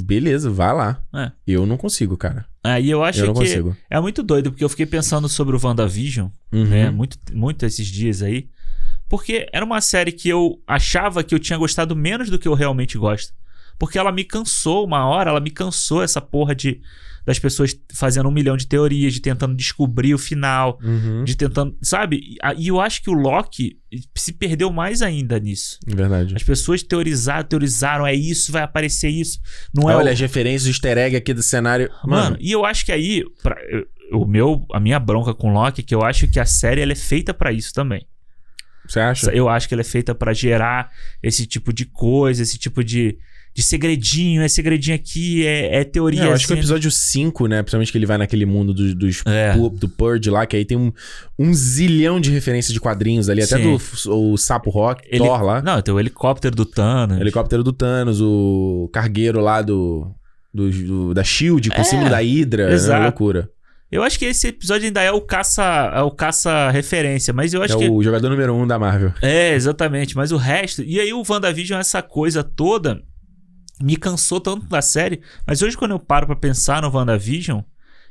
Beleza, vai lá.
É.
Eu não consigo, cara.
Aí eu acho
eu não
que
consigo.
é muito doido, porque eu fiquei pensando sobre o WandaVision,
Uhum.
né? Muito, muito esses dias aí. Porque era uma série que eu achava que eu tinha gostado menos do que eu realmente gosto. Porque ela me cansou uma hora, ela me cansou essa porra de das pessoas fazendo um milhão de teorias, de tentando descobrir o final,
Uhum.
de tentando. Sabe? E, a- e eu acho que o Loki se perdeu mais ainda nisso.
Verdade.
As pessoas teorizaram, teorizaram, é isso, vai aparecer isso. Não é o-
Olha as referências, o easter egg aqui do cenário.
Mano,
Mano.
e eu acho que aí, pra- eu- o meu, a minha bronca com o Loki é que eu acho que a série ela é feita pra isso também.
você acha?
Eu acho que ela é feita pra gerar esse tipo de coisa, esse tipo de, de segredinho, é segredinho aqui, é, é teoria.
É, eu acho que o
assim.
episódio 5, né? Principalmente que ele vai naquele mundo dos, dos
É.
Pu- do Purge lá, que aí tem um, um zilhão de referências de quadrinhos ali, até
Sim.
do f- o Sapo Rock,
Ele-
Thor lá,
Não, tem o helicóptero do Thanos.
helicóptero do Thanos, o cargueiro lá do, do, do- da Shield, por
É,
cima da Hydra, é
exato.
né? loucura.
Eu acho que esse episódio ainda é o caça, é o caça referência, mas eu acho
é
que
o jogador número um da Marvel.
É, exatamente. Mas o resto. E aí o WandaVision, essa coisa toda, me cansou tanto da série. Mas hoje, quando eu paro pra pensar no WandaVision,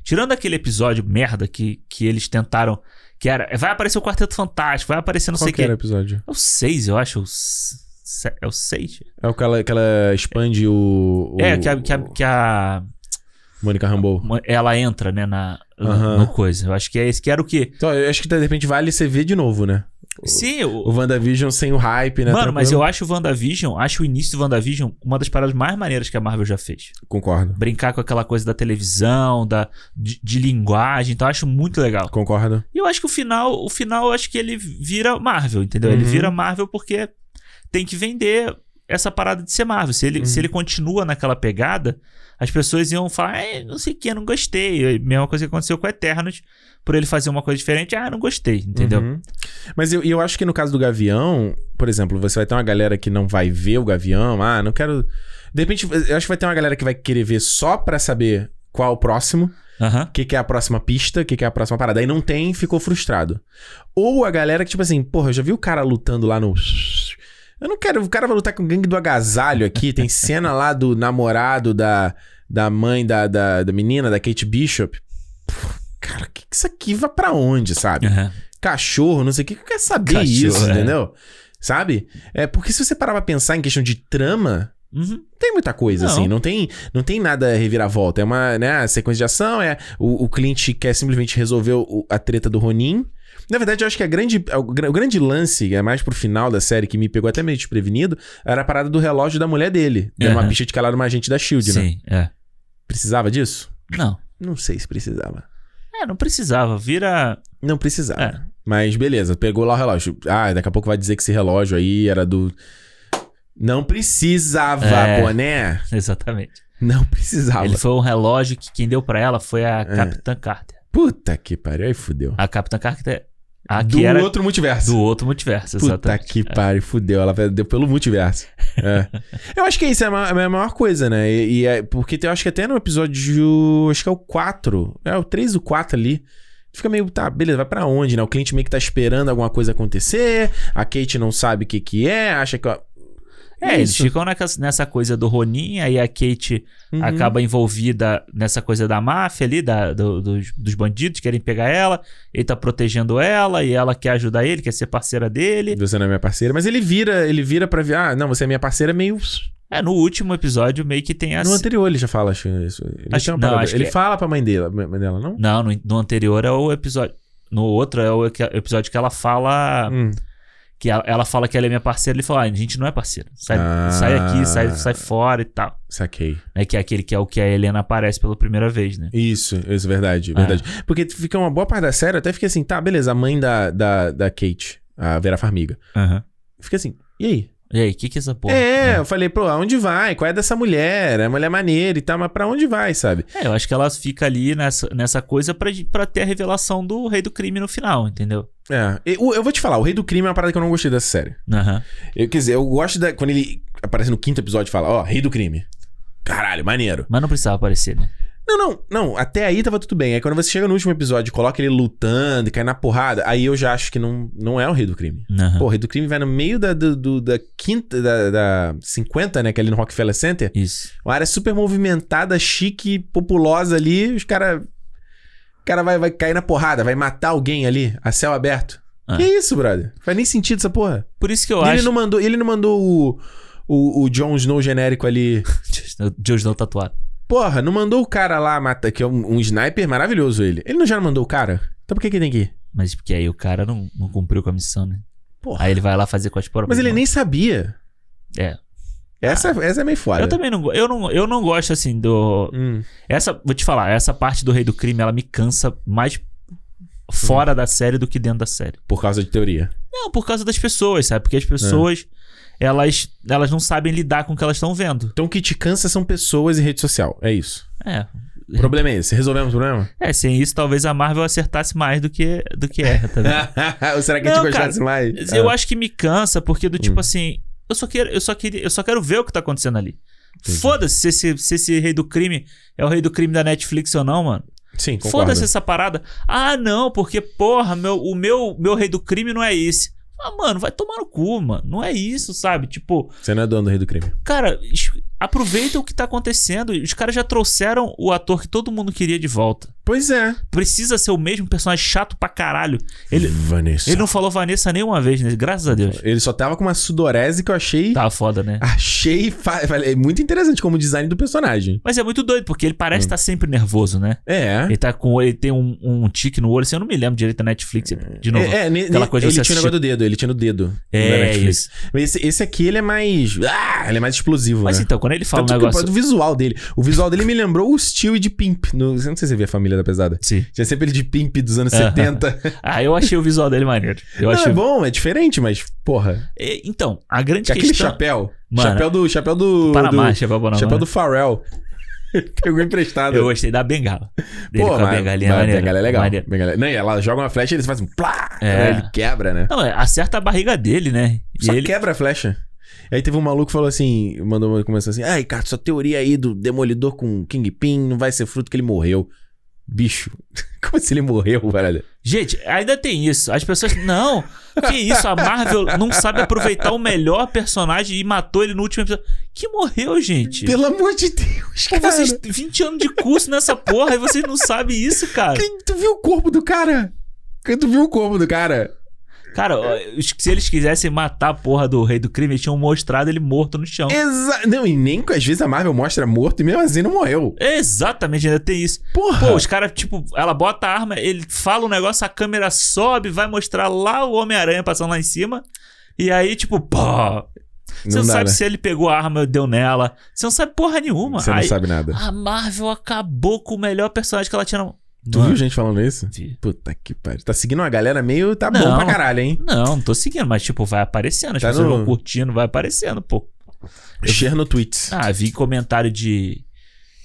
tirando aquele episódio merda que, que eles tentaram. Que era. Vai aparecer o Quarteto Fantástico, vai aparecer não
Qual
sei o
que era o
quê.
episódio?
É o 6, eu acho. o se- É o 6?
É o que ela, que ela expande o, o-
É, que a, que a, que a-
Mônica Rambeau.
ela entra, né, na,
Aham.
no coisa. Eu acho que é esse. Que era o quê?
Então, eu acho que de repente vale você ver de novo, né? O-
Sim, o,
O WandaVision sem o hype, né?
Mano, mas
Tranquilo?
eu acho o WandaVision, acho o início do WandaVision uma das paradas mais maneiras que a Marvel já fez.
Concordo,
brincar com aquela coisa da televisão, da, de, de linguagem, então eu acho muito legal.
concordo.
E eu acho que o final, o final eu acho que ele vira Marvel, entendeu? Ele
Uhum.
vira Marvel porque tem que vender essa parada de ser Marvel. Se ele,
Uhum.
se ele continua naquela pegada, as pessoas iam falar, "É, não sei o que, não gostei. A mesma coisa que aconteceu com Eternos, por ele fazer uma coisa diferente, ah, não gostei, entendeu?
Uhum. Mas eu, e eu acho que no caso do Gavião, por exemplo, você vai ter uma galera que não vai ver o Gavião, ah, não quero. De repente, eu acho que vai ter uma galera que vai querer ver só pra saber qual o próximo,
Aham.
o que, que é a próxima pista, o que, que é a próxima parada. Aí não tem, ficou frustrado. Ou a galera que, tipo assim, porra, eu já vi o cara lutando lá no. *laughs* Eu não quero. O cara vai lutar com o gangue do agasalho aqui. Tem cena lá do namorado da, da mãe da, da, da menina, da Kate Bishop. Pô, Cara, que, que isso aqui vai pra onde, sabe?
Aham.
cachorro, não sei o que, que quer saber
Cachorro,
isso,
é.
entendeu? Sabe? É porque se você parar pra pensar em questão de trama,
Uhum.
não tem muita coisa,
Não.
assim. Não tem, não tem nada reviravolta. É uma né, a sequência de ação, é o, o Clint quer simplesmente resolver o- a treta do Ronin. Na verdade, eu acho que a grande, o, gra- o grande lance, é mais pro final da série, que me pegou até meio desprevenido, era a parada do relógio da mulher dele. Deu uma
Aham.
pista de que ela era uma agente da SHIELD, né?
Sim, é.
Precisava disso?
Não.
Não sei se precisava.
É, não precisava. Vira. *laughs*
Não precisava.
É.
Mas beleza, pegou lá o relógio. Ah, daqui a pouco vai dizer que esse relógio aí era do. Não precisava,
É.
boné.
Exatamente.
Não precisava.
Ele foi um relógio que quem deu pra ela foi
É.
a Capitã Carter.
Puta que pariu, aí fudeu.
A Capitã Carter. A que
do
era
outro multiverso.
do outro multiverso,
Puta
exatamente.
que pariu, fudeu. Ela deu pelo multiverso. É. *laughs* eu acho que isso é a ma- a minha maior coisa, né? E, e é- porque tem- eu acho que até no episódio. Acho que é o 4. É o 3 o 4 ali. Fica meio, tá, beleza, vai pra onde, né? O cliente meio que tá esperando alguma coisa acontecer. A Kate não sabe o que que é, acha que. ó,
É, eles
isso.
ficam naca- nessa coisa do Ronin, aí a Kate
Uhum.
acaba envolvida nessa coisa da máfia ali, da- do- dos, dos bandidos querem pegar ela, ele tá protegendo ela e ela quer ajudar ele, quer ser parceira dele.
Você não é minha parceira. Mas ele vira, ele vira pra ver. Ah, não, você é minha parceira meio.
É, no último episódio meio que tem
No
assim.
anterior ele já fala, acho isso. Ele,
Acho-
tem uma
não,
parada-
acho
ele
que é-
fala pra mãe dela, mãe dela não?
Não, no, no anterior é o episódio. No outro é o equi- episódio que ela fala.
Hum.
Que ela, ela fala que ela é minha parceira, ele fala, ah, a gente não é parceiro. Sai,
Ah.
sai aqui, sai, sai fora e tal.
Saquei.
É que é aquele que é o que a Helena aparece pela primeira vez, né?
Isso, isso, verdade, verdade. Porque fica uma boa parte da série, eu até fiquei assim, tá, beleza, a mãe da, da, da Kate, a Vera Farmiga. Fiquei assim, e aí?
E aí, o que que é essa porra?
é, eu falei, pô, aonde vai? Qual é dessa mulher? É mulher maneira e tal, mas pra onde vai, sabe?
É, eu acho que ela fica ali nessa, nessa coisa pra, de- pra ter a revelação do rei do crime no final, entendeu?
É, eu, eu vou te falar, o Rei do Crime é uma parada que eu não gostei dessa série.
Aham.
Eu, quer dizer, eu gosto da, quando ele aparece no quinto episódio e fala, ó, Rei do Crime. Caralho, maneiro.
Mas não precisava aparecer, né?
Não, não, não. Até aí tava tudo bem. Aí quando você chega no último episódio e coloca ele lutando e cai na porrada, aí eu já acho que não, não é o rei do crime.
Aham.
Pô, o rei do crime vai no meio da, do- do- da quinta, da, da 50, né? Que é ali no Rockefeller Center.
Isso.
Uma área super movimentada, chique, populosa ali. Os cara... O cara vai, vai cair na porrada, vai matar alguém ali, a céu aberto.
Ah.
Que isso, brother? Faz nem sentido essa porra.
Por isso que eu
E ele
acho.
não mandou, ele não mandou o, o, o Jon Snow genérico ali
*laughs* Deus não tatuado.
Porra, não mandou o cara lá matar, que é um, um sniper maravilhoso ele. Ele não já não mandou o cara? Então por que que tem que ir?
Mas porque aí o cara não, não cumpriu com a missão, né?
Porra.
Aí ele vai lá fazer com as próprias.
Mas ele
mãos.
nem sabia.
É.
Essa, essa é meio foda.
Ah. Eu também não, go- eu não Eu não gosto, assim, do.
Hum.
Essa, vou te falar, essa parte do rei do crime, ela me cansa mais fora da série do que dentro da série.
Por causa de teoria.
Não, por causa das pessoas, sabe?
É.
Porque as pessoas, elas, elas não sabem lidar com o que elas estão vendo.
Então o que te cansa são pessoas e rede social. É isso.
É.
O problema é esse. Resolvemos o problema?
É, sem isso, talvez a Marvel acertasse mais do que, do que erra,
*laughs*
tá
*laughs*
vendo?
Ou será que a gente
Não,
gostasse mais?
Eu
Ah,
acho que me cansa, porque do
Hum.
tipo assim, eu só quero, eu só queria, eu só quero ver o que tá acontecendo ali.
Entendi.
Foda-se se esse, se esse rei do crime é o rei do crime da Netflix ou não, mano.
Sim, concordo.
Foda-se essa parada. Ah, não, porque, porra, meu, o meu, meu rei do crime não é esse. Ah, mano, vai tomar no cu, mano. Não é isso, sabe? Tipo,
Você não é dono do rei do crime.
Cara, es- aproveita o que tá acontecendo. Os caras já trouxeram o ator que todo mundo queria de volta.
Pois é.
Precisa ser o mesmo personagem chato pra caralho. Ele,
Vanessa.
ele não falou Vanessa nenhuma vez, né? Graças a Deus.
Ele só tava com uma sudorese que eu achei...
Tá foda, né?
Achei... fa- falei, é muito interessante como design do personagem.
Mas é muito doido, porque ele parece
Hum.
estar sempre nervoso, né?
É.
Ele tá com. Ele tem um, um tique no olho, assim, eu não me lembro direito da Netflix, de novo.
É, é ne-
aquela
ne-
coisa
ele
que você
tinha o
assistiu.
negócio do dedo, ele tinha no dedo.
É,
da Netflix. né?
isso.
Mas Esse, esse aqui, ele é mais. Ah, ele é mais explosivo,
Mas
né?
então, quando ele fala
Tanto
um
que
negócio. *laughs*
o visual dele. O visual dele me lembrou o Stewie de Pimp. No, eu não sei se você vê a família da pesada.
Sim.
Tinha sempre ele de Pimp dos anos
Aham.
70.
Ah, eu achei o visual dele maneiro. Eu
não,
achei.
é bom, é diferente, mas, porra.
E- Então, a grande
Aquele
questão.
chapéu.
Mano,
chapéu do. Chapéu do.
Panamá, é
do-
chapéu Panamá.
chapéu do Pharrell. *laughs* Pegou emprestado.
né? Eu gostei da bengala. Dele com a
mas-
bengalinha
mas a
maneira.
bengala é legal.
Maneira.
Bengala- Não, e ela joga uma flecha e eles fazem um plá.
É.
Ele quebra, né?
Não, é, acerta a barriga dele, né? E
Só
ele.
quebra a flecha. Aí teve um maluco que falou assim, mandou começou assim: Ai, cara, sua teoria aí do demolidor com Kingpin não vai ser fruto que ele morreu. Bicho, *laughs* como se ele morreu, velho?
Gente, ainda tem isso. As pessoas. Não! Que isso? A Marvel não sabe aproveitar o melhor personagem e matou ele no último episódio. Que morreu, gente?
Pelo amor de Deus,
Pô,
cara.
vocês 20 anos de curso nessa porra e vocês não sabem isso, cara.
Quem- Tu viu o corpo do cara? Quem- Tu viu o corpo do cara?
Cara, ó, os- se eles quisessem matar a porra do rei do crime, eles tinham mostrado ele morto no chão.
Exa não, e nem que às vezes a Marvel mostra morto e mesmo assim não morreu.
Exatamente, ainda tem isso.
Porra!
Pô, os caras, tipo, ela bota a arma, ele fala um negócio, a câmera sobe, vai mostrar lá o Homem-Aranha passando lá em cima. E aí, tipo, pô, você não,
dá,
sabe
né?
se é um ele pegou a arma e deu nela. Você não sabe porra nenhuma.
Você não
Aí,
sabe nada.
A Marvel acabou com o melhor personagem que ela tinha na mão.
tu
Mano,
viu gente falando isso?
vi.
Puta que pariu. Tá seguindo uma galera meio. Tá bom
Não.
pra caralho, hein?
Não, não tô seguindo, mas tipo, vai aparecendo. As
Tá
pessoas
no-
vão curtindo, vai aparecendo, pô.
Share no tweets.
Ah, vi comentário de,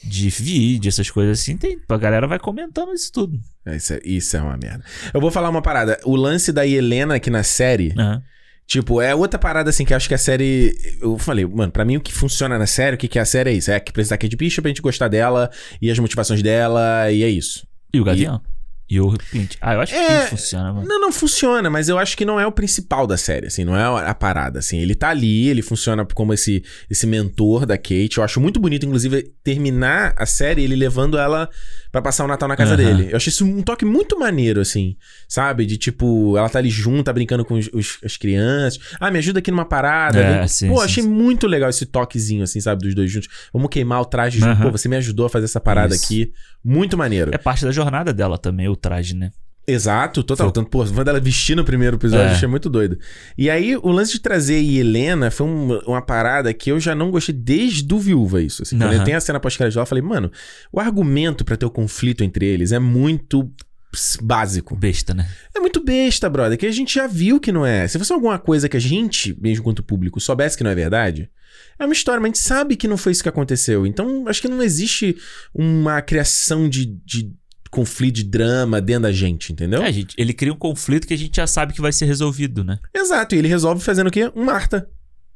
de vídeo, essas coisas assim. Tem, a galera vai comentando isso tudo.
É, Isso é, isso é uma merda. Eu vou falar uma parada. O lance da Helena aqui na série,
Aham.
tipo, é outra parada assim que eu acho que a série. Eu falei, mano, pra mim o que funciona na série, o que, que é a série é isso. É que precisa aqui de bicho pra gente gostar dela e as motivações dela, e é isso.
E o Gavião? E, o Pint. Ah, eu acho que
É,
isso funciona, mano.
Não, não funciona, mas eu acho que não é o principal da série, assim, não é a parada, assim. Ele tá ali, ele funciona como esse, esse mentor da Kate. Eu acho muito bonito, inclusive, terminar a série ele levando ela pra passar o Natal na casa
Aham.
dele. Eu achei isso um toque muito maneiro, assim, sabe? De tipo, ela tá ali junto, tá brincando com os, os- as crianças. Ah, me ajuda aqui numa parada.
É,
vem-
sim,
Pô,
sim,
achei
sim.
muito legal esse toquezinho, assim, sabe? Dos dois juntos. Vamos queimar o traje junto.
Aham.
Pô, você me ajudou a fazer essa parada
Isso.
aqui. Muito maneiro.
É parte da jornada dela também, o traje, né?
Exato, total.
Foi.
Tanto, pô, quando ela vestir no primeiro episódio,
É.
eu achei muito doido. E aí, o lance de trazer a Helena foi um- uma parada que eu já não gostei desde o Viúva, isso. Assim, Quando
Aham.
eu tenho a cena pós-crédito lá, eu falei, mano, o argumento pra ter o conflito entre eles é muito ps, básico.
Besta, né?
É muito besta, brother, que a gente já viu que não é. Se fosse alguma coisa que a gente, mesmo quanto público, soubesse que não é verdade, é uma história, mas a gente sabe que não foi isso que aconteceu. Então, acho que não existe uma criação de, de conflito, de drama dentro da gente, entendeu?
É, gente, ele cria um conflito que a gente já sabe que vai ser resolvido, né?
Exato, e ele resolve fazendo o quê? Um Marta.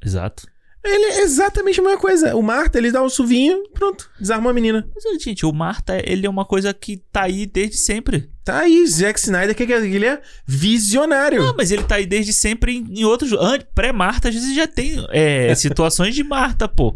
Exato.
Ele é exatamente a mesma coisa. O Marta, ele dá um suvinho, pronto, desarmou a menina.
Mas, ó, gente, o Marta, ele é uma coisa que tá aí desde sempre.
Tá aí, Zack Snyder, que, que é- que ele é visionário.
Ah, mas ele tá aí desde sempre em, em outros. an- Pré-Marta, às vezes já tem
*laughs*
é, situações de Marta, pô.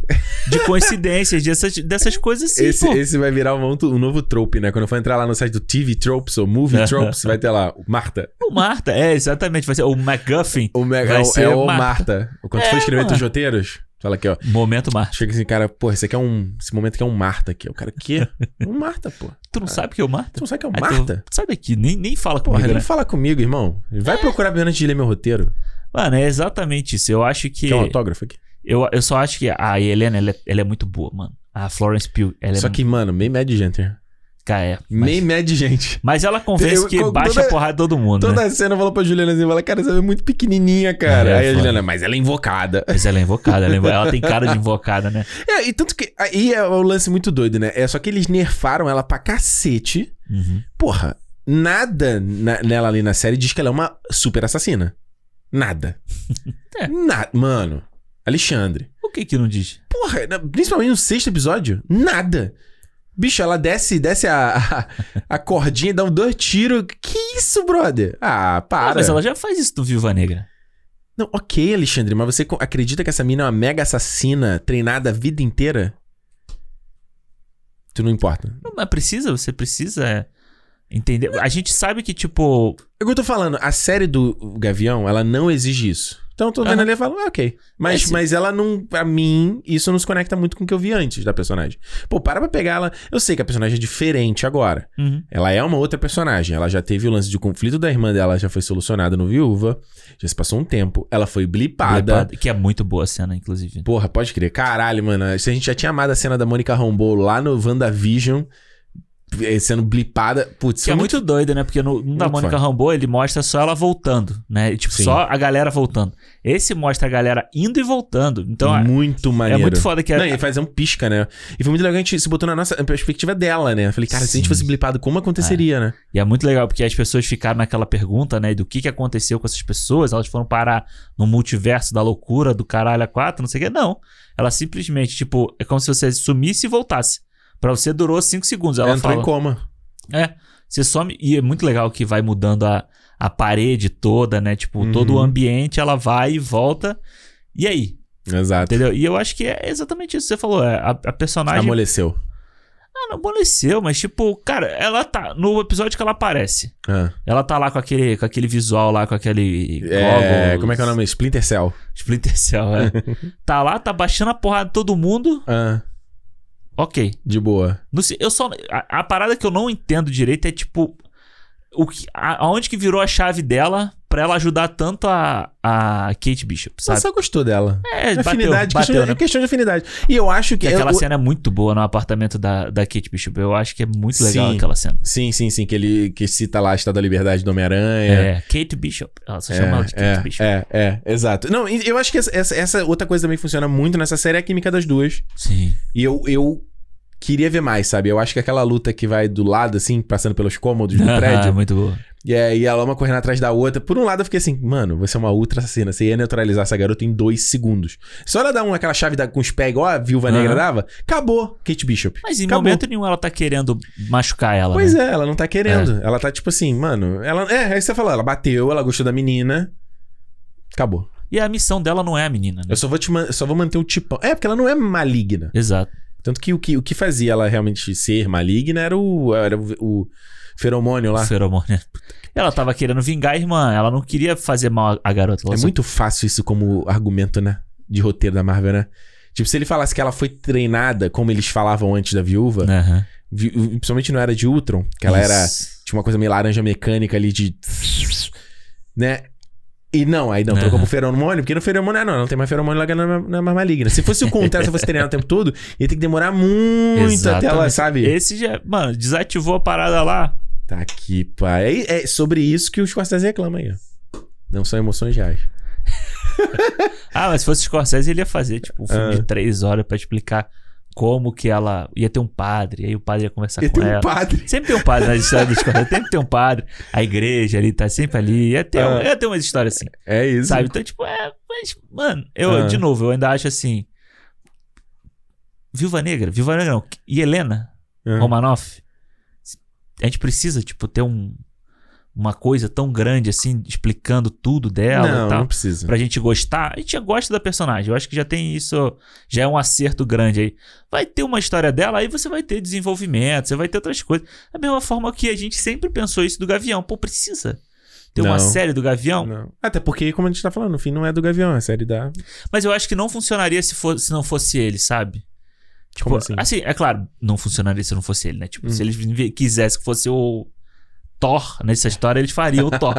De coincidências, dessas, dessas coisas assim,
esse,
pô.
esse vai virar um, monto- um novo trope, né? Quando eu for entrar lá no site do TV Tropes ou *laughs* Movie Tropes, vai ter lá o Marta.
O Marta, é, exatamente. Vai ser o MacGuffin.
O mega,
Vai
é o-
ser
é o
Marta.
Marta. Quando tu for
É,
escrever
mano.
teus roteiros, fala aqui, ó.
Momento Marta.
Chega assim, cara, porra, esse aqui é um. Esse momento aqui é um Marta aqui. O cara, o *laughs* quê? Um Marta, pô.
Tu não sabe o que é o Marta?
Tu não sabe que é um
Ah, então
Marta?
Sai daqui, nem, nem fala comigo,
Porra,
né?
ele fala comigo, irmão. Ele Vai procurar mesmo antes de ler meu roteiro.
Mano, é exatamente isso. Eu acho que.
Que é um autógrafo aqui.
eu, eu só acho que a Helena, ela é, ela é muito boa, mano. A Florence Pugh, ela
Só
é
que, mano, meio mad gente. né?
Cara, é.
Meio
Mas,
mad
*laughs*
gente.
mas ela convence
Eu-
que
com-
baixa
toda-
a porrada de todo mundo, né?
Toda cena eu falo pra Juliana assim, fala, cara, você é muito pequenininha, cara.
É,
Aí a
foda.
Juliana, mas ela é invocada.
Mas ela é invocada, ela, é invo- ela tem cara de invocada, né?
É, e tanto que. Aí é um lance muito doido, né? É só que eles nerfaram ela pra cacete.
Uhum.
Porra, nada na- nela ali na série diz que ela é uma super assassina. Nada.
*laughs* É.
Nada. Mano, Alexandre.
O que que não diz?
Porra, na- principalmente no sexto episódio, nada. Bicho, ela desce, desce a, a, a cordinha e dá um dois tiros. Que isso, brother? Ah, para.
Ah, mas ela já faz isso no Viúva Negra.
Não, ok, Alexandre, mas você co- acredita que essa mina é uma mega assassina treinada a vida inteira? Tu não importa.
Não, Mas precisa, você precisa é, entender. A gente sabe que, tipo.
É o que eu tô falando, a série do Gavião, ela não exige isso. Então eu tô vendo
Aham.
ali e falo, ah, ok. Mas,
Esse-
mas ela não, pra mim, isso não se conecta muito com o que eu vi antes da personagem. Pô, para pra pegar ela. Eu sei que a personagem é diferente agora.
uhum,
Ela é uma outra personagem. Ela já teve o lance de conflito da irmã dela, já foi solucionado no Viúva. Já se passou um tempo. Ela foi blipada.
Que é muito boa a cena, inclusive.
Porra, pode crer. Caralho, mano. Se a gente já tinha amado a cena da Mônica Rambeau lá no WandaVision. eh, sendo blipada. Putz,
Que é muito doido, né? Porque no, no da
Muito
Mônica
foda.
Rambeau, ele mostra só ela voltando, né? E, Tipo,
Sim.
só a galera voltando. Esse mostra a galera indo e voltando. Então, é-
muito
é,
maneiro.
muito foda que a-
Não, e fazer um pisca, né? E foi muito legal que a gente se botou na nossa perspectiva dela, né? Eu falei, cara, se a gente
Sim.
fosse blipado, como aconteceria, né?
E é muito legal porque as pessoas ficaram naquela pergunta, né? Do que, que aconteceu com essas pessoas. Elas foram parar no multiverso da loucura, do caralho a quatro, não sei o que. Não. Ela simplesmente, tipo, é como se você sumisse e voltasse. Pra você durou cinco segundos. Ela
Ela entrou
fala,
em coma.
É, você some. E é muito legal que vai mudando a, a parede toda, né? Tipo,
Uhum.
todo o ambiente, ela vai e volta. E aí?
Exato.
Entendeu? E eu acho que é exatamente isso que você falou. é, a, a personagem.
Amoleceu.
Ah, não amoleceu, mas tipo, cara, ela tá. No episódio que ela aparece,
Ah.
ela tá lá com aquele, com aquele visual lá, com aquele.
É,
goggles,
como é que é o nome? Splinter Cell.
Splinter Cell,
*laughs*
é. tá lá, tá baixando a porrada de todo mundo.
Ah,
Ok.
de boa.
Não sei, eu só. A, a parada que eu não entendo direito é tipo. O que, a- aonde que virou a chave dela pra ela ajudar tanto a, a Kate Bishop, sabe?
Você gostou dela.
é, bateu,
afinidade,
bateu,
questão,
né?
é questão de afinidade. E eu acho que.
Porque
eu-
aquela
eu-
cena é muito boa no apartamento da, da Kate Bishop. Eu acho que é muito legal
Sim.
aquela cena.
Sim, sim, sim, que ele que cita lá a Estado da Liberdade do Homem-Aranha.
É. Kate Bishop. Ela só chama ela de Kate Bishop.
é, é, exato. Não, e eu acho que essa, essa- essa outra coisa também que funciona muito nessa série é a química das duas.
Sim.
E eu, eu queria ver mais, sabe? Eu acho que aquela luta que vai do lado, assim, passando pelos cômodos do
*laughs*
prédio,
É muito boa.
e aí ela uma correndo atrás da outra. Por um lado, eu fiquei assim, mano, você é uma ultra assassina. Você ia neutralizar essa garota em dois segundos. Só ela dar uma, aquela chave da, com os pés igual a viúva
Aham.
negra dava, acabou Kate Bishop.
Mas em
Acabou.
momento nenhum ela tá querendo machucar ela.
Pois
né?
é, ela não tá querendo. Ela tá tipo assim, mano. Ela, é, é isso que você falou. Ela bateu, ela gostou da menina. Acabou.
E a missão dela não é a menina, né?
Eu só vou, te man- só vou manter o tipão. É, porque ela não é maligna.
Exato.
Tanto que o que, o que fazia ela realmente ser maligna era o, era o, o feromônio lá.
Feromônio. Ela tava querendo vingar a irmã. Ela não queria fazer mal a garota. Ela
É
só
muito fácil isso como argumento, né? De roteiro da Marvel, né? Tipo, se ele falasse que ela foi treinada, como eles falavam antes da viúva,
Aham.
vi- principalmente não era de Ultron, que ela era.
É. Isso.
Tinha uma coisa meio laranja mecânica ali de. Né? E não, aí não, trocou
Aham.
pro feromônio, porque no feromônio, ah, não, não tem mais feromônio, ela não é ma- não é mais maligna. Se fosse o contrário, se fosse treinar o tempo todo, ia ter que demorar muito até ela,
Exatamente.
sabe?
Esse já. Mano, desativou a parada lá.
Tá aqui, pai. É, é sobre isso que os Scorsese reclamam aí. ó. Não são emoções reais.
Ah, mas se fosse Scorsese, ele ia fazer, tipo, um filme
Ah.
de três horas pra explicar como que ela. Ia ter um padre, aí o padre ia conversar
E
com
tem
ela.
um padre.
Sempre tem um padre na história do Scorsese, sempre tem um padre. A igreja ali tá sempre ali. Ia ter, um-
Ah.
ia ter umas histórias assim.
É isso.
Sabe? Então, tipo, é. Mas, mano, eu,
Ah.
de novo, eu ainda acho assim. Viúva Negra, Viúva Negra não. E Helena,
Ah.
Romanoff, a gente precisa, tipo, ter um, uma coisa tão grande, assim, explicando tudo dela
não,
e tal.
não precisa.
Pra gente gostar. A gente já gosta da personagem. Eu acho que já tem isso. Já é um acerto grande aí. Vai ter uma história dela, aí você vai ter desenvolvimento, você vai ter outras coisas. Da mesma forma que a gente sempre pensou isso do Gavião. Pô, precisa ter uma
Não.
série do Gavião.
Não. Até porque, como a gente tá falando, no fim não é do Gavião, é a série da.
Mas eu acho que não funcionaria se, fo- se não fosse ele, sabe? Tipo,
Como assim?
é claro, não funcionaria se não fosse ele, né? Tipo,
Hum.
se eles vi- quisessem que fosse o Thor nessa história, eles fariam o
*laughs*
Thor.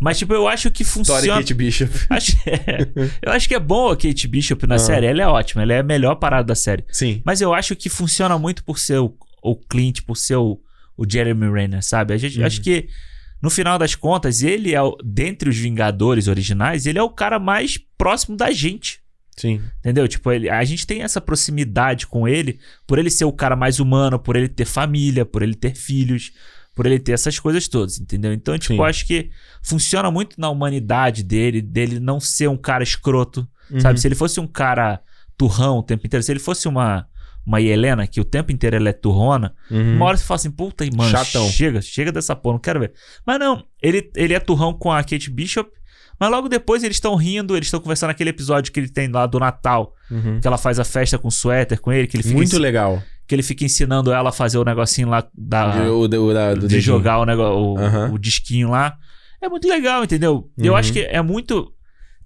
Mas, tipo, eu acho que
Tori
funciona.
Kate Bishop.
*laughs* Acho- eu acho que é bom a Kate Bishop na
Ah.
série. Ela é ótima, ela é a melhor parada da série.
Sim.
Mas eu acho que funciona muito por ser o, o Clint, por ser o, o Jeremy Renner, sabe? A gente,
Uhum.
Acho que, no final das contas, ele é, o, dentre os Vingadores originais, ele é o cara mais próximo da gente.
Sim.
Entendeu? Tipo, ele- a gente tem essa proximidade com ele por ele ser o cara mais humano, por ele ter família, por ele ter filhos, por ele ter essas coisas todas, entendeu? Então, tipo,
Sim.
eu acho que funciona muito na humanidade dele, dele não ser um cara escroto,
Uhum.
sabe? Se ele fosse um cara turrão o tempo inteiro, se ele fosse uma, uma Helena que o tempo inteiro ela é turrona,
Uhum.
uma hora você fala assim, puta, mano,
Chatão.
chega, chega dessa porra, não quero ver. Mas não, ele, ele é turrão com a Kate Bishop, mas logo depois eles estão rindo, eles estão conversando naquele episódio que ele tem lá do Natal,
Uhum.
que ela faz a festa com suéter com ele, que ele fica,
Muito
ensi-
legal.
que ele fica ensinando ela a fazer o negocinho lá da,
O- o- o da- do
de
dedinho.
jogar o, nego, o,
Aham.
o disquinho lá. É muito legal, entendeu? Eu
Uhum.
acho que é muito.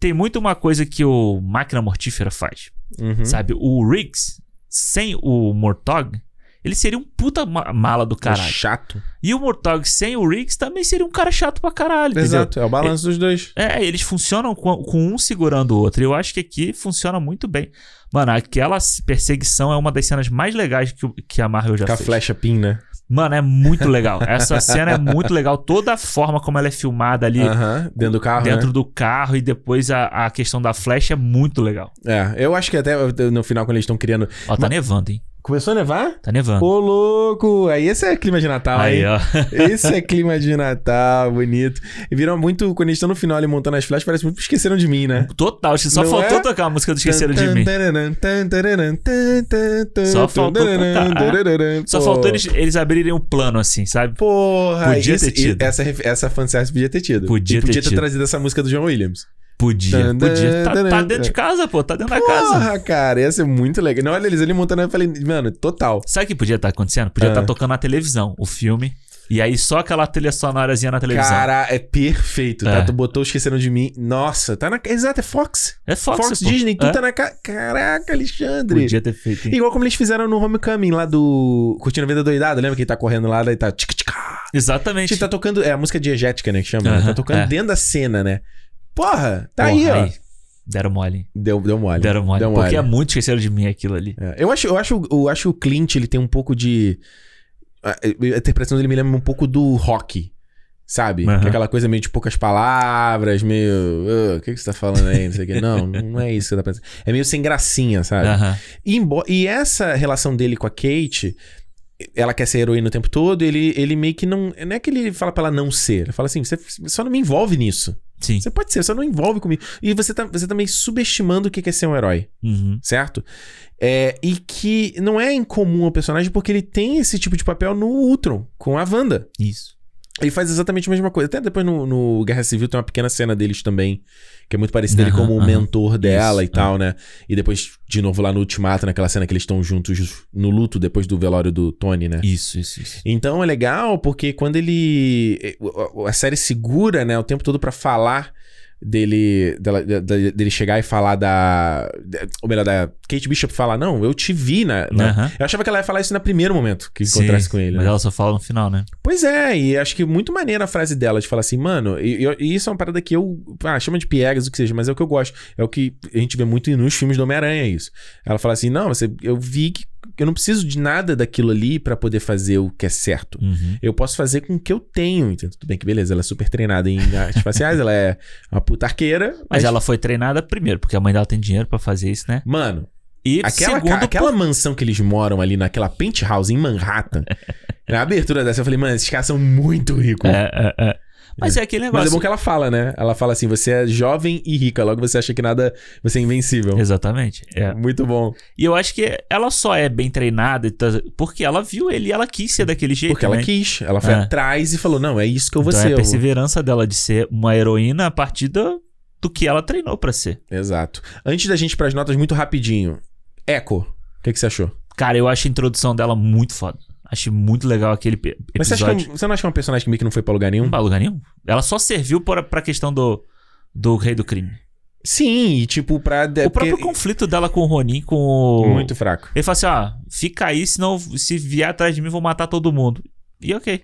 Tem muito uma coisa que o Máquina Mortífera faz,
Uhum.
sabe? O Riggs, sem o Mortog, Ele seria um puta ma- mala do
É
caralho.
chato.
E o Murtaugh sem o Riggs também seria um cara chato pra caralho, entendeu?
Exato, é o balanço dos dois.
É, eles funcionam com, com um segurando o outro. E eu acho que aqui funciona muito bem. Mano, aquela perseguição é uma das cenas mais legais que, o- que a Marvel já
Com a
fez.
flecha pin, né?
Mano, é muito legal. Essa cena é muito legal. Toda a forma como ela é filmada ali
Aham, dentro do carro,
dentro
né?
do carro e depois a, a questão da flecha é muito legal.
É, eu acho que até no final, quando eles estão criando...
Ó, tá nevando, hein?
Começou a nevar?
Tá nevando.
Ô, louco! Aí esse é clima de Natal, hein?
Aí, ó.
Esse é clima de Natal, bonito. E viram muito, quando eles estão no final ali montando as flashes, parece muito que esqueceram de mim, né?
Total, só
Não
faltou
é?
tocar a música do Esqueceram de
Tan,
Mim.
tararam, tan, tararam, tan, tan, tan,
Só faltou
tararam,
tocar.
tararam,
Só
pô.
faltou eles, eles abrirem um plano assim, sabe?
Porra,
Podia
esse-
ter tido.
Essa, ref- essa fanservice podia ter tido.
Podia
E podia
ter tido.
trazido essa música do John Williams.
Podia,
Tan,
podia. Tá,
tan,
tá
tan.
dentro de casa, pô. Tá dentro da casa.
Porra, cara, ia ser muito legal. Não, olha eles ali montando, eu falei, mano, total.
Sabe o que podia estar acontecendo? Podia
Ah.
estar tocando na televisão o filme. E aí só aquela trilha sonorazinha na televisão.
Cara, é perfeito,
É.
tá? Tu botou Esqueceram de Mim. Nossa, tá na... Exato, é Fox.
é Fox,
Fox,
pô.
Disney, tudo
É?
tá na... ca- Caraca, Alexandre.
Podia ter feito. hein?
Igual como eles fizeram no Homecoming lá do Curtindo a Vida Doidada, lembra que ele tá correndo lá, daí tá tic tic
Exatamente.
Ele tá tocando, é a música diegética, né, que chama, né?
Aham,
tá tocando
é.
dentro da cena, né? Porra, tá
Porra,
aí, ó.
Deram mole. hein?
Deu, deu mole.
Deram mole.
Deu mole.
Porque é muito esqueceram de mim aquilo ali.
É, Eu acho, eu acho, eu acho o Clint, ele tem um pouco de a a interpretação dele me lembra um pouco do rock. Sabe?
Aham.
Que é Aquela coisa meio de poucas palavras, meio. "Ah, O que, que você tá falando aí? Não sei o
*laughs*
quê. Não, não é isso que você tá pensando. É meio sem gracinha, sabe?
Aham.
E, embo- e essa relação dele com a Kate, ela quer ser heroína o tempo todo, ele, ele meio que não. Não é que ele fala pra ela não ser. Ele fala assim: você só não me envolve nisso.
Sim.
Você pode ser, só não envolve comigo. E você tá, você também subestimando o que que é ser um herói,
Uhum.
certo? É, e que não é incomum ao personagem porque ele tem esse tipo de papel no Ultron, com a Wanda.
Isso.
Ele faz exatamente a mesma coisa. Até depois no, no Guerra Civil tem uma pequena cena deles também, que é muito parecida ele
Aham,
como o
aham.
mentor dela
Isso, é.
e tal, né? E depois, de novo, lá no Ultimato, naquela cena que eles estão juntos no luto, depois do velório do Tony, né?
Isso, isso, isso.
Então é legal porque quando ele. eh, A série segura, né, o tempo todo pra falar dele. Dela, da- da- dele chegar e falar da. Ou melhor, da Kate Bishop falar, não, eu te vi na. na-"
Aham.
Eu achava que ela ia falar isso no primeiro momento É, que
Né. Sim,
encontrasse com ele.
Mas
né?
ela só fala no final, né?
Pois é, e acho que muito maneira a frase dela de falar assim, mano, e, e- e isso é uma parada que eu. Ah, chama de piegas, o que seja, mas é o que eu gosto. É o que a gente vê muito nos filmes do Homem-Aranha, isso. Ela fala assim: não, você, eu vi que eu não preciso de nada daquilo ali pra poder fazer o que é certo.
Uhum.
Eu posso fazer com o que eu tenho, entendeu? Tudo bem que beleza, ela é super treinada em artes faciais, ela é uma puta arqueira.
Mas ela foi treinada primeiro, porque a mãe dela tem dinheiro pra fazer isso, né?
Mano,
E
aquela,
segundo,
ca- aquela mansão que eles moram ali, naquela penthouse em Manhattan,
*laughs*
na abertura dessa, eu falei, mano, esses caras são muito ricos.
É, é, é. Mas é, aquele
Mas é
negócio.
bom que ela fala, né? Ela fala assim: você é jovem e rica, logo você acha que nada. Você é invencível.
Exatamente. é.
Muito bom.
E eu acho que ela só é bem treinada e tá- porque ela viu ele e ela quis ser daquele jeito.
Porque ela
né?
quis. Ela foi
É.
atrás e falou: não, é isso que eu vou
Então é
ser.
a
eu vou-
perseverança dela de ser uma heroína a partir do, do que ela treinou pra ser.
Exato. Antes da gente ir pras notas, muito rapidinho. Echo, o que, que você achou?
Cara, eu acho a introdução dela muito foda. Achei muito legal aquele pe- episódio.
Mas você, acha que é um- você não acha que é um personagem que meio que não foi pra lugar nenhum?
Não vai a lugar nenhum. Ela só serviu pra, pra questão do, do rei do crime.
Sim, e tipo, pra.
o próprio conflito dela com o Ronin, com o.
Muito fraco.
Ele fala assim: ó, fica aí, senão se vier atrás de mim, vou matar todo mundo. E ok.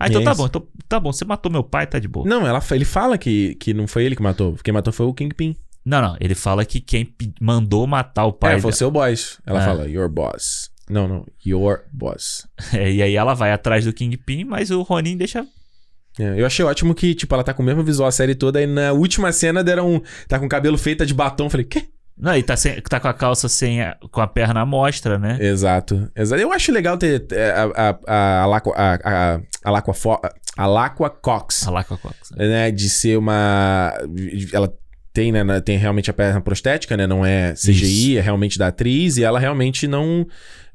Ah, então
E é
tá
isso.
bom, então, tá bom, você matou meu pai, tá de boa.
Não, ela, fa- ele fala que, que não foi ele que matou. Quem matou foi o Kingpin.
Não, não, ele fala que quem pe- mandou matar o
Pai
pai.
é, foi o seu boss. Ela
É.
fala, your boss. Não, não, your boss.
É, *laughs* e aí ela vai atrás do Kingpin, mas o Ronin deixa.
É, eu achei ótimo que, tipo, ela tá com o mesmo visual a série toda e na última cena deram um. Tá com o cabelo feita de batom. Falei, quê?
Não, ele tá, sem- tá com a calça sem. a- com a perna à mostra, né?
Exato. Exato. Eu acho legal ter é, a. A. A. A. Laqua- A. A. A. Laqua Fo- A. Laqua Cox.
A Tá lá com a coxa.
né, de ser uma ela tem, né, na- tem realmente a perna prostética, né, não é CGI, é realmente da atriz e ela realmente não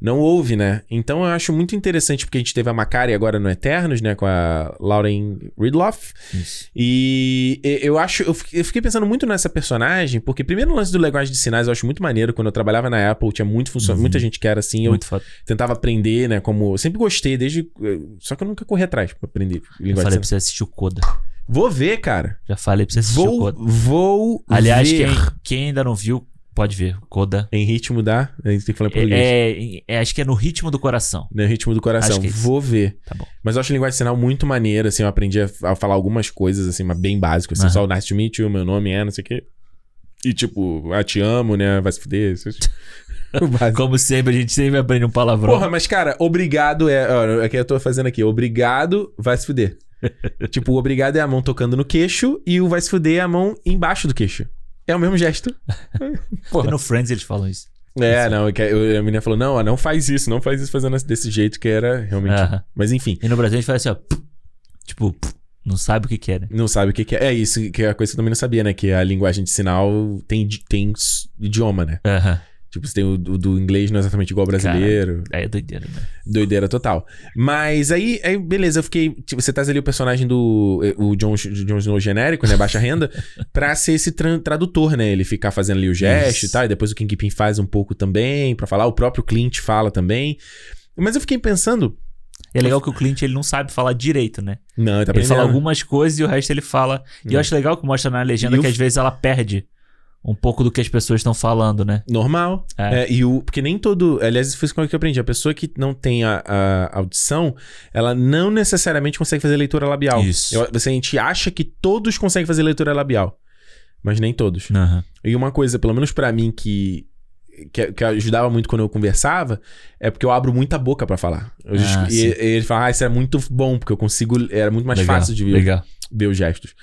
não ouve, né? Então eu acho muito interessante porque a gente teve a Macari agora no Eternos, né, com a Lauren Ridloff
Isso.
e e- eu acho eu fi- eu fiquei pensando muito nessa personagem porque primeiro o lance do linguagem de sinais eu acho muito maneiro quando eu trabalhava na Apple tinha muito funcio-
Uhum.
muita gente que era assim, eu
Muito foda.
tentava aprender, né, como eu sempre gostei desde só que eu nunca corri atrás pra aprender
Eu
linguagem de
falei pra
sinais.
você assistir o Coda.
Vou ver, cara.
Já falei pra você assistir o
Vou,
Coda.
vou
Aliás,
ver.
quem, quem ainda não viu, Pode ver, Coda.
Em ritmo da. A gente tem que falar em português.
É, é- é- acho que é no ritmo do coração.
No ritmo do coração.
Acho que é isso.
Vou ver.
Tá bom.
Mas eu acho a linguagem de sinal muito maneira, assim. Eu aprendi a, a falar algumas coisas, assim, mas bem básico. Assim,
Aham.
só o nice to meet you, meu nome é, não sei o quê. E tipo, ah, te amo, né? Vai se fuder. isso- *laughs* o básico.
Como sempre, a gente sempre aprende um palavrão.
Porra, mas cara, obrigado é. ó, É que eu tô fazendo aqui. Obrigado, vai se
*laughs*
fuder. tipo, o obrigado é a mão tocando no queixo e o vai se fuder é a mão embaixo do queixo. É o mesmo gesto.
E no Friends eles falam isso.
É, não. é que eu- A menina falou: não, ó, não faz isso, não faz isso fazendo desse jeito que era realmente.
Aham.
Mas enfim.
E no Brasil a gente fala assim, ó. "Pum". Tipo, "Pum". não sabe o que quer, né?
Não sabe o que, que é. É isso, que é a coisa que eu também não sabia, né? Que a linguagem de sinal tem, di- tem s- idioma, né?
Aham.
Tipo, você tem o, o do inglês não é exatamente igual ao brasileiro.
Aí é doideira, né?
Doideira total. Mas aí, aí, beleza, eu fiquei. Tipo, você traz ali o personagem do. eh, O John, John Snow genérico, né? Baixa renda, *laughs* pra ser esse tran- tradutor, né? Ele ficar fazendo ali o gesto
Isso.
e tal. E depois o Kim Pin faz um pouco também pra falar. O próprio Clint fala também. Mas eu fiquei pensando.
E é legal que o Clint ele não sabe falar direito, né?
Não, ele tá
ele fala
aprendendo.
algumas coisas e o resto ele fala. E eu acho legal que mostra na legenda
E o-
que às vezes ela perde um pouco do que as pessoas estão falando, né?
Normal.
É.
É, e o, porque nem todo. Aliás, isso foi isso que eu aprendi. A pessoa que não tem a, a audição, ela não necessariamente consegue fazer leitura labial.
Isso.
Eu- você, a gente acha que todos conseguem fazer leitura labial. Mas nem todos.
Aham.
E uma coisa, pelo menos pra mim, que, que, que ajudava muito quando eu conversava, é porque eu abro muita boca pra falar. Eu-
Ah,
e,
sim.
e ele fala, ah, isso é muito bom, porque eu consigo. Era muito mais
Legal,
fácil de ver
Legal.
ver os gestos.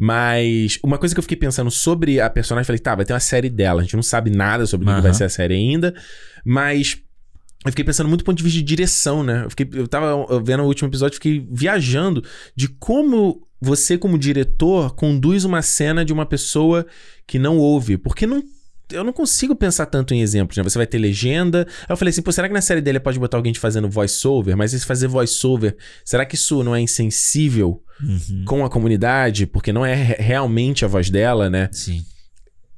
Mas uma coisa que eu fiquei pensando sobre a personagem, falei, tá, vai ter uma série dela. A gente não sabe nada sobre o que
Aham.
vai ser a série ainda, mas eu fiquei pensando muito do ponto de vista de direção, né? Eu, fiquei, eu tava eu vendo o último episódio, fiquei viajando de como você, como diretor, conduz uma cena de uma pessoa que não ouve. Porque não. Eu não consigo pensar tanto em exemplos, né? Você vai ter legenda. Aí eu falei assim, pô, será que na série dele pode botar alguém te fazendo voice-over? Mas esse fazer voice-over, será que isso não é insensível
Uhum.
com a comunidade, porque não é re- realmente a voz dela, né?
Sim.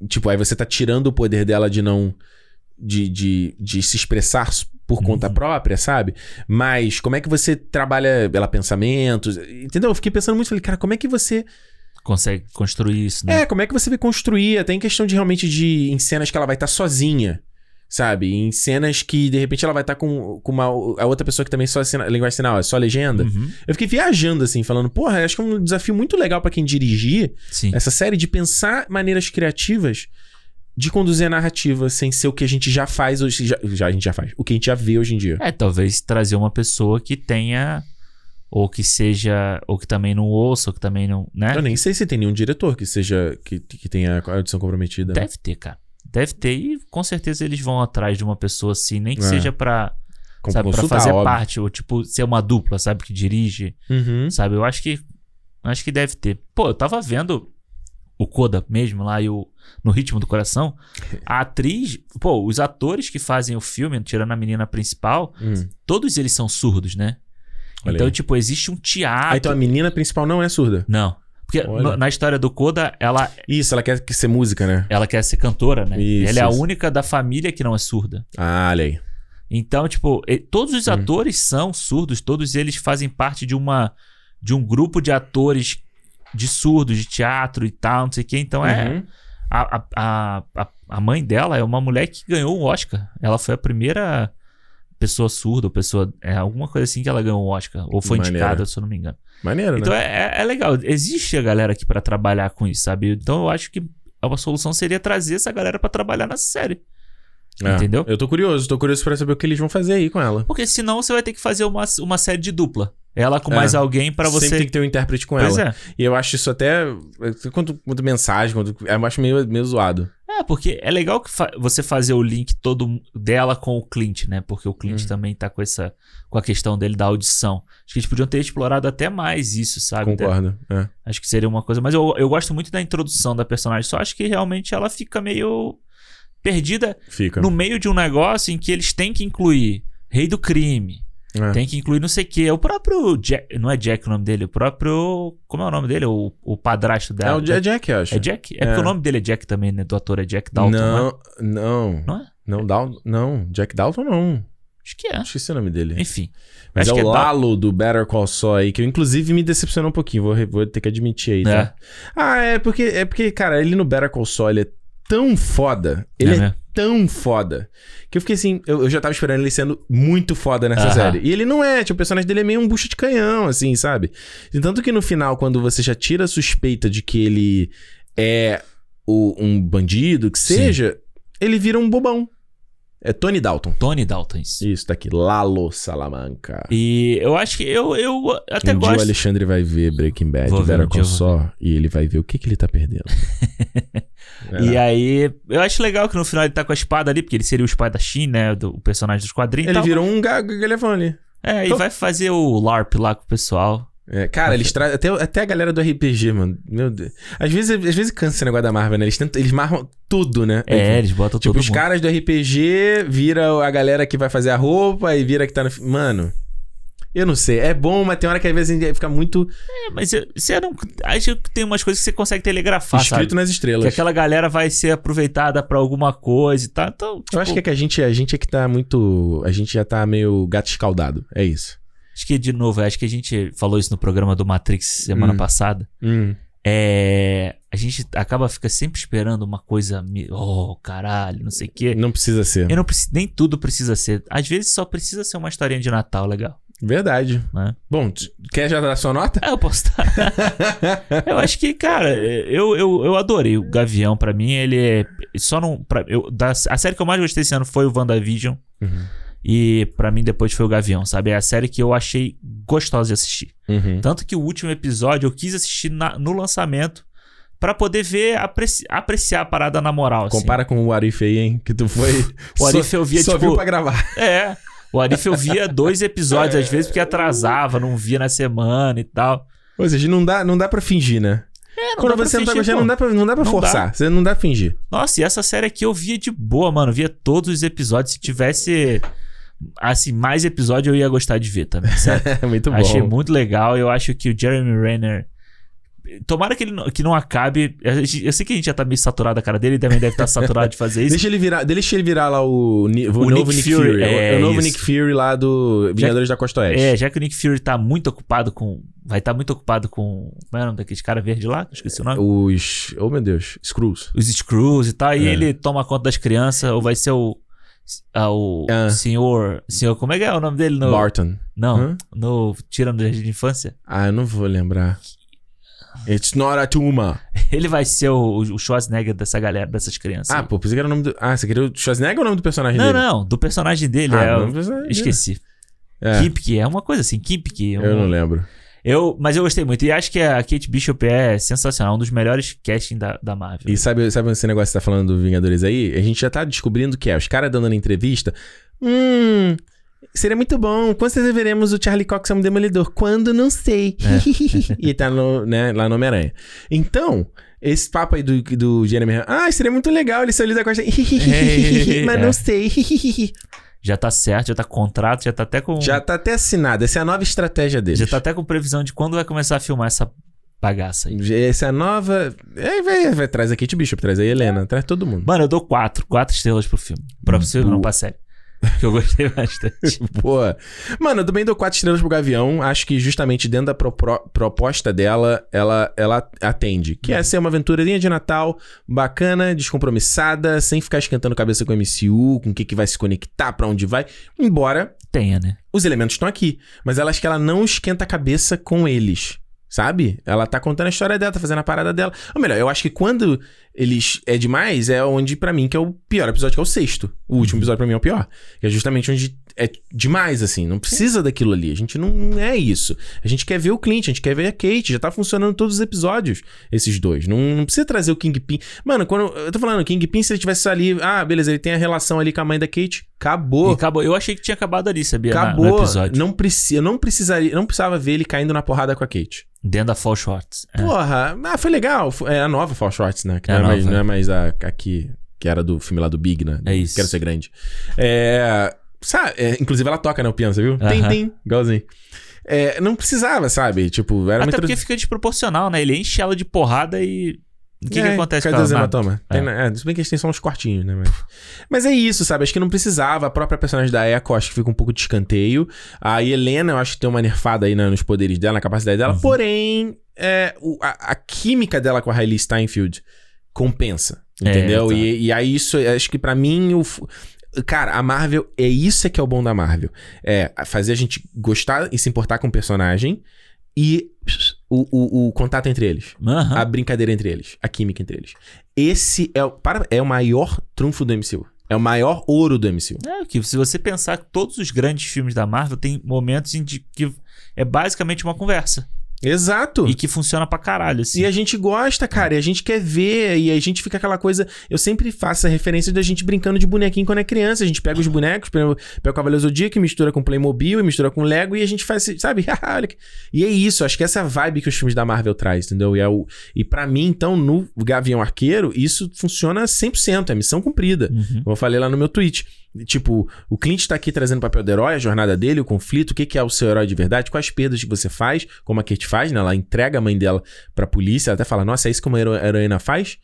Tipo, aí você tá tirando o poder dela de não. de, de, de se expressar s- por conta própria, sabe? Mas como é que você trabalha ela pensamentos? Entendeu? Eu fiquei pensando muito, falei, cara, como é que você.
Consegue construir isso, né?
É, como é que você vai construir? Até em questão de realmente de. em cenas que ela vai estar sozinha. Sabe? Em cenas que, de repente, ela vai estar com, com uma, a outra pessoa que também só é sina- linguagem de sinal, é só legenda.
Uhum.
Eu fiquei viajando, assim, falando, porra, acho que é um desafio muito legal pra quem dirigir
Sim.
essa série de pensar maneiras criativas de conduzir a narrativa sem ser o que a gente já faz hoje. Já, já a gente já faz. O que a gente já vê hoje em dia.
É, talvez trazer uma pessoa que tenha. Ou que seja. Ou que também não ouça, ou que também não. Né?
Eu nem sei se tem nenhum diretor que seja. que, que tenha a audição comprometida.
Deve ter, cara. Deve ter. E com certeza eles vão atrás de uma pessoa assim, nem que
É.
seja pra,
Com-
sabe, pra
consultar,
fazer
óbvio.
parte. Ou tipo, ser uma dupla, sabe? Que dirige.
Uhum.
Sabe? Eu acho que. Acho que deve ter. Pô, eu tava vendo o Coda mesmo lá e o. No ritmo do coração. A atriz. Pô, os atores que fazem o filme, tirando a menina principal,
Hum.
todos eles são surdos, né?
Olha
então,
aí.
tipo, existe um teatro.
Ah, então a menina principal não é surda.
Não. Porque
Olha.
no- na história do Koda, ela,
Isso, ela quer que ser música, né?
ela quer ser cantora, né?
Isso,
ela é a
isso.
única da família que não é surda.
Ah, olha aí.
Então, tipo, e- todos
Hum.
os atores são surdos, todos eles fazem parte de uma de um grupo de atores de surdos, de teatro e tal, não sei o quê. Então é.
Uhum.
A, a- a, a, a mãe dela é uma mulher que ganhou um Oscar. Ela foi a primeira pessoa surda, ou pessoa. É alguma coisa assim que ela ganhou um Oscar. Ou foi
Maneiro.
indicada, se eu não me engano.
Maneiro,
Então
né?
é, é- é legal. Existe a galera aqui pra trabalhar com isso, sabe? Então eu acho que uma solução seria trazer essa galera pra trabalhar na série.
É.
entendeu?
Eu tô curioso, tô curioso pra saber o que eles vão fazer aí com ela.
Porque senão você vai ter que fazer uma, uma série de dupla. Ela com
É.
mais alguém pra
Sempre tem
você.
que ter um intérprete com
Pois
ela.
é.
E eu acho isso até. Quanto, quanto mensagem, quanto, eu acho meio, meio zoado.
É, porque é legal que fa- você fazer o link todo mu- dela com o Clint, né? Porque o
Hum.
Clint também tá com essa com a questão dele da audição. Acho que eles podiam ter explorado até mais isso, sabe? né?
Concordo. é.
Acho que seria uma coisa. Mas eu, eu gosto muito da introdução da personagem. Só acho que realmente ela fica meio perdida.
Fica.
no meio de um negócio em que eles têm que incluir rei do crime,
É.
tem que incluir não sei o quê. O próprio Jack, não é Jack o nome dele, o próprio, como é o nome dele? O, o padrasto
É
dela.
o Jack, Jack eu acho.
É Jack? É, porque
É.
o nome dele é Jack também, né? Do ator é Jack Dalton, né?
não, não.
Não é?
Não, Dal- não. Jack Dalton não.
Acho que é.
Esqueci o nome dele.
Enfim.
Mas
acho
é
que
o
é Dal-
Lalo do Better Call Saul aí, que eu, inclusive me decepcionou um pouquinho. Vou, re- vou ter que admitir aí, tá?
É.
Ah, é porque, é porque, cara, ele no Better Call Saul ele é tão foda. Ele
É
é,
mesmo?
tão foda. Que eu fiquei assim, eu, eu já tava esperando ele sendo muito foda nessa
Aham.
série. E ele não é, tipo, o personagem dele é meio um bucho de canhão, assim, sabe? E tanto que no final, quando você já tira a suspeita de que ele é o- um bandido, que
Sim.
seja, ele vira um bobão. É Tony Dalton.
Tony Daltons.
Isso, tá aqui. Lalo Salamanca.
E eu acho que eu, eu até
um dia o
gosto.
Alexandre vai ver Breaking Bad,
Vou ver,
Vera
um dia eu vou
só e ele vai ver o que, que ele tá perdendo.
E
É.
aí, eu acho legal que no final ele tá com a espada ali, porque ele seria o espadachim, né? Do, o personagem dos quadrinhos. e
Ele
tal.
virou Então um ga- galhofão ali.
É, e vai fazer o LARP lá com o pessoal.
É, cara, eles trazem. Até, até a galera do RPG, mano. Meu Deus. Às vezes, às vezes cansa esse negócio da Marvel, né? Eles, tentam, eles marram tudo, né?
É, eles botam
Tipo,
todo
os
mundo.
caras do RPG vira a galera que vai fazer a roupa e vira que tá no. fi- Mano. Eu não sei. É bom, mas tem hora que às vezes fica muito
É, mas eu- você não. Acho que tem umas coisas que você consegue telegrafar,
escrito
sabe?
nas
Que
estrelas.
aquela galera vai ser aproveitada pra alguma coisa e tal. Então,
Eu acho que é que a gente, a gente é que tá muito. A gente já tá meio gato escaldado. É isso.
Acho que, de novo, acho que a gente falou isso no programa do Matrix semana
Hum.
passada.
Hum.
É. A gente acaba fica sempre esperando uma coisa. me- Oh, caralho, não sei o quê.
Não precisa ser.
Eu não preci- nem tudo precisa ser. Às vezes só precisa ser uma historinha de Natal legal.
Verdade.
Né?
Bom, t- quer já dar sua nota?
Ah, eu posso estar.
*laughs*
eu acho que, cara, eu, eu, eu adorei o Gavião. Pra mim, ele é. Só não. Pra, eu, da- a série que eu mais gostei esse ano foi o WandaVision.
Uhum.
E pra mim, depois foi o Gavião, sabe? É a série que eu achei gostosa de assistir.
Uhum.
Tanto que o último episódio eu quis assistir na- no lançamento pra poder ver, apreci- apreciar a parada na moral. assim.
Compara com o Arif aí, hein? Que tu foi.
O Arif
só,
eu via,
só
tipo,
viu pra gravar.
É. O Arif eu via dois episódios, às vezes, porque atrasava, não via na semana e tal.
Ou seja, não dá, não dá pra fingir, né?
É, não
Quando
dá pra
você não tá
fingir,
gostando,
pô.
não dá pra, não dá pra
Não
forçar. Você não dá pra fingir.
Nossa, e essa série aqui eu via de boa, mano. Via todos os episódios. Se tivesse, assim, mais episódio, eu ia gostar de ver também. Sério.
É *laughs* muito *laughs* bom.
Achei muito legal. Eu acho que o Jeremy Renner. Tomara que ele não, que não acabe. A gente- Eu sei que a gente já tá meio saturado da cara dele, ele também deve estar saturado de
*laughs*
fazer isso.
Deixa ele virar, deixa ele virar lá o, Ni- o, novo Nick, Fury.
é
o, o novo
isso.
Nick Fury lá do Vingadores da Costa Oeste.
É, já que o Nick Fury tá muito ocupado com. Vai estar muito ocupado com. Como é o nome daqueles cara verde lá? Esqueci o nome.
Os. Oh meu Deus, Screws.
Os Screws e tal. E
É.
ele toma conta das crianças, ou vai ser o. ah, o
Ah.
senhor. Senhor, como é que é o nome dele no.
Barton.
Não,
Hã?
no Tirando Jardim de Infância. *laughs*
Ah, eu não vou lembrar. It's not a tumor.
Ele vai ser o, o Schwarzenegger dessa galera, dessas crianças.
Ah, pô, pensei que era o nome do. Ah, você queria o Schwarzenegger ou o nome do personagem
não,
dele?
não, do personagem dele.
Ah,
é,
o nome
eu
do personagem
esqueci.
dele.
É.
É,
é uma coisa assim, Kipke.
eu não lembro.
eu, mas eu gostei muito. E acho que a Kate Bishop é sensacional, um dos melhores casting da, da Marvel.
E sabe, sabe esse negócio que você tá falando do Vingadores aí? A gente já tá descobrindo que é. Os caras dando na entrevista. Hum. Seria muito bom. Quando vocês veremos o Charlie Cox como demolidor? Quando? Não sei.
É.
*laughs* e tá no, né, lá no Homem-Aranha. Então, esse papo aí do, do Jeremy. Renner, Ah, seria muito legal ele ser o Lisa Costa. *laughs* Mas
É.
não sei.
Já tá certo, já tá contrato, já tá até com.
já tá até assinado. Essa é a nova estratégia deles.
já tá até com previsão de quando vai começar a filmar essa bagaça aí.
Essa é a nova. É, vai, vai, traz a Kate Bishop, traz a Helena, traz todo mundo.
Mano, eu dou quatro, quatro estrelas pro filme. Pra você, não, pra série. Que eu gostei
*laughs*
*laughs* bastante.
Pô. Mano, eu também dou quatro estrelas pro Gavião. Acho que justamente dentro da pro- pro- proposta dela, ela, ela atende. Que é ser uma aventurinha de Natal bacana, descompromissada, sem ficar esquentando cabeça com o MCU, com o que, que vai se conectar, pra onde vai. Embora
Tenha, né?
os elementos estão aqui. Mas ela acho que ela não esquenta a cabeça com eles. Sabe? Ela tá contando a história dela, tá fazendo a parada dela. Ou melhor, eu acho que quando eles é demais, é onde, pra mim, que é o pior episódio, que é o sexto. O último episódio, pra mim, é o pior. Que é justamente onde é demais, assim. Não precisa daquilo ali. A gente não, não é isso. A gente quer ver o Clint, a gente quer ver a Kate. Já tá funcionando todos os episódios, esses dois. Não, não precisa trazer o Kingpin. Mano, quando. Eu tô falando, o Kingpin, se ele tivesse ali. Ah, beleza, ele tem a relação ali com a mãe da Kate.
E
Acabou.
acabou. Eu achei que tinha acabado ali, sabia? Na- no
Acabou.
episódio.
Não preci- eu não precisaria, não precisava ver ele caindo na porrada com a Kate.
Dentro da Fall Shorts. É.
Porra, ah, foi legal. Foi- É a nova Fall Shorts, né? Que
É
não, é
a
mais,
nova.
não é mais a, a que, que era do filme lá do Big, né?
É isso.
Quero ser grande. É, sabe, é, inclusive ela toca, né? O piano, você viu? Tem,
Aham.
tem. Igualzinho. É, não precisava, sabe? Tipo, era
Até
uma
porque fica desproporcional, né? Ele enche ela de porrada e. O que, que
É,
acontece com
cadê
ela?
os
Nada.
hematoma? Tem
É.
na- é, se bem que eles têm só uns cortinhos, né? Mas... mas é isso, sabe? Acho que não precisava. A própria personagem da Echo, acho que fica um pouco de escanteio. A Helena, eu acho que tem uma nerfada aí na- nos poderes dela, na capacidade dela.
Uhum.
Porém, é, o- a, a química dela com a Hailey Steinfeld compensa.
É,
Entendeu?
tá.
E, e aí isso, acho que pra mim, o. f- Cara, a Marvel, é isso é que é o bom da Marvel. É fazer a gente gostar e se importar com o personagem e o, o, o contato entre eles.
Aham.
A brincadeira entre eles, a química entre eles. Esse é o, para, é o maior trunfo do MCU. É o maior ouro do MCU.
É, que se você pensar que todos os grandes filmes da Marvel tem momentos em de- que é basicamente uma conversa.
Exato.
E que funciona pra caralho, assim.
E a gente gosta, cara, e a gente quer ver, e a gente fica aquela coisa. Eu sempre faço a referência da gente brincando de bonequinho quando é criança. A gente pega os bonecos, pega, pega o Cavaleiro Zodíaco, mistura com Playmobil, e mistura com Lego, e a gente faz, esse- sabe? *laughs* Haha, olha que- e é isso, acho que essa vibe que os filmes da Marvel traz, entendeu? E, é o, e para mim, então, no Gavião Arqueiro, isso funciona 100%, é missão cumprida.
Uhum.
Como eu falei lá no meu tweet. Tipo, o Clint tá aqui trazendo o papel do herói, a jornada dele, o conflito, o que, que é o seu herói de verdade, quais perdas que você faz, como a Kate faz, né? Ela entrega a mãe dela pra polícia, ela até fala, nossa, é isso que uma hero- heroína faz?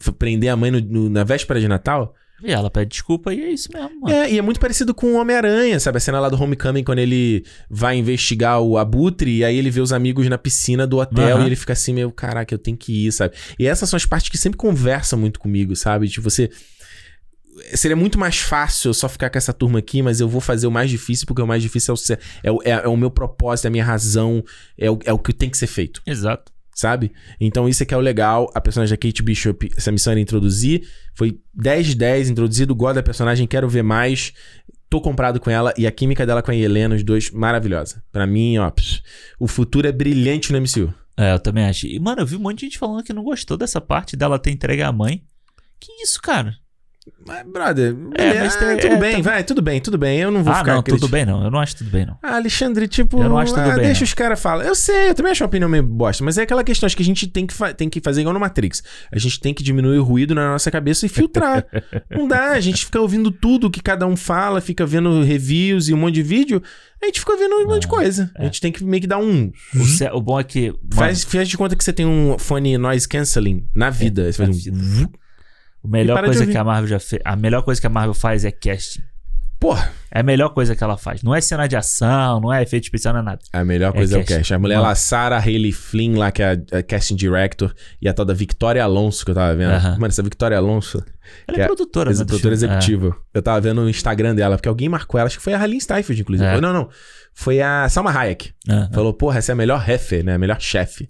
F- Prender a mãe no- no- na véspera de Natal?
E ela pede desculpa e é isso mesmo, mano.
É, e é muito parecido com o Homem-Aranha, sabe? A cena lá do Homecoming, quando ele vai investigar o Abutre, e aí ele vê os amigos na piscina do hotel,
Aham.
e ele fica assim, meio, caraca, eu tenho que ir, sabe? E essas são as partes que sempre conversam muito comigo, sabe? Tipo, você... Seria muito mais fácil eu só ficar com essa turma aqui, mas eu vou fazer o mais difícil, porque o mais difícil é o, ser- é o, é, é o meu propósito, é a minha razão, é o, é o que tem que ser feito
Exato.
sabe? Então isso é que é o legal. A personagem da Kate Bishop, essa missão era introduzir. Foi 10 de 10, introduzido, gosto da personagem, quero ver mais. Tô comprado com ela e a química dela com a Helena, os dois, maravilhosa. Pra mim, ó, pss, o futuro é brilhante no MCU.
É, eu também acho. E, mano, eu vi um monte de gente falando que não gostou dessa parte dela ter entregue à mãe. Que isso, cara?
Mas, brother,
É,
beleza,
mas tem-
ah, tudo
é,
bem,
tem-
vai, tudo bem, tudo bem. Eu não vou
ah,
ficar
não,
criticando.
tudo bem não. Eu não acho tudo bem não.
Ah, Alexandre, tipo,
Eu não acho tudo
ah,
bem,
deixa
não.
os caras falar. Eu sei, eu também acho a opinião meio bosta, mas é aquela questão, acho que a gente tem que, fa- tem que fazer igual no Matrix. A gente tem que diminuir o ruído na nossa cabeça e filtrar.
*laughs*
não dá, a gente fica ouvindo tudo que cada um fala, fica vendo reviews e um monte de vídeo, a gente fica vendo um monte
Ah,
de coisa.
é.
A gente tem que meio que dar um...
O, ce- o bom é que. mano,
Faz, faz de conta que você tem um fone noise canceling na vida. Você
É, na
faz um-
vida. o
E
melhor
para de
coisa
ouvir.
que a Marvel já fez. A melhor coisa que a Marvel faz é casting.
Porra,
É a melhor coisa que ela faz. Não é cena de ação, não é efeito especial, não é nada.
a melhor coisa é,
cast.
o cast. A mulher
Mano.
lá, Sarah Haley Flynn, lá que é a, a casting director, e a tal da Victoria Alonso que eu tava vendo.
Aham.
Mano, essa Victoria Alonso...
Ela
Que
é,
é
produtora, né? do
Produtora
filme.
executiva. Eu tava vendo o Instagram dela, porque alguém marcou ela, acho que foi a Halim Steinfeld, inclusive.
É.
Não, não. Foi a Salma Hayek.
É, é.
Falou, porra, essa é a melhor refe, né? A melhor chefe.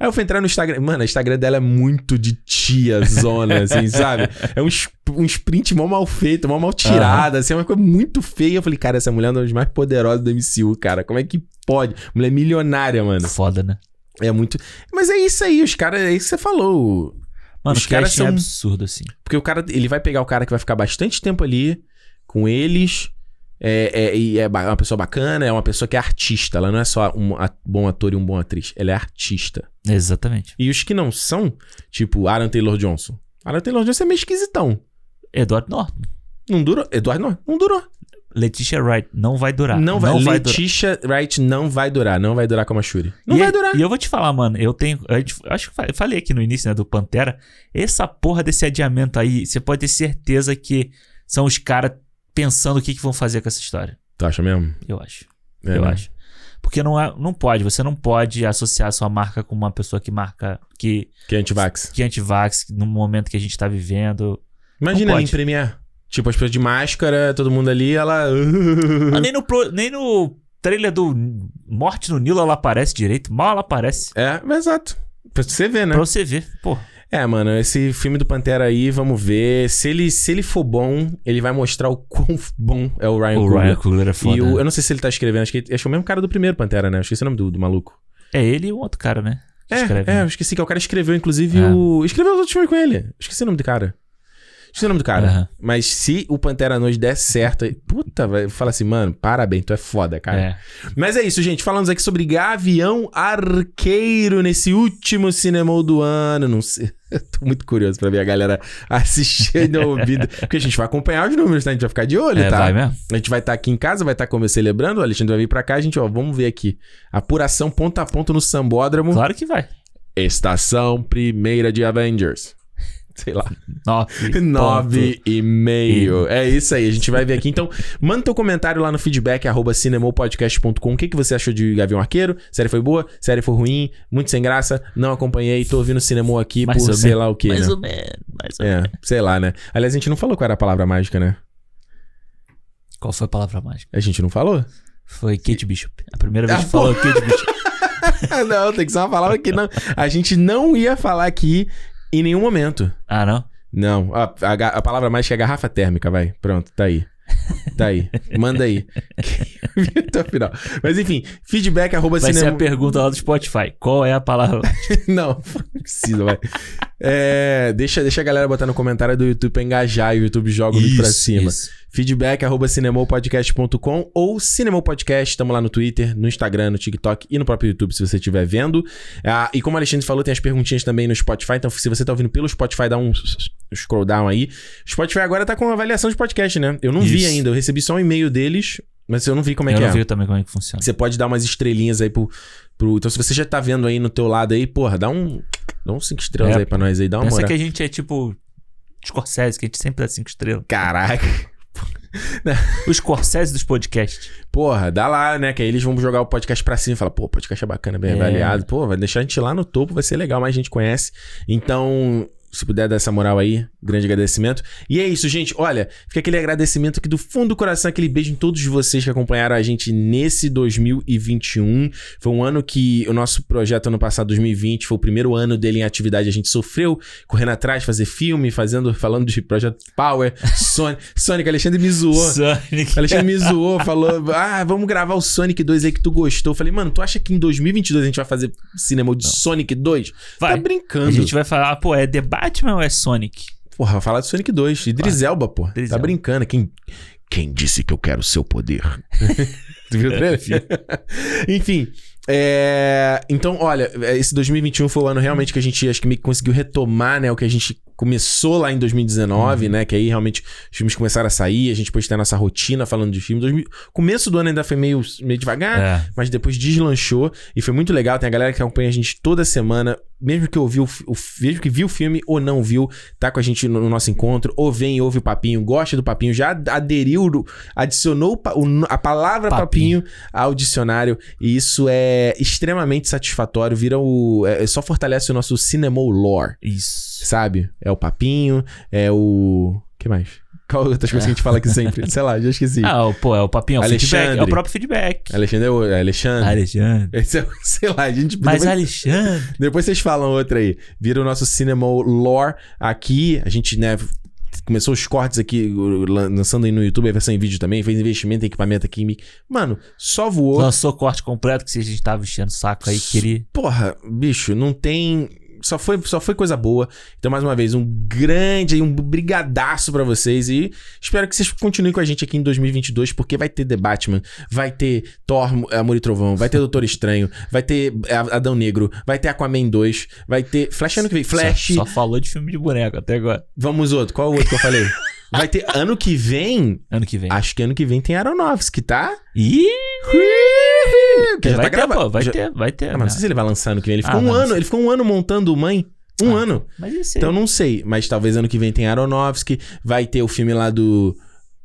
Aí eu fui entrar no Instagram. Mano, o Instagram dela é muito de tia zona,
*laughs*
assim, sabe? É um, sp- um sprint mó mal feito, mó mal tirada, assim, é uma coisa muito feia. Eu falei, cara, essa mulher é uma das mais poderosas do MCU, cara. Como é que pode? Mulher milionária, mano.
Foda, né?
É muito. Mas é isso aí, os caras, é isso que você falou.
Mano,
Os
o
caras
casting é
são-
absurdo, assim.
Porque o cara, ele vai pegar o cara que vai ficar bastante tempo ali com eles. É, é, e é ba- uma pessoa bacana, é uma pessoa que é artista. Ela não é só um a- bom ator e um bom atriz. Ela é artista.
Exatamente.
E os que não são, tipo Aaron Taylor Johnson. Aaron Taylor Johnson é meio esquisitão.
Edward Norton.
Não durou. Eduardo não, não durou.
Letitia Wright Tá, não vai durar.
não vai.
durar.
Letitia Wright não vai durar. Não vai durar como a Shuri. Não
e,
vai
eu-
durar.
E eu vou te falar, mano, eu tenho. a gente- acho que fa- eu falei aqui no início, né, do Pantera. Essa porra desse adiamento aí, você pode ter certeza que são os caras pensando o que, que vão fazer com essa história.
Tu acha mesmo?
Eu acho.
É,
eu
né?
acho. Porque não, é, não pode, você não pode associar a sua marca com uma pessoa que marca. que,
Que é antivax.
que é antivax no momento que a gente tá vivendo.
Imagina ela em
pode.
Premiere. Tipo, as pessoas de máscara, todo mundo ali, ela. *laughs* Uhum.
Ah, nem, no, pro- nem no trailer do Morte no Nilo ela aparece direito, mal ela aparece.
É, mas exato. Pra você ver, né?
Pra você ver, pô.
É, mano, esse filme do Pantera aí, vamos ver. Se ele, se ele for bom, ele vai mostrar o quão bom é o Ryan
O
Coogler.
Ryan Coogler é
E
foda.
o,
né?
eu não sei se ele tá escrevendo, acho que, acho que é o mesmo cara do primeiro Pantera, né? Eu esqueci o nome do, do maluco.
É ele e o outro cara, né? Que
É,
escreve,
é,
né?
eu esqueci que é o cara que escreveu, inclusive,
É.
o. Escreveu os outros filmes com ele. Esqueci o nome do cara. Esqueci o nome do cara.
Aham.
Mas se o Pantera Noite der certo, aí- puta, vai fala assim, mano, parabéns, tu é foda, cara.
É.
Mas é isso, gente. Falamos aqui sobre Gavião Arqueiro nesse último cinema do ano. Não sei. *laughs* Eu Tô muito curioso pra ver a galera *laughs* assistindo ao ouvido. Porque a gente vai acompanhar os números, tá? A gente vai ficar de olho,
É,
tá?
vai mesmo?
A gente vai estar aqui em casa, vai estar como celebrando. O Alexandre vai vir pra cá. A gente, ó, vamos ver aqui. Apuração ponto a ponto no sambódromo.
Claro que vai.
Estação primeira de Avengers. *laughs* Sei lá.
Nove.
*laughs*
ponto.
Nove e meio. É isso aí, a gente vai ver aqui. Então, manda teu comentário lá no feedback, arroba cinemopodcast.com. O que, que você achou de Gavião Arqueiro? Série foi boa? Série foi ruim? Muito sem graça? Não acompanhei, tô ouvindo Cinemô aqui
Mais
por
ou
sei
menos.
lá o que, né?
Mais ou menos. mais ou
É,
menos.
sei lá, né? Aliás, a gente não falou qual era a palavra mágica, né?
Qual foi a palavra mágica?
A gente não *laughs* falou?
Foi Kate Bishop. A primeira vez
Ah,
que falou Kate Bishop.
não, tem que ser uma palavra que não. A gente não ia falar aqui em nenhum momento. *laughs*
Ah, não?
Não, a, a ga- a palavra mágica é garrafa térmica, vai. Pronto, tá aí. Tá aí. Manda aí. *laughs* Até o final. Mas enfim, feedback arroba
Vai ser
cinema.
a pergunta lá do Spotify. Qual é a palavra?
*laughs* Não, não precisa, vai. É, deixa, deixa a galera botar no comentário do YouTube pra engajar e o YouTube joga o vídeo pra cima.
isso.
Feedback arroba cinemopodcast.com ou cinemopodcast, estamos lá no Twitter, no Instagram, no TikTok e no próprio YouTube, se você estiver vendo. Ah, e como o Alexandre falou, tem as perguntinhas também no Spotify, então se você tá ouvindo pelo Spotify, dá um scroll down aí. O Spotify agora tá com uma avaliação de podcast, né? Eu não vi
Isso.
ainda, eu recebi só um e-mail deles, mas eu não vi como é
eu
que
não
é.
vi também como é que funciona.
Você pode dar umas estrelinhas aí pro, pro- Então, se você já tá vendo aí no teu lado aí, porra, dá um. Dá uns 5 estrelas
É,
aí pra nós aí, dá uma
Pensa
moral.
que a gente é tipo Scorsese, que a gente sempre dá cinco estrelas.
Caraca.
O Scorsese dos podcasts.
Porra, dá lá, né? Que aí eles vão jogar o podcast pra cima e falar, pô, o podcast é bacana, bem
É.
avaliado. Pô, vai deixar a gente lá no topo, vai ser legal, mais gente conhece. Então, se puder dar essa moral aí, grande agradecimento. E é isso, gente. Olha, fica aquele agradecimento aqui do fundo do coração, aquele beijo em todos vocês que acompanharam a gente nesse 2021. Foi um ano que o nosso projeto ano passado, 2020, foi o primeiro ano dele em atividade. A gente sofreu correndo atrás, fazer filme, fazendo, falando de projeto Power, *laughs* Sonic. Sonic, Alexandre me zoou.
Sonic.
O Alexandre me zoou, falou: Ah, vamos gravar o Sonic 2 aí que tu gostou. Eu falei, mano, tu acha que em 2022 a gente vai fazer cinema de Sonic 2?
Vai.
Tá brincando.
A gente vai falar, pô, é The Batman ou é Sonic?
Porra, vai falar de Sonic 2. Idris Elba, pô.
Idris
Tá
Elba.
brincando. Quem, quem disse que eu quero o seu poder? *laughs* tu viu o trailer? Enfim. é, Então, olha, esse 2021 foi o ano realmente que a gente acho que meio que conseguiu retomar, né? O que a gente começou lá em 2019, né? Que aí realmente os filmes começaram a sair, a gente pôs ter a nossa rotina falando de filme. 2000 Começo do ano ainda foi meio, meio devagar,
É.
mas depois deslanchou e foi muito legal. Tem a galera que acompanha a gente toda semana, mesmo que ouviu, o fi- o, fi- mesmo que viu o filme ou não viu, tá com a gente no, no nosso encontro, ou vem, ouve o papinho, gosta do papinho, já ad- aderiu, do- adicionou o pa- o no- a palavra papinho.
Papinho.
ao dicionário e isso é extremamente satisfatório. Vira o é- é só fortalece o nosso cinema lore,
Isso.
sabe? É o papinho, é o que mais? Qual outras coisas que a gente fala aqui
*laughs*
sempre? Sei lá, já esqueci.
Ah, o- pô, é o papinho, é o feedback. É
Alexandre.
o próprio feedback.
Alexandre, é o- é Alexandre.
Alexandre.
Esse é o- *laughs* sei lá, a gente.
Mas
depois-
Alexandre.
Depois vocês falam outra aí. Vira o nosso Cinema Lore aqui. A gente, né, começou os cortes aqui, o- lan- lançando aí no YouTube, a versão em vídeo também. Fez investimento em equipamento aqui. em mic. Mano, só voou.
Lançou o corte completo que vocês estavam enchendo o saco aí, que ele.
Porra, bicho, não tem... Só foi, só foi coisa boa. Então, mais uma vez, um grande, um brigadaço pra vocês. E espero que vocês continuem com a gente aqui em 2022, porque vai ter The Batman, vai ter Thor, eh, Amor e Trovão, vai ter Doutor Estranho, vai ter eh, Adão Negro, vai ter Aquaman 2, vai ter... Flash ano que vem. Flash...
Só, só falou de filme de boneco até agora.
Vamos outro. Qual o outro que eu
*laughs*
falei? Vai ter ano que vem.
Ano que vem.
Acho que ano que vem tem Aronofsky, tá?
Ih!
Que já
vai
tá
ter,
gravado.
pô, vai
Já-
ter, vai ter. né?
Ah, mas não sei se ele vai lançar ano que vem. Ele ficou
Ah,
um
não,
ano,
não
ele ficou um ano montando o mãe. Um
Ah.
ano.
Mas isso aí.
Então não sei, mas talvez ano que vem tem Aronofsky, vai ter o filme lá do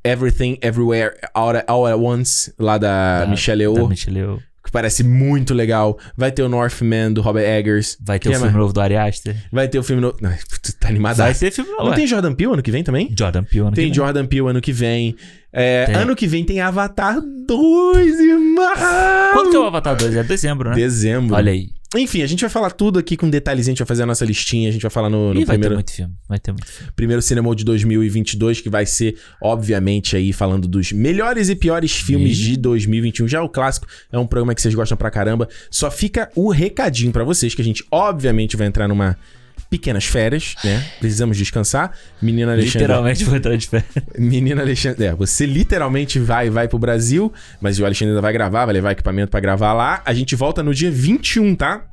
Everything Everywhere All, at- All at Once lá da,
Da-
Michelle Yeoh,
da Michelle Yeoh.
que parece muito legal. Vai ter o Northman do Robert Eggers.
Vai ter o
Que
filme
mais?
novo do Ari Aster.
Vai ter o filme no... Ai, putz, tá animado.
Vai ter filme novo.
Não
ué.
tem Jordan Peele ano que vem também?
Jordan Peele. ano que
Tem
vem.
Jordan Peele ano que vem. É,
Tem.
Ano que vem tem Avatar 2, irmão!
Quando que é o Avatar 2? É dezembro, né?
Dezembro.
Olha aí.
Enfim, a gente vai falar tudo aqui com detalhezinho. A gente vai fazer a nossa listinha. A gente vai falar no, no
Ih, vai ter
primeiro,
muito filme. Vai ter muito filme.
primeiro Cinema de 2022, que vai ser, obviamente, aí falando dos melhores e piores filmes
Ih.
de 2021. Já é o clássico, é um programa que vocês gostam pra caramba. Só fica o recadinho pra vocês, que a gente, obviamente, vai entrar numa pequenas férias, né? Precisamos descansar. Menina Alexandre
Literalmente vou entrar de férias.
Menina Alexandre, é, você literalmente vai vai pro Brasil, mas o Alexandre ainda vai gravar, vai levar equipamento pra gravar lá. A gente volta no dia 21, tá?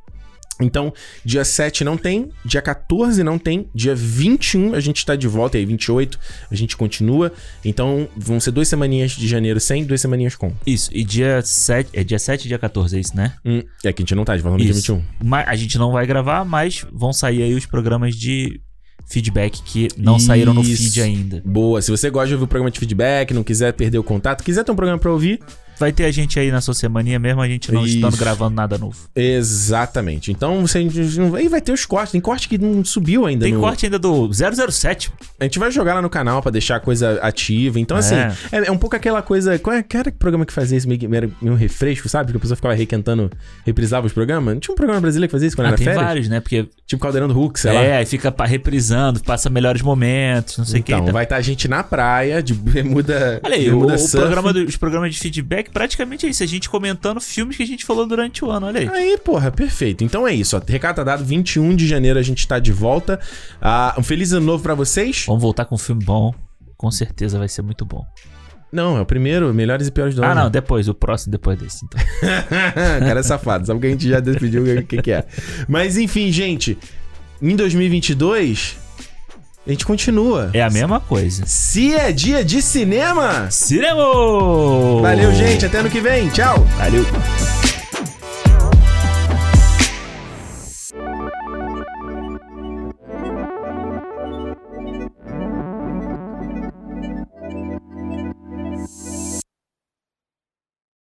Então, dia 7 não tem, dia 14 não tem, dia 21 a gente tá de volta, e aí 28 a gente continua. Então, vão ser duas semaninhas de janeiro sem, duas semaninhas com.
Isso. E dia 7. É dia 7 e dia 14, é isso, né?
Hum, é que a gente não tá, de volta no
Isso.
dia 21.
Mas a gente não vai gravar, mas vão sair aí os programas de feedback que não saíram no
Isso.
feed ainda.
Boa, se você gosta de ouvir o programa de feedback, não quiser perder o contato, quiser ter um programa pra ouvir,
vai ter a gente aí na sua semana mesmo, a gente não
Isso.
estando gravando nada novo.
Exatamente. Então você a gente não. E vai ter os cortes. Tem corte que não subiu ainda.
Tem
no-
corte ainda do 007.
A gente vai jogar lá no canal pra deixar a coisa ativa. Então,
É.
assim, é, é um pouco aquela coisa. Qual é, que era que programa que fazia isso? Meio, que- era meio um refresco, sabe? Que a pessoa ficava requentando, reprisava os programas. Não tinha um programa brasileiro que fazia isso quando
Ah,
era
tem
férias?
vários, né? Porque
Tipo Caldeirão do Hulk, sei lá.
é, aí fica pa- reprisando, passa melhores momentos, não sei o que.
Então,
então.
vai estar a gente na praia, de bermuda.
Olha aí, o,
bermuda
o
surf.
programa do- os programas de feedback praticamente é isso. A gente comentando filmes que a gente falou durante o ano, olha aí.
Aí, porra, perfeito. Então é isso, ó. Recado tá dado, 21 de janeiro a gente tá de volta. Ah, um feliz ano novo pra vocês.
Vamos voltar com um filme bom. Com certeza vai ser muito bom.
Não, é o primeiro, melhores e piores do
Ah,
ano.
não, depois, o próximo depois desse. Então.
*laughs* cara é safado, sabe que a gente já decidiu o que, que é. Mas enfim, gente, em 2022, a gente continua.
É a mesma coisa.
Se é dia de cinema!
Cinema!
Valeu, gente, até ano que vem, tchau!
Valeu.